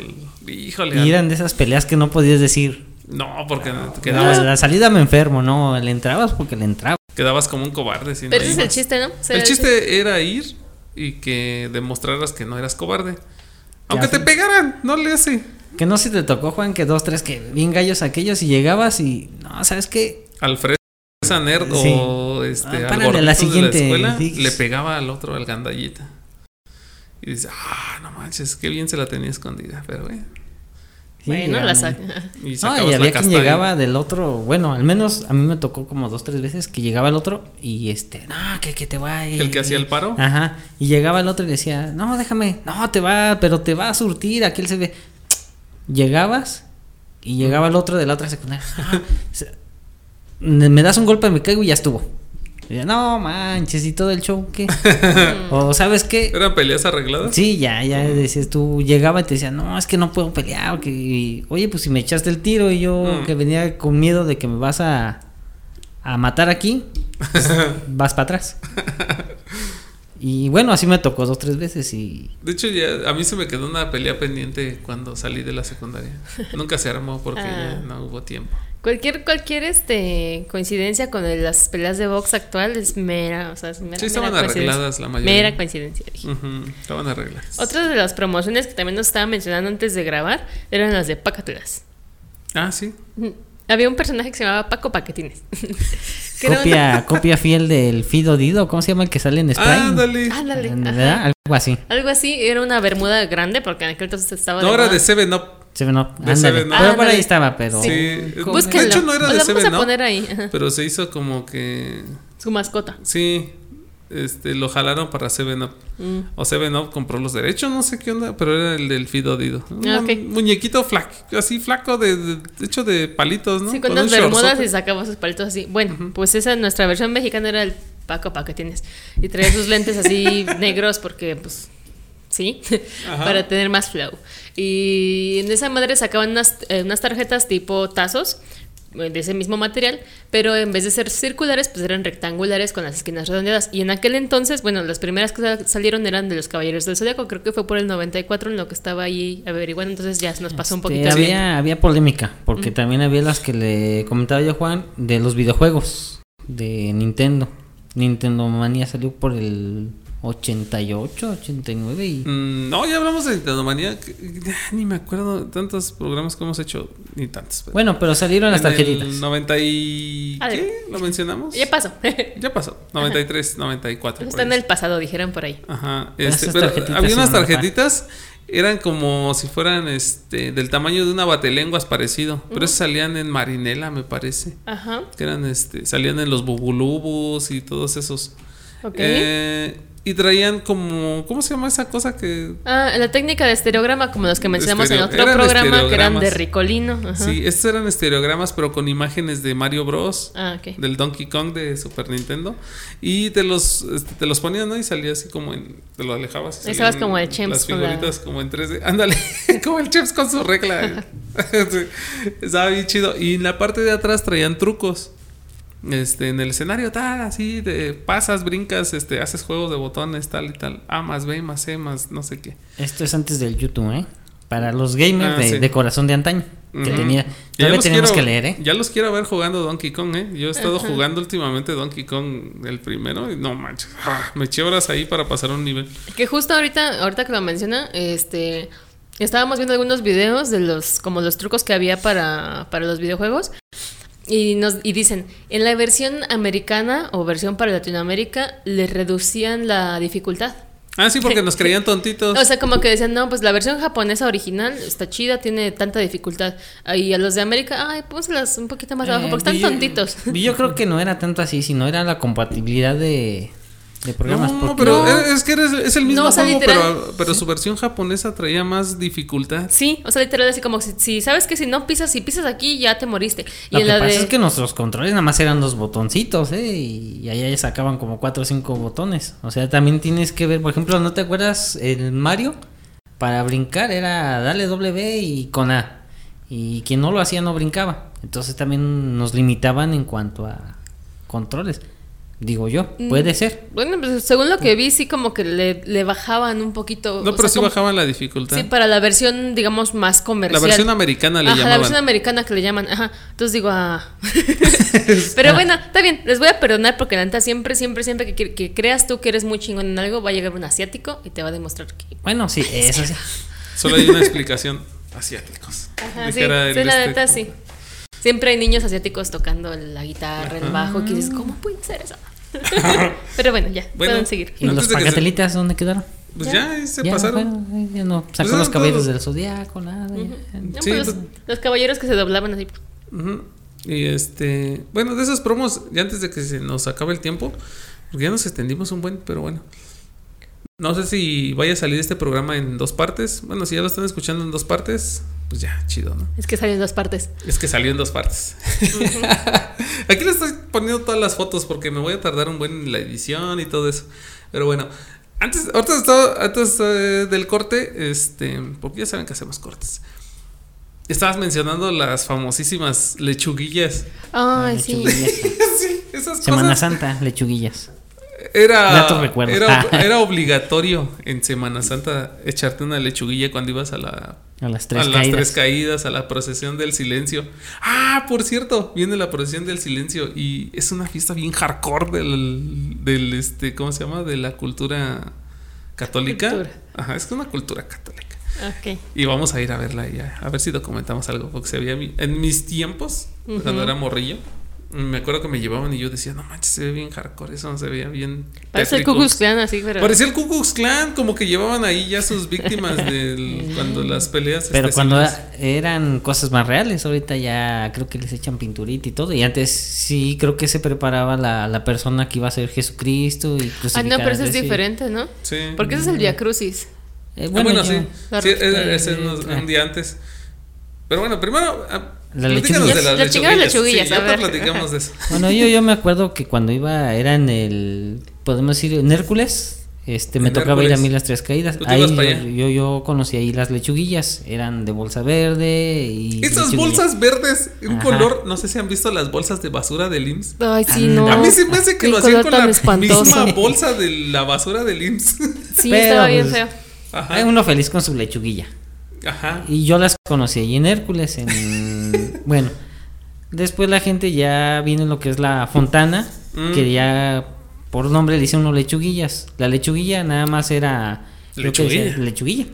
A: Híjole. al-
C: Y eran de esas peleas que no podías decir.
A: No, porque te
C: "Ah,
A: quedabas,
C: la salida me enfermo, no, le entrabas porque le entraba.
A: quedabas como un cobarde. si no
B: Pero ese es el
A: ibas.
B: chiste, ¿no? O sea,
A: El chiste era ir y que demostraras que no eras cobarde. Aunque
C: Ya
A: te
C: sé.
A: pegaran, no le hace.
C: Que no sé si te tocó, Juan, que dos, tres, que bien gallos aquellos y llegabas y... No, ¿sabes qué?
A: Al fresa nerd
C: Sí.
A: o este,
C: Ah,
A: al
C: párale,
A: gordito
C: la
A: de
C: siguiente,
A: la escuela
C: sí.
A: le pegaba al otro, al gandallita. Y dices, ah, no manches, qué bien se la tenía escondida, pero bueno.
C: Sí,
B: Bueno, la
C: llegaban ahí.
B: saca.
A: Y sacabas
C: No, y
A: la
C: había quien
A: castaña.
C: llegaba del otro, bueno, al menos a mí me tocó como dos, tres veces que llegaba el otro y este, no, que, que te va. eh,
A: ¿El que hacía el paro?
C: Ajá, y llegaba el otro y decía, no, déjame, no, te va, pero te va a surtir, aquel se ve. Llegabas y llegaba el otro de la otra secundaria. "Ah, se- me das un golpe, me caigo y ya estuvo. Y yo, no manches, y todo el show, ¿qué? o sabes qué,
A: ¿Eran peleas arregladas?
C: Sí, ya, ya decías tú, llegaba y te decía, no, es que no puedo pelear, que, y, oye, pues si me echaste el tiro y yo
A: Mm.
C: que venía con miedo de que me vas a, a matar aquí, pues, vas para atrás. Y bueno, así me tocó dos, tres veces y...
A: De hecho, ya a mí se me quedó una pelea pendiente cuando salí de la secundaria. Nunca se armó porque
B: Ah.
A: ya no hubo tiempo.
B: Cualquier, cualquier este, coincidencia con el- las peleas de box actual es mera, o sea, es mera,
A: Sí, estaban
B: mera coincidencia.
A: arregladas la mayoría. Mm.
B: Mera coincidencia. dije.
A: Ujú, estaban arregladas.
B: Otra de las promociones que también nos estaba mencionando antes de grabar eran las de Pacatelas.
A: Ah, sí.
B: Había un personaje que se llamaba Paco Paquetines. que era
C: Copia, copia fiel del Fido Dido, ¿cómo se llama el que sale en Sprite?
A: Ándale.
B: una- Ándale,
C: ¿Verdad?
B: ajá.
C: Algo así.
B: Algo así, era una bermuda grande porque en aquel entonces estaba.
A: No era
B: moda.
A: de Seven Up.
C: Seven Up,
A: De
C: ándale.
A: Seven Up.
C: Pero por
B: Ándale.
C: ahí estaba, pero...
A: Sí.
B: ¿Cómo?
A: De hecho, no era de
B: Búsquenlo. Lo vamos
A: Seven
B: a
A: Up.
B: poner ahí. ajá.
A: Pero se hizo como que.
B: Su mascota.
A: Sí. Este, lo jalaron para Seven Up.
B: Mm.
A: O Seven Up compró los derechos, no sé qué onda, pero era el del Fido Dido. Un
B: Ah, ok.
A: muñequito flaco, así flaco, de, de- hecho de palitos, ¿no?
B: Sí, con
A: un
B: unas bermudas
A: shortsote.
B: y sacaba sus palitos así. Bueno, pues esa nuestra versión mexicana era el Paco Paquetines. Y traía sus lentes así negros porque, pues, sí,
A: Ajá.
B: para tener más flow. Y en esa madre sacaban unas, eh, unas tarjetas tipo tazos eh, de ese mismo material, pero en vez de ser circulares, pues eran rectangulares con las esquinas redondeadas. Y en aquel entonces, bueno, las primeras que sa- salieron eran de los Caballeros del Zodiaco, creo que fue por el 94 en lo que estaba ahí averiguando, entonces ya se nos pasó un
C: Este,
B: poquito. el tiempo.
C: había, había polémica, porque también había las que le comentaba yo, Juan, de los videojuegos de Nintendo. Nintendo Manía salió por el 88, 89 y...
A: Mm, no, ya hablamos de Nintendo Manía. que- ya Ni me acuerdo tantos programas que hemos hecho, ni tantos. pero-
C: Bueno, pero salieron las
A: En el
C: tarjetitas.
A: 90 y...
B: A ver.
A: ¿Qué? ¿Lo mencionamos?
B: Ya pasó.
A: Ya pasó. 93, 94. por
B: Está en
A: ahí.
B: el pasado, dijeron por ahí.
A: Ajá.
C: Esas
A: este, pero
C: tarjetitas
A: había unas
C: eran una
A: tarjetitas, eran como si fueran este del tamaño de una batelenguas parecido, pero esas salían en marinela, me parece.
B: Ajá,
A: Que eran este, salían en los bubulubus y todos esos.
B: ok.
A: Eh, Y traían como. ¿Cómo se llama esa cosa que.?
B: Ah, la técnica de estereograma, como los que mencionamos
A: Estereo-
B: en otro
A: eran
B: programa, que eran de
A: estereogramas.
B: Ricolino. Ajá.
A: Sí, estos eran estereogramas, pero con imágenes de Mario Bros.
B: Ah, ok.
A: Del Donkey Kong de Super Nintendo. Y te los, este, te los ponían, ¿no? Y salía así como en. Te lo alejabas. y
B: Ahí
A: salían
B: estabas como el Chimps
A: Las
B: con la-
A: figuritas como en 3D. Ándale, como el Chimps con su regla. Sí, Estaba bien chido. Y en la parte de atrás traían trucos. Este, en el escenario tal, así, de pasas, brincas, este, haces juegos de botones, tal y tal. A más B, más C, más no sé qué.
C: Esto es antes del YouTube, ¿eh? Para los gamers
A: Ah,
C: de,
A: sí.
C: de corazón de antaño. Que
A: Ujú.
C: tenía.
A: Ya
C: Todavía
A: los
C: tenemos
A: quiero-
C: que leer, ¿eh?
A: Ya los quiero ver jugando Donkey Kong, ¿eh? Yo he estado jugando últimamente Donkey Kong el primero y no manches. ah, me eché horas ahí para pasar un nivel.
B: Que justo ahorita, ahorita que lo menciona, este estábamos viendo algunos videos de los, como los trucos que había para, para los videojuegos. Y nos, y dicen, en la versión americana o versión para Latinoamérica, le reducían la dificultad.
A: Ah, sí, porque nos creían tontitos.
B: O sea, como que decían, no, pues la versión japonesa original está chida, tiene tanta dificultad. Ah, Y a los de América, ay, pónselas un poquito más abajo,
C: Eh,
B: porque están
C: yo-
B: tontitos.
C: Yo creo que no era tanto así, sino era la compatibilidad de, de programas.
A: no,
C: porque-
A: pero
B: no.
A: es que eres- es el mismo
B: No, o sea,
A: juego,
B: literal.
A: pero, pero su versión japonesa traía más dificultad.
B: Sí, o sea, literal, así como si, si sabes que si no pisas, si pisas aquí, ya te moriste. Y
C: Lo
B: en
C: que
B: la
C: pasa
B: de...
C: es que nuestros controles nada más eran dos botoncitos, ¿eh? Y allá ya sacaban como cuatro o cinco botones. O sea, también tienes que ver, por ejemplo, ¿no te acuerdas el Mario? Para brincar era darle W y con A. Y quien no lo hacía no brincaba. Entonces también nos limitaban en cuanto a controles. Digo yo,
A: Mm.
C: puede ser.
B: Bueno, pues según lo que vi, sí como que le, le bajaban un poquito.
A: No,
B: o
A: pero
B: sea,
A: sí
B: como-
A: bajaban la dificultad.
B: Sí, para la versión, digamos, más
A: la
B: comercial.
A: versión americana le
B: Ajá, la
A: llamaban.
B: versión americana que le llaman. Ajá. Entonces digo, ah. pero bueno, está bien, les voy a perdonar porque la neta siempre, siempre, siempre que, quier- que creas tú que eres muy chingón en algo, va a llegar un asiático y te va a demostrar que.
C: Bueno, sí, eso sí.
A: Solo hay una explicación. Asiáticos.
B: Ajá, sí,
A: Dijera el
B: sí, la
A: este-
B: neta sí. Siempre hay niños asiáticos tocando la guitarra, el bajo, que dices, ¿cómo pueden ser eso? pero bueno, ya,
A: Bueno.
B: pueden seguir.
A: Antes
C: ¿Y los
A: de que se-
C: pacatelitas dónde quedaron?
A: Pues ya, ahí se
C: ya,
A: pasaron. Pues
C: bueno, ya no sacó
A: eran
C: los caballeros
A: todos.
C: del zodiaco, nada. ya.
B: No,
A: Sí,
B: pues, los,
A: pues-
B: los caballeros que se doblaban así.
A: Ujú. Y este, bueno, de esas promos, ya antes de que se nos acabe el tiempo, porque ya nos extendimos un buen, pero bueno. No sé si vaya a salir este programa en dos partes. Bueno, si ya lo están escuchando en dos partes, pues ya, chido, ¿no?
B: Es que salen dos partes.
A: Es que salió en dos partes. Aquí le estoy poniendo todas las fotos porque me voy a tardar un buen en la edición y todo eso. Pero bueno, antes, ahorita estaba- antes eh, del corte, este, porque ya saben que hacemos cortes. Estabas mencionando las famosísimas lechuguillas.
B: Ay,
C: Las
B: sí.
C: lechuguillas.
A: Sí, esas
C: Semana
A: cosas
C: Santa, lechuguillas.
A: era,
C: Gratos recuerdos.
A: era,
C: Ah.
A: era obligatorio en Semana Santa echarte una lechuguilla cuando ibas a la
C: A las tres
A: a
C: caídas.
A: las tres caídas, a la procesión del silencio. Ah, por cierto, viene la procesión del silencio y es una fiesta bien hardcore del, del este, ¿cómo se llama? De la cultura católica.
B: Cultura.
A: Ajá, es una cultura católica.
B: Ok.
A: Y vamos a ir a verla ya, a ver si documentamos algo, porque se veía mi- en mis tiempos, cuando era morrillo. Me acuerdo que me llevaban y yo decía, no manches, se ve bien hardcore, eso se veía bien.
B: Parece el
A: tétrico".
B: Cucus Clan así, pero.
A: Parecía el Ku Klux Klan, como que llevaban ahí ya sus víctimas del, cuando las peleas.
C: Pero
A: este,
C: cuando
A: civiles.
C: era- eran cosas más reales, ahorita ya creo que les echan pinturita y todo. Y antes sí creo que se preparaba la, la persona que iba a ser Jesucristo
B: Ah,
C: y
B: no,
C: crucificada,
B: pero eso es
C: sí.
B: diferente, ¿no?
A: Sí.
B: Porque ese es el Via Crucis.
C: Eh,
A: Ah, bueno,
C: bueno,
A: sí.
C: ya-
B: La
A: Sí,
B: rosca
A: era- ese
C: de-
A: nos- un día antes. Pero bueno, primero. ah,
C: La
A: platícanos
C: lechuguilla.
A: de las
B: La chingada
A: lechuguillas.
B: lechuguilla,
A: Sí,
B: a
A: ahorita
B: ver.
A: platicamos de eso.
C: bueno, yo, yo me acuerdo que cuando iba, era en el, podemos decir, en Hércules, este, me
A: En
C: tocaba ir a
A: Hércules.
C: mí las tres caídas.
A: Tú te
C: Ahí
A: ibas para
C: yo,
A: allá.
C: yo, yo conocí ahí las lechuguillas, eran de bolsa verde y...
A: Esas
C: lechuguilla.
A: bolsas verdes, un
C: Ajá.
A: color. No sé si han visto las bolsas de basura del IMSS.
B: Ay, sí,
C: Anda.
B: no.
A: Ah, A mí se me hace que
B: Qué
A: lo hacían
B: color
A: con
B: tan
A: la
B: espantoso.
A: misma bolsa de la basura del IMSS.
B: Sí,
C: Pero,
B: estaba bien
C: pues,
B: feo.
A: Ajá.
C: Hay uno feliz con su lechuguilla.
A: Ajá.
C: Y yo las conocí allí en Hércules, en... bueno, después la gente ya viene lo que es la fontana,
A: Mm.
C: que ya por nombre le dice uno lechuguillas. La lechuguilla nada más era... creo que decía
A: Lechuguilla.
C: lechuguilla.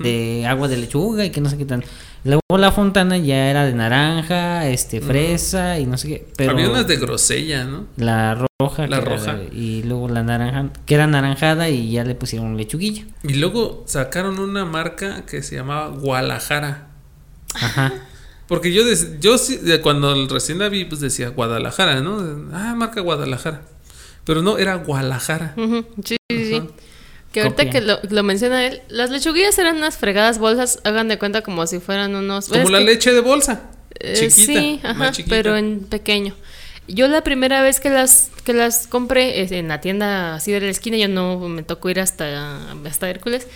C: De agua de lechuga y que no sé qué tan... Luego la fontana ya era de naranja, este, fresa y no sé qué. Pero
A: Mm. Había unas de grosella, ¿no?
C: La roja.
A: La
C: que era
A: roja.
C: de- y luego la naranja, que era naranjada y ya le pusieron lechuguilla.
A: Y luego sacaron una marca que se llamaba Guadalajara.
C: Ajá.
A: Porque yo, des- yo sí- de cuando recién la vi, pues decía Guadalajara, ¿no? Ah, marca Guadalajara. Pero no, era Guadalajara.
B: Ujú, Sí, sí, sí. Que ahorita
C: Copia.
B: que lo, lo menciona él, las lechuguillas eran unas fregadas bolsas, hagan de cuenta como si fueran unos...
A: Como
B: es
A: la
B: que-
A: leche de bolsa.
B: eh,
A: chiquita,
B: sí,
A: más
B: ajá,
A: chiquita.
B: pero en pequeño. Yo la primera vez que las que las compré es en la tienda así de la esquina, yo no me tocó ir hasta, hasta Hércules.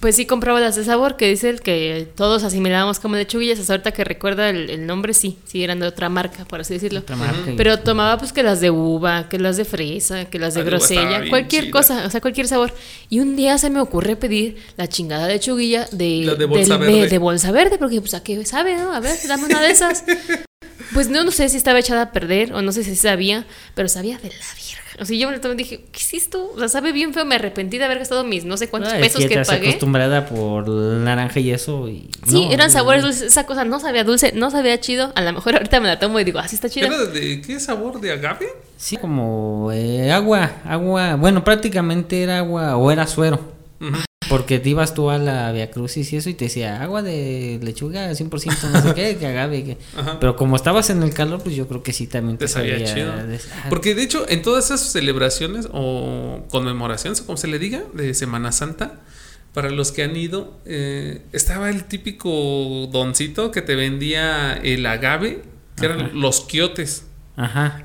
B: Pues sí compraba las de sabor, que dice el que todos asimilábamos como lechuguillas, hasta ahorita que recuerda el, el nombre, sí, sí eran de otra marca, por así decirlo.
C: Otra marca y-
B: Pero tomaba pues que las de uva, que las de fresa, que las de
A: La de uva estaba
B: grosella,
A: bien
B: cualquier
A: chida.
B: cosa, o sea, cualquier sabor. Y un día se me ocurre pedir la chingada de chuguilla de,
A: La de bolsa
B: del- de-
A: verde.
B: de bolsa verde, porque pues a qué sabe, ¿no? A ver, dame una de esas. Pues no, no sé si estaba echada a perder o no sé si sabía, pero sabía de la virga. O sea, yo me lo tomé y dije, ¿qué es esto? O sea, sabe bien feo, me arrepentí de haber gastado mis no sé cuántos
C: Ah, es
B: pesos
C: ya
B: que
C: estás
B: pagué.
C: acostumbrada por el naranja y eso. Y,
B: Sí,
C: no,
B: eran
C: no,
B: sabores
C: no.
B: dulces, esa cosa no sabía dulce, no sabía chido. A lo mejor ahorita me la tomo y digo, así está chida.
A: ¿Era de qué sabor? ¿De agave?
C: Sí, como eh, agua, agua. Bueno, prácticamente era agua o era suero.
A: Ujú.
C: Porque te ibas tú a la Via Crucis y eso y te decía agua de lechuga 100%, no sé qué, que agave. que-".
A: Ajá.
C: Pero como estabas en el calor, pues yo creo que sí también
A: Te sabía chido.
C: de- ah,
A: Porque de hecho, en todas esas celebraciones o conmemoraciones, o como se le diga, de Semana Santa, para los que han ido, eh, estaba el típico doncito que te vendía el agave, que
C: Ajá.
A: eran los quiotes.
C: Ajá.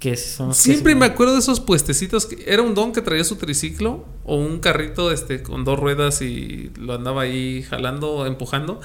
C: Que son los que
A: Siempre
C: se-
A: me acuerdo de esos puestecitos. Que era un don que traía su triciclo o un carrito este, con dos ruedas y lo andaba ahí jalando, empujando.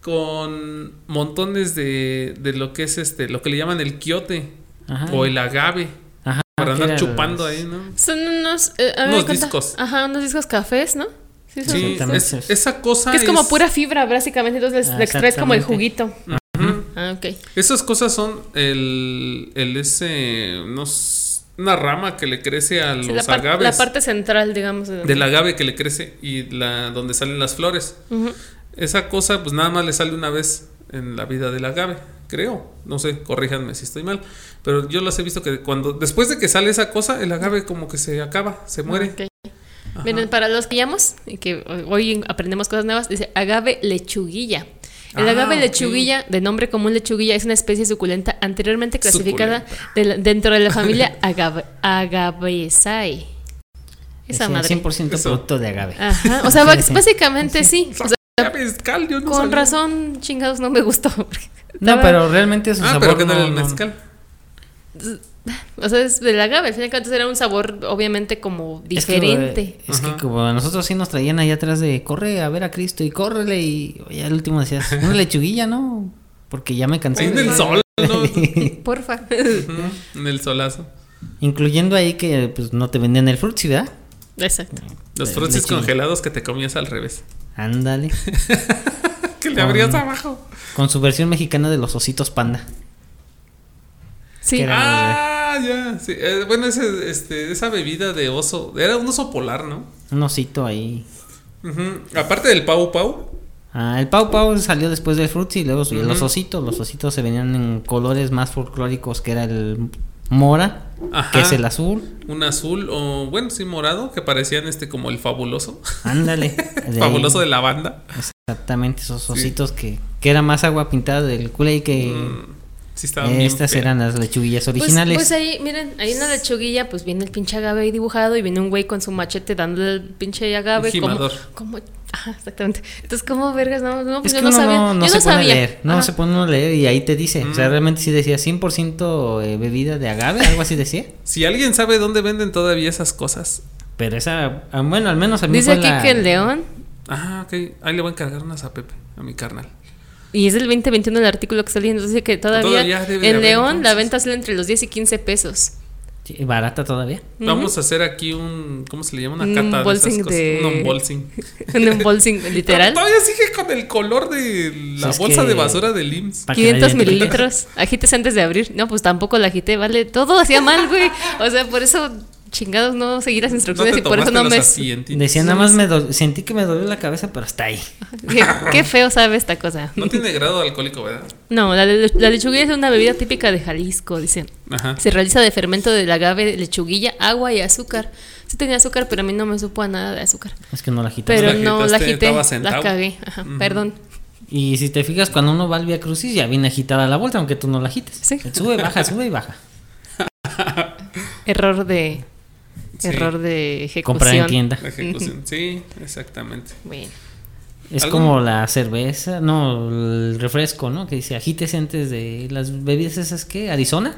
A: Con montones de, de lo que es este, lo que le llaman el quiote
C: Ajá.
A: o el agave.
C: Ajá,
A: Para
C: que
A: andar
C: era
A: chupando
C: los-
A: ahí, ¿no?
B: Son unos... eh, a mí me
A: Unos
B: cuenta-
A: discos.
B: Ajá, unos discos cafés, ¿no? Sí, son-
A: Sí,
C: Exactamente.
A: es- esa cosa.
B: Que es como pura fibra, básicamente, entonces les- le extraes como el
C: Exactamente.
B: juguito.
A: Ujú.
B: Ah, ok.
A: Esas cosas son el. el ese. no s- una rama que le crece a los
B: Sí, la, par-
A: agaves.
B: la parte central, digamos. de-
A: Del agave que le crece y la donde salen las flores.
B: Ujú.
A: Esa cosa, pues nada más le sale una vez en la vida del agave, creo. No sé, corríjanme si estoy mal. Pero yo las he visto que cuando. Después de que sale esa cosa, el agave como que se acaba, se muere.
B: Ok. Miren, para los que llamamos y que hoy aprendemos cosas nuevas, dice agave lechuguilla. El
A: Ah,
B: agave
A: ok.
B: lechuguilla, de nombre común lechuguilla, es una especie suculenta anteriormente clasificada
A: Suculenta.
B: de la- dentro de la familia agave, agaveaceae. Esa
C: decía,
B: madre. Ah,
C: 100%
A: Eso.
C: producto de agave.
B: Ajá. O sea, bas- básicamente sí. O sea,
A: mezcal, yo no
B: con
A: sabía.
B: razón, chingados, no me gustó.
C: No,
B: Estaba-
C: pero realmente su
A: Ah,
C: sabor
A: pero que no era
C: no-
A: el
C: no-
A: mezcal.
B: O sea, es del agave. Al fin y al cabo, entonces era un sabor, obviamente, como
C: Es que, eh,
B: diferente.
C: Es que,
A: Ajá.
C: como a nosotros sí nos traían allá atrás de corre a ver a Cristo y córrele y oye, al último decías, una lechuguilla, ¿no? Porque ya me cansé.
A: Ahí en
C: de-
A: el sol, ¿no?
C: eh,
B: Porfa.
A: Ujú, en el solazo.
C: Incluyendo ahí que pues no te vendían el frutzi, ¿verdad?
B: Exacto.
A: Los
C: Eh,
A: frutsis
C: lechuga.
A: congelados que te comías al revés.
C: Ándale.
A: Que le abrías
C: Ah.
A: abajo.
C: Con su versión mexicana de los ositos panda.
B: Sí.
C: Que era-
A: Ah, ya. sí. Eh, bueno, ese, este, esa bebida de oso. Era un oso polar, ¿no?
C: Un osito ahí.
A: Ujú. Aparte del Pau Pau.
C: Ah, el Pau Pau salió después del frutzi y luego subió
A: Ujú.
C: los ositos. Los ositos se venían en colores más folclóricos que era el mora,
A: Ajá.
C: que es el azul.
A: Un azul o, bueno, sí, morado, que parecían este como el fabuloso.
C: Ándale. de ahí.
A: fabuloso de la banda.
C: Exactamente, esos
A: Sí.
C: ositos que, que era más agua pintada del culé y que
A: Mm, sí, estaban bien
C: estas
A: feas.
C: eran las lechuguillas
B: Pues-
C: originales.
B: Pues, ahí, miren, ahí en la lechuguilla, pues viene el pinche agave ahí dibujado y viene un güey con su machete dándole el pinche agave.
A: Un
B: como,
A: gimador.
B: como, ajá, exactamente. Entonces, ¿cómo vergas? No, no, pues
C: es
B: yo
C: que
B: no
C: uno
B: sabía.
C: no, no
B: yo
C: se
B: no
C: pone a
B: sabía.
C: leer, no
B: Ajá.
C: se pone uno a leer y ahí te dice, o sea,
A: Mm.
C: realmente sí decía 100% eh, bebida de agave, algo así decía.
A: Si alguien sabe dónde venden todavía esas cosas.
C: Pero esa, ah, bueno, al menos a mí
B: Dice
C: fue
B: aquí
C: la-
B: que el león.
A: Ah, ok. Ahí le voy a encargar unas a Pepe, a mi carnal.
B: Y es del 2021 el artículo que está leyendo. Dice que todavía,
A: Todavía debe de
B: en
A: haber,
B: León la
A: entonces.
B: venta sale entre los 10 y 15 pesos.
C: Sí, barata todavía.
A: Vamos a hacer aquí un. ¿Cómo se le llama? Una
B: Un
A: cata de esas
B: unboxing
A: cosas.
B: de-
A: Un unboxing.
B: Un embolsing literal.
A: Todavía sigue con el color de la
C: Es
A: bolsa
C: que-
A: de basura del IMSS.
C: Pa' que nadie
B: 500
C: le entre.
B: mililitros. Agítese antes de abrir. No, pues tampoco la agité, vale. Todo hacía mal, güey. O sea, por eso chingados no seguí las
A: No
B: instrucciones
A: te
B: y por eso
A: tomaste
B: no
A: los
B: me.
A: asientitos.
C: Decía nada más me dol- sentí que me dolió la cabeza, pero hasta ahí.
B: Qué, qué feo sabe esta cosa.
A: No tiene grado alcohólico, ¿verdad?
B: No, la, le- la lechuguilla es una bebida típica de Jalisco, dice.
A: Ajá.
B: Se realiza de fermento del agave, lechuguilla, agua y azúcar. Sí tenía azúcar, pero a mí no me supo a nada de azúcar.
C: Es que no la agitaba.
B: Pero
A: la
B: no la
A: agitaste,
B: agité,
A: estaba
B: la
A: sentado.
B: cagué. Ajá, Perdón.
C: Y si te fijas, cuando uno va al Via Crucis ya viene agitada la bolsa, aunque tú no la agites.
B: Sí.
C: Sube, baja, sube y baja.
B: Error de,
A: Sí.
B: Error de ejecución.
C: Comprar en tienda.
A: La ejecución. Sí, exactamente.
B: Bueno.
C: Es
A: ¿Algo?
C: como la cerveza, no, el refresco, ¿no? Que dice agítese antes de las bebidas esas que Arizona.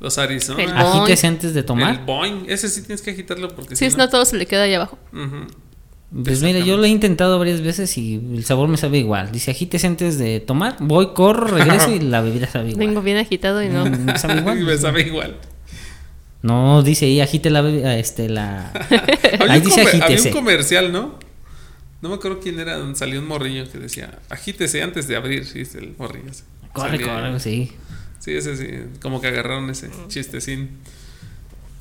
A: Los Arizona. Ah,
B: El Boing.
C: Agítese antes de
A: El
C: tomar.
A: Boing. Ese sí tienes que agitarlo porque.
B: Si es no todo se le queda ahí abajo.
A: Ujú.
C: Pues mira, yo lo he intentado varias veces y el sabor me sabe igual. Dice agítese antes de tomar, voy, corro, regreso y la bebida sabe igual.
B: Vengo bien agitado y no.
C: Mm. Me sabe igual.
A: Y me sabe igual.
C: No, dice ahí agite la bebida, este, la...
A: había,
C: Ahí
A: un
C: dice
A: comer- había
C: agítese.
A: un comercial, ¿no? No me acuerdo quién era, donde salió un morrillo que decía, agítese antes de abrir, sí, es el morrillo. ese.
C: Corre,
A: Salía-
C: corre, sí.
A: Sí, ese sí, como que agarraron ese chistecín.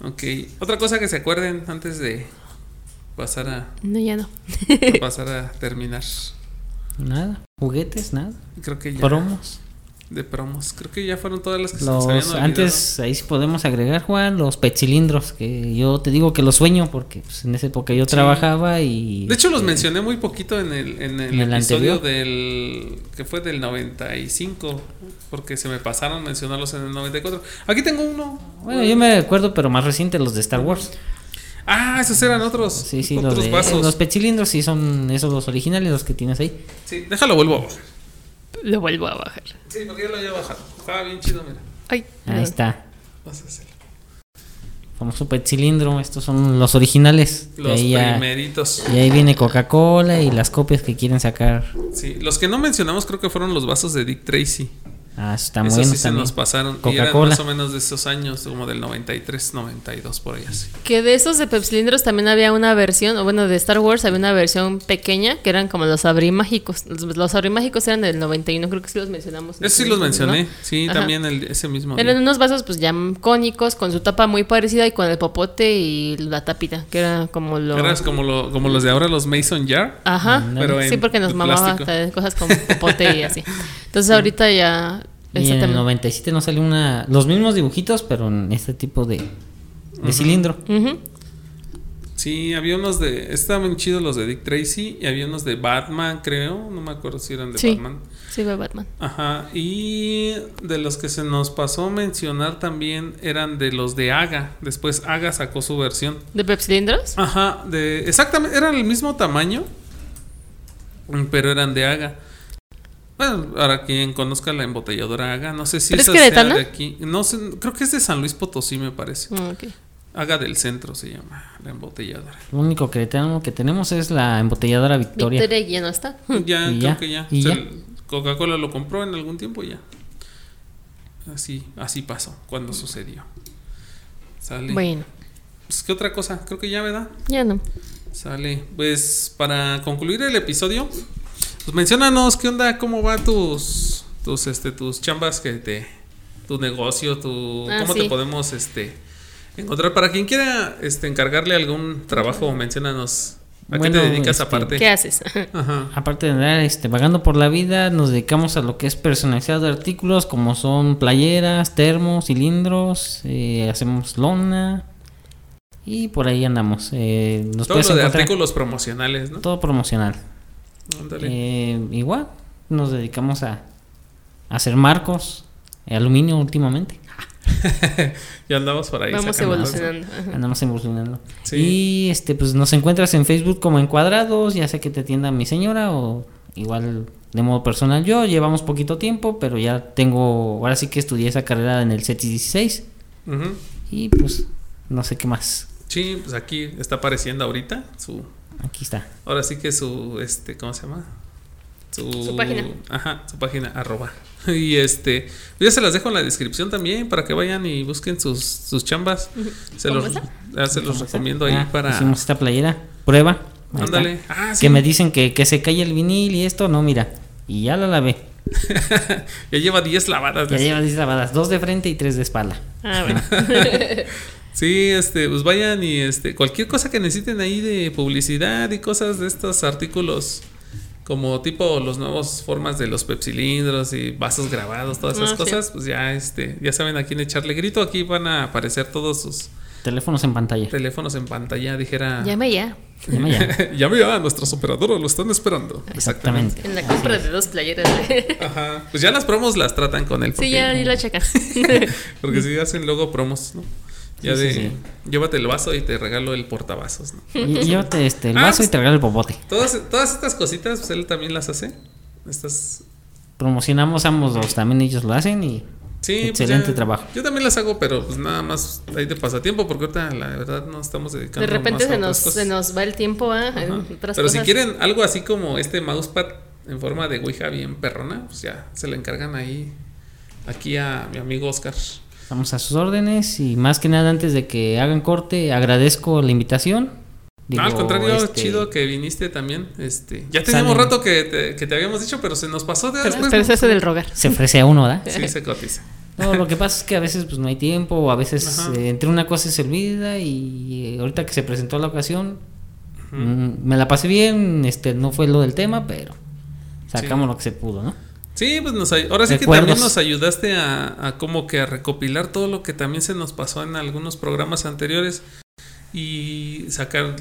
A: Ok, otra cosa que se acuerden antes de pasar a,
B: No, ya no.
A: a pasar a terminar.
C: Nada, juguetes, nada.
A: Creo que ya.
C: Promos.
A: De promos. Creo que ya fueron todas las que se nos habían
C: Los,
A: olvidado.
C: antes, ahí sí podemos agregar, Juan, los petcilindros, que yo te digo que los sueño porque pues, en esa época yo trabajaba y... eh,
A: De hecho, los mencioné muy poquito en el, en el
C: En el
A: episodio
C: anterior.
A: del. que fue del 95, porque se me pasaron mencionarlos en el 94. Aquí tengo uno.
C: Bueno, yo me acuerdo, pero más reciente, los de Star Wars.
A: Ah, esos eran otros.
C: Sí, sí,
A: otros
C: los de...
A: vasos.
C: Los petcilindros sí son esos los originales, los que tienes ahí.
A: Sí, déjalo, vuelvo a bajar.
B: Lo vuelvo a bajar.
A: Sí, porque ya lo había bajado. Estaba bien chido, mira.
B: Ay,
C: Ahí
B: no.
C: está.
A: Vas a hacerlo.
C: Famoso petcilindro, estos son los originales. Y
A: Los
C: ahí ya-
A: primeritos.
C: y ahí viene Coca-Cola y las copias que quieren sacar.
A: Sí, los que no mencionamos creo que fueron los vasos de Dick Tracy.
C: Ah, eso está
A: Esos
C: bueno
A: sí se
C: también.
A: nos pasaron. Y eran
C: Coca-Cola.
A: más o menos de esos años, como del 93, 92, por ahí así.
B: Que de esos de pepsilindros también había una versión, o bueno, de Star Wars había una versión pequeña que eran como los abrimágicos. Los, los abrimágicos eran del 91, creo que sí los mencionamos.
A: Eso sí los
B: ¿no?
A: mencioné. Sí,
B: Ajá.
A: también el- ese mismo. día.
B: Eran unos vasos pues ya cónicos, con su tapa muy parecida y con el popote y la tapita, que era como lo...
A: Eran como, lo- como los de ahora, los Mason Jar.
B: Ajá,
C: Ah,
A: Pero
B: sí,
A: en-
B: porque nos
A: de
B: mamaba
A: plástico.
B: traer cosas con popote y así. Entonces ahorita ya...
C: Y en el
B: exactamente.
C: 97 nos salió una. Los mismos dibujitos, pero en este tipo de, de cilindro.
B: Ujú.
A: Sí, había unos de. Estaban chidos los de Dick Tracy y había unos de Batman, creo. No me acuerdo si eran de
B: Sí.
A: Batman.
B: Sí, fue Batman.
A: Ajá. Y de los que se nos pasó mencionar también eran de los de Aga. Después Aga sacó su versión.
B: ¿De pepsilindros?
A: Ajá, de exactamente, eran el mismo tamaño, mm, pero eran de Aga. Bueno, para quien conozca la embotelladora Aga, no sé si
B: ¿Pero es
A: esa
B: queretana?
A: de aquí. No sé, creo que es de San Luis Potosí, me parece.
B: Ah, ok.
A: Aga del Centro se llama la embotelladora.
C: Lo único que tenemos, que tenemos es la embotelladora Victoria.
B: Victoria Hm. ya no está.
A: Ya, creo
C: ¿Y ya?
A: que ya.
C: ¿Y
A: O sea,
C: ya?
A: el Coca-Cola lo compró en algún tiempo y ya. Así, así pasó cuando sucedió. Sale.
B: Bueno,
A: Pues, ¿Qué otra cosa? Creo que ya, ¿verdad?
B: ya no.
A: Sale, pues para concluir el episodio, pues menciónanos qué onda, cómo va tus tus este tus chambas que te tu negocio, tu
B: Ah,
A: cómo
B: sí.
A: te podemos este encontrar para quien quiera este encargarle algún trabajo, menciónanos a
C: Bueno,
A: qué te dedicas
C: este,
A: aparte.
B: ¿Qué haces?
A: Ajá.
C: Aparte de andar este, vagando por la vida, nos dedicamos a lo que es personalizado de artículos, como son playeras, termos, cilindros, eh, hacemos lona. Y por ahí andamos. Eh, nos
A: Todo
C: puedes
A: lo de
C: encontrar-
A: artículos promocionales, ¿no?
C: Todo promocional.
A: Ándale.
C: Eh, igual, nos dedicamos a, a hacer marcos, eh, aluminio últimamente.
A: ya andamos por ahí.
B: Vamos
A: sacando
B: evolucionando. Ajá.
C: Andamos evolucionando.
A: Sí.
C: Y este, pues nos encuentras en Facebook como Encuadrados, ya sea que te atienda mi señora o igual de modo personal yo. Llevamos poquito tiempo, pero ya tengo, ahora sí que estudié esa carrera en el CETI 16
A: cosas. Ujú.
C: y pues no sé qué más.
A: Sí, pues aquí está apareciendo ahorita su
C: Aquí está.
A: Ahora sí que su, este, ¿cómo se llama? Su,
B: Su página.
A: Ajá, su página, arroba. Y este, yo se las dejo en la descripción también para que vayan y busquen sus, sus chambas. Se
B: ¿Cómo
A: los,
B: esa?
A: ah, se los recomiendo ahí
C: Ah,
A: para...
C: Hicimos esta playera, prueba. Ahí está.
A: Ándale. Ah, sí.
C: Que me dicen que, que se cae el vinil y esto, no, mira. Y ya la lavé.
A: ya lleva 10 lavadas.
C: Ya
A: dice.
C: lleva 10 lavadas, dos de frente y tres de espalda.
B: Ah, bueno.
A: Sí, este, pues vayan y este, cualquier cosa que necesiten ahí de publicidad y cosas de estos artículos, como tipo los nuevos formas de los pepsilindros y vasos grabados, todas esas
B: Ah, sí.
A: cosas, pues ya este, ya saben a quién echarle grito, aquí van a aparecer todos sus
C: Teléfonos en pantalla.
A: teléfonos en pantalla, dijera
B: Llame ya.
C: Llama ya.
A: Llame ya, nuestros operadores lo están esperando.
C: Exactamente.
B: En la compra de dos playeras.
A: Ajá. Pues ya las promos las tratan con él.
B: sí, ya
A: porque-
B: ahí la checas.
A: Porque si hacen luego promos, ¿no? Ya
C: Sí,
A: de,
C: sí, sí.
A: llévate el vaso y te regalo el portavasos. ¿no?
C: Y, y llévate este, el
A: Ah,
C: vaso
A: pues-
C: y te regalo el popote.
A: Todas, todas estas cositas, pues él también las hace. Estas.
C: Promocionamos ambos dos, también ellos lo hacen y
A: Sí, pues,
C: Excelente
A: ya-
C: trabajo.
A: Yo también las hago, pero pues nada más ahí de pasatiempo, porque ahorita la verdad no estamos dedicando
B: De repente
A: más a
B: se
A: otras
B: nos,
A: cosas.
B: se nos va el tiempo a en
A: Ajá.
B: otras
A: Pero si
B: cosas.
A: quieren algo así como este mousepad en forma de Ouija bien perrona, pues ya se le encargan ahí aquí a mi amigo Oscar.
C: estamos a sus órdenes. Y más que nada, antes de que hagan corte, agradezco la invitación.
A: no, al
C: Digo,
A: contrario,
C: este, Em-
A: chido que viniste también. Este, ya
C: Salen.
A: teníamos rato que te, que te habíamos dicho, pero se nos pasó de
B: Pero,
A: después.
B: pero
A: ¿no?
B: es eso del rogar.
C: Se ofrece a uno, ¿verdad?
A: Sí, se cotiza.
C: No, lo que pasa es que a veces pues no hay tiempo, o a veces
A: Ajá.
C: eh, entre una cosa y se olvida y eh, ahorita que se presentó la ocasión mm, me la pasé bien, este no fue lo del tema, pero sacamos lo que se pudo, ¿no?
A: Sí, pues nos, ay- ahora sí que
C: Recuerdos.
A: también nos ayudaste a, a como que a recopilar todo lo que también se nos pasó en algunos programas anteriores y sacar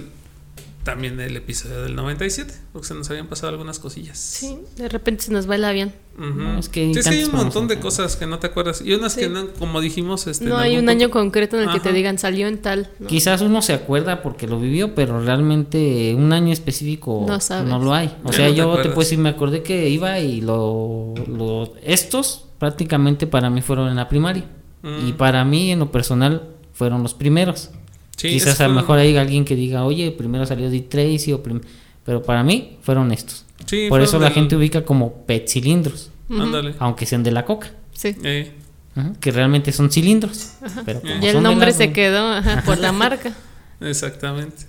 A: también el episodio del 97, porque se nos habían pasado algunas cosillas.
B: Sí, de repente se nos va el avión.
A: Ujú.
C: No, es que hay
A: sí, sí, hay
C: tantos
A: un montón de
C: famosos.
A: cosas que no te acuerdas. Y unas
B: Sí.
A: que no, como dijimos, este,
B: No
A: en
B: hay
A: algún
B: un
A: punto-
B: año concreto en el que
A: Ajá.
B: te digan salió en tal. ¿no?
C: Quizás uno se acuerda porque lo vivió, pero realmente un año específico
B: No sabes.
C: no lo hay.
A: Ya
C: O sea,
A: no te
C: yo te
A: acuerdas.
C: puedo decir, me acordé que iba y lo, lo- estos prácticamente para mí fueron en la primaria
A: Mm.
C: y para mí en lo personal fueron los primeros.
A: Sí,
C: Quizás
A: eso
C: a lo
A: fue-
C: mejor hay alguien que diga, oye, primero salió Dick Tracy, o prim-". pero para mí fueron estos.
A: Sí,
C: Por
A: fue
C: eso la
A: del-
C: gente ubica como PET cilindros,
B: Ujú.
A: Ándale.
C: aunque sean de la coca,
B: Sí.
A: Eh,
C: Ajá, que realmente son cilindros. Pero como
B: Y
C: son
B: el
C: de
B: nombre
C: la-
B: se quedó ajá, por la marca.
A: exactamente.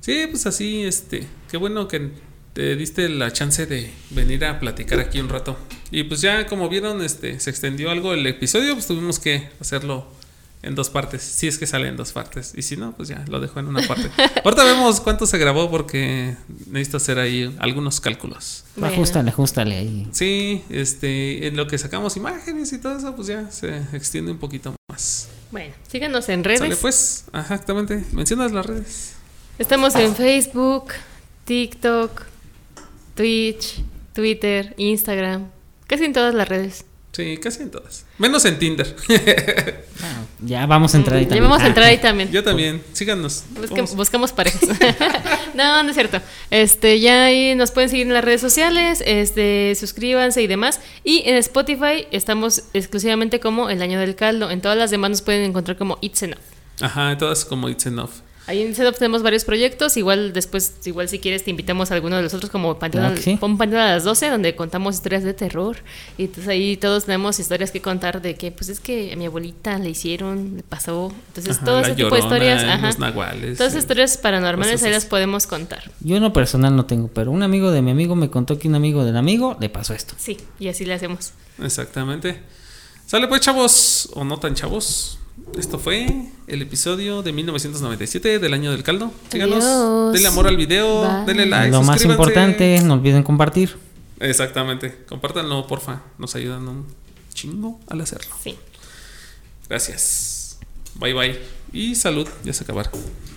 A: Sí, pues así, este, qué bueno que te diste la chance de venir a platicar aquí un rato. Y pues ya como vieron, este, se extendió algo el episodio, pues tuvimos que hacerlo en dos partes, si es que sale en dos partes. Y si no, pues ya lo dejo en una parte. Ahorita vemos cuánto se grabó porque necesito hacer ahí algunos cálculos.
B: Bueno.
C: Ajústale, ajústale ahí.
A: Sí, este, en lo que sacamos imágenes y todo eso, pues ya se extiende un poquito más.
B: Bueno, síganos en
A: Sale
B: redes.
A: pues, ajá, exactamente. Mencionas las redes.
B: Estamos en Facebook, TikTok, Twitch, Twitter, Instagram. Casi en todas las redes.
A: Sí, casi en todas. Menos en Tinder.
C: Ah, Ya vamos a entrar ahí
B: Ya
C: también.
B: vamos a
C: Ah,
B: entrar ahí también.
A: Yo también. Síganos.
B: Busque-
A: Vamos.
B: buscamos parejas. no, no es cierto. Este, ya ahí nos pueden seguir en las redes sociales, este, suscríbanse y demás. Y en Spotify estamos exclusivamente como El Año del Caldo. En todas las demás nos pueden encontrar como It's Enough.
A: Ajá, todas como It's Enough.
B: Ahí en It's Enough tenemos varios proyectos. Igual después, igual si quieres, te invitamos a alguno de los otros, como Pantera,
C: Claro que sí.
B: pon Pantera a las 12, donde contamos historias de terror. Y entonces ahí todos tenemos historias que contar de que, pues es que a mi abuelita le hicieron, le pasó. Entonces,
A: Ajá,
B: todo
A: La
B: ese tipo de
A: Llorona,
B: historias. ajá.
A: los nahuales. eh,
B: Todas
A: sí.
B: esas historias paranormales
A: Cosas
B: ahí
A: así.
B: las podemos contar.
C: Yo en lo personal no tengo, pero un amigo de mi amigo me contó que un amigo del amigo le pasó esto.
B: Sí, y así le hacemos.
A: Exactamente. Sale pues, chavos, o no tan chavos. Esto fue el episodio de 1997 del año del caldo. Síganos.
B: Adiós.
A: Denle amor al video.
B: Bye.
A: Denle like.
C: lo más
A: suscríbanse.
C: importante, no olviden compartir.
A: Exactamente. Compártanlo, porfa. Nos ayudan un chingo al hacerlo.
B: Sí.
A: Gracias. Bye bye. Y salud. Ya se acabaron.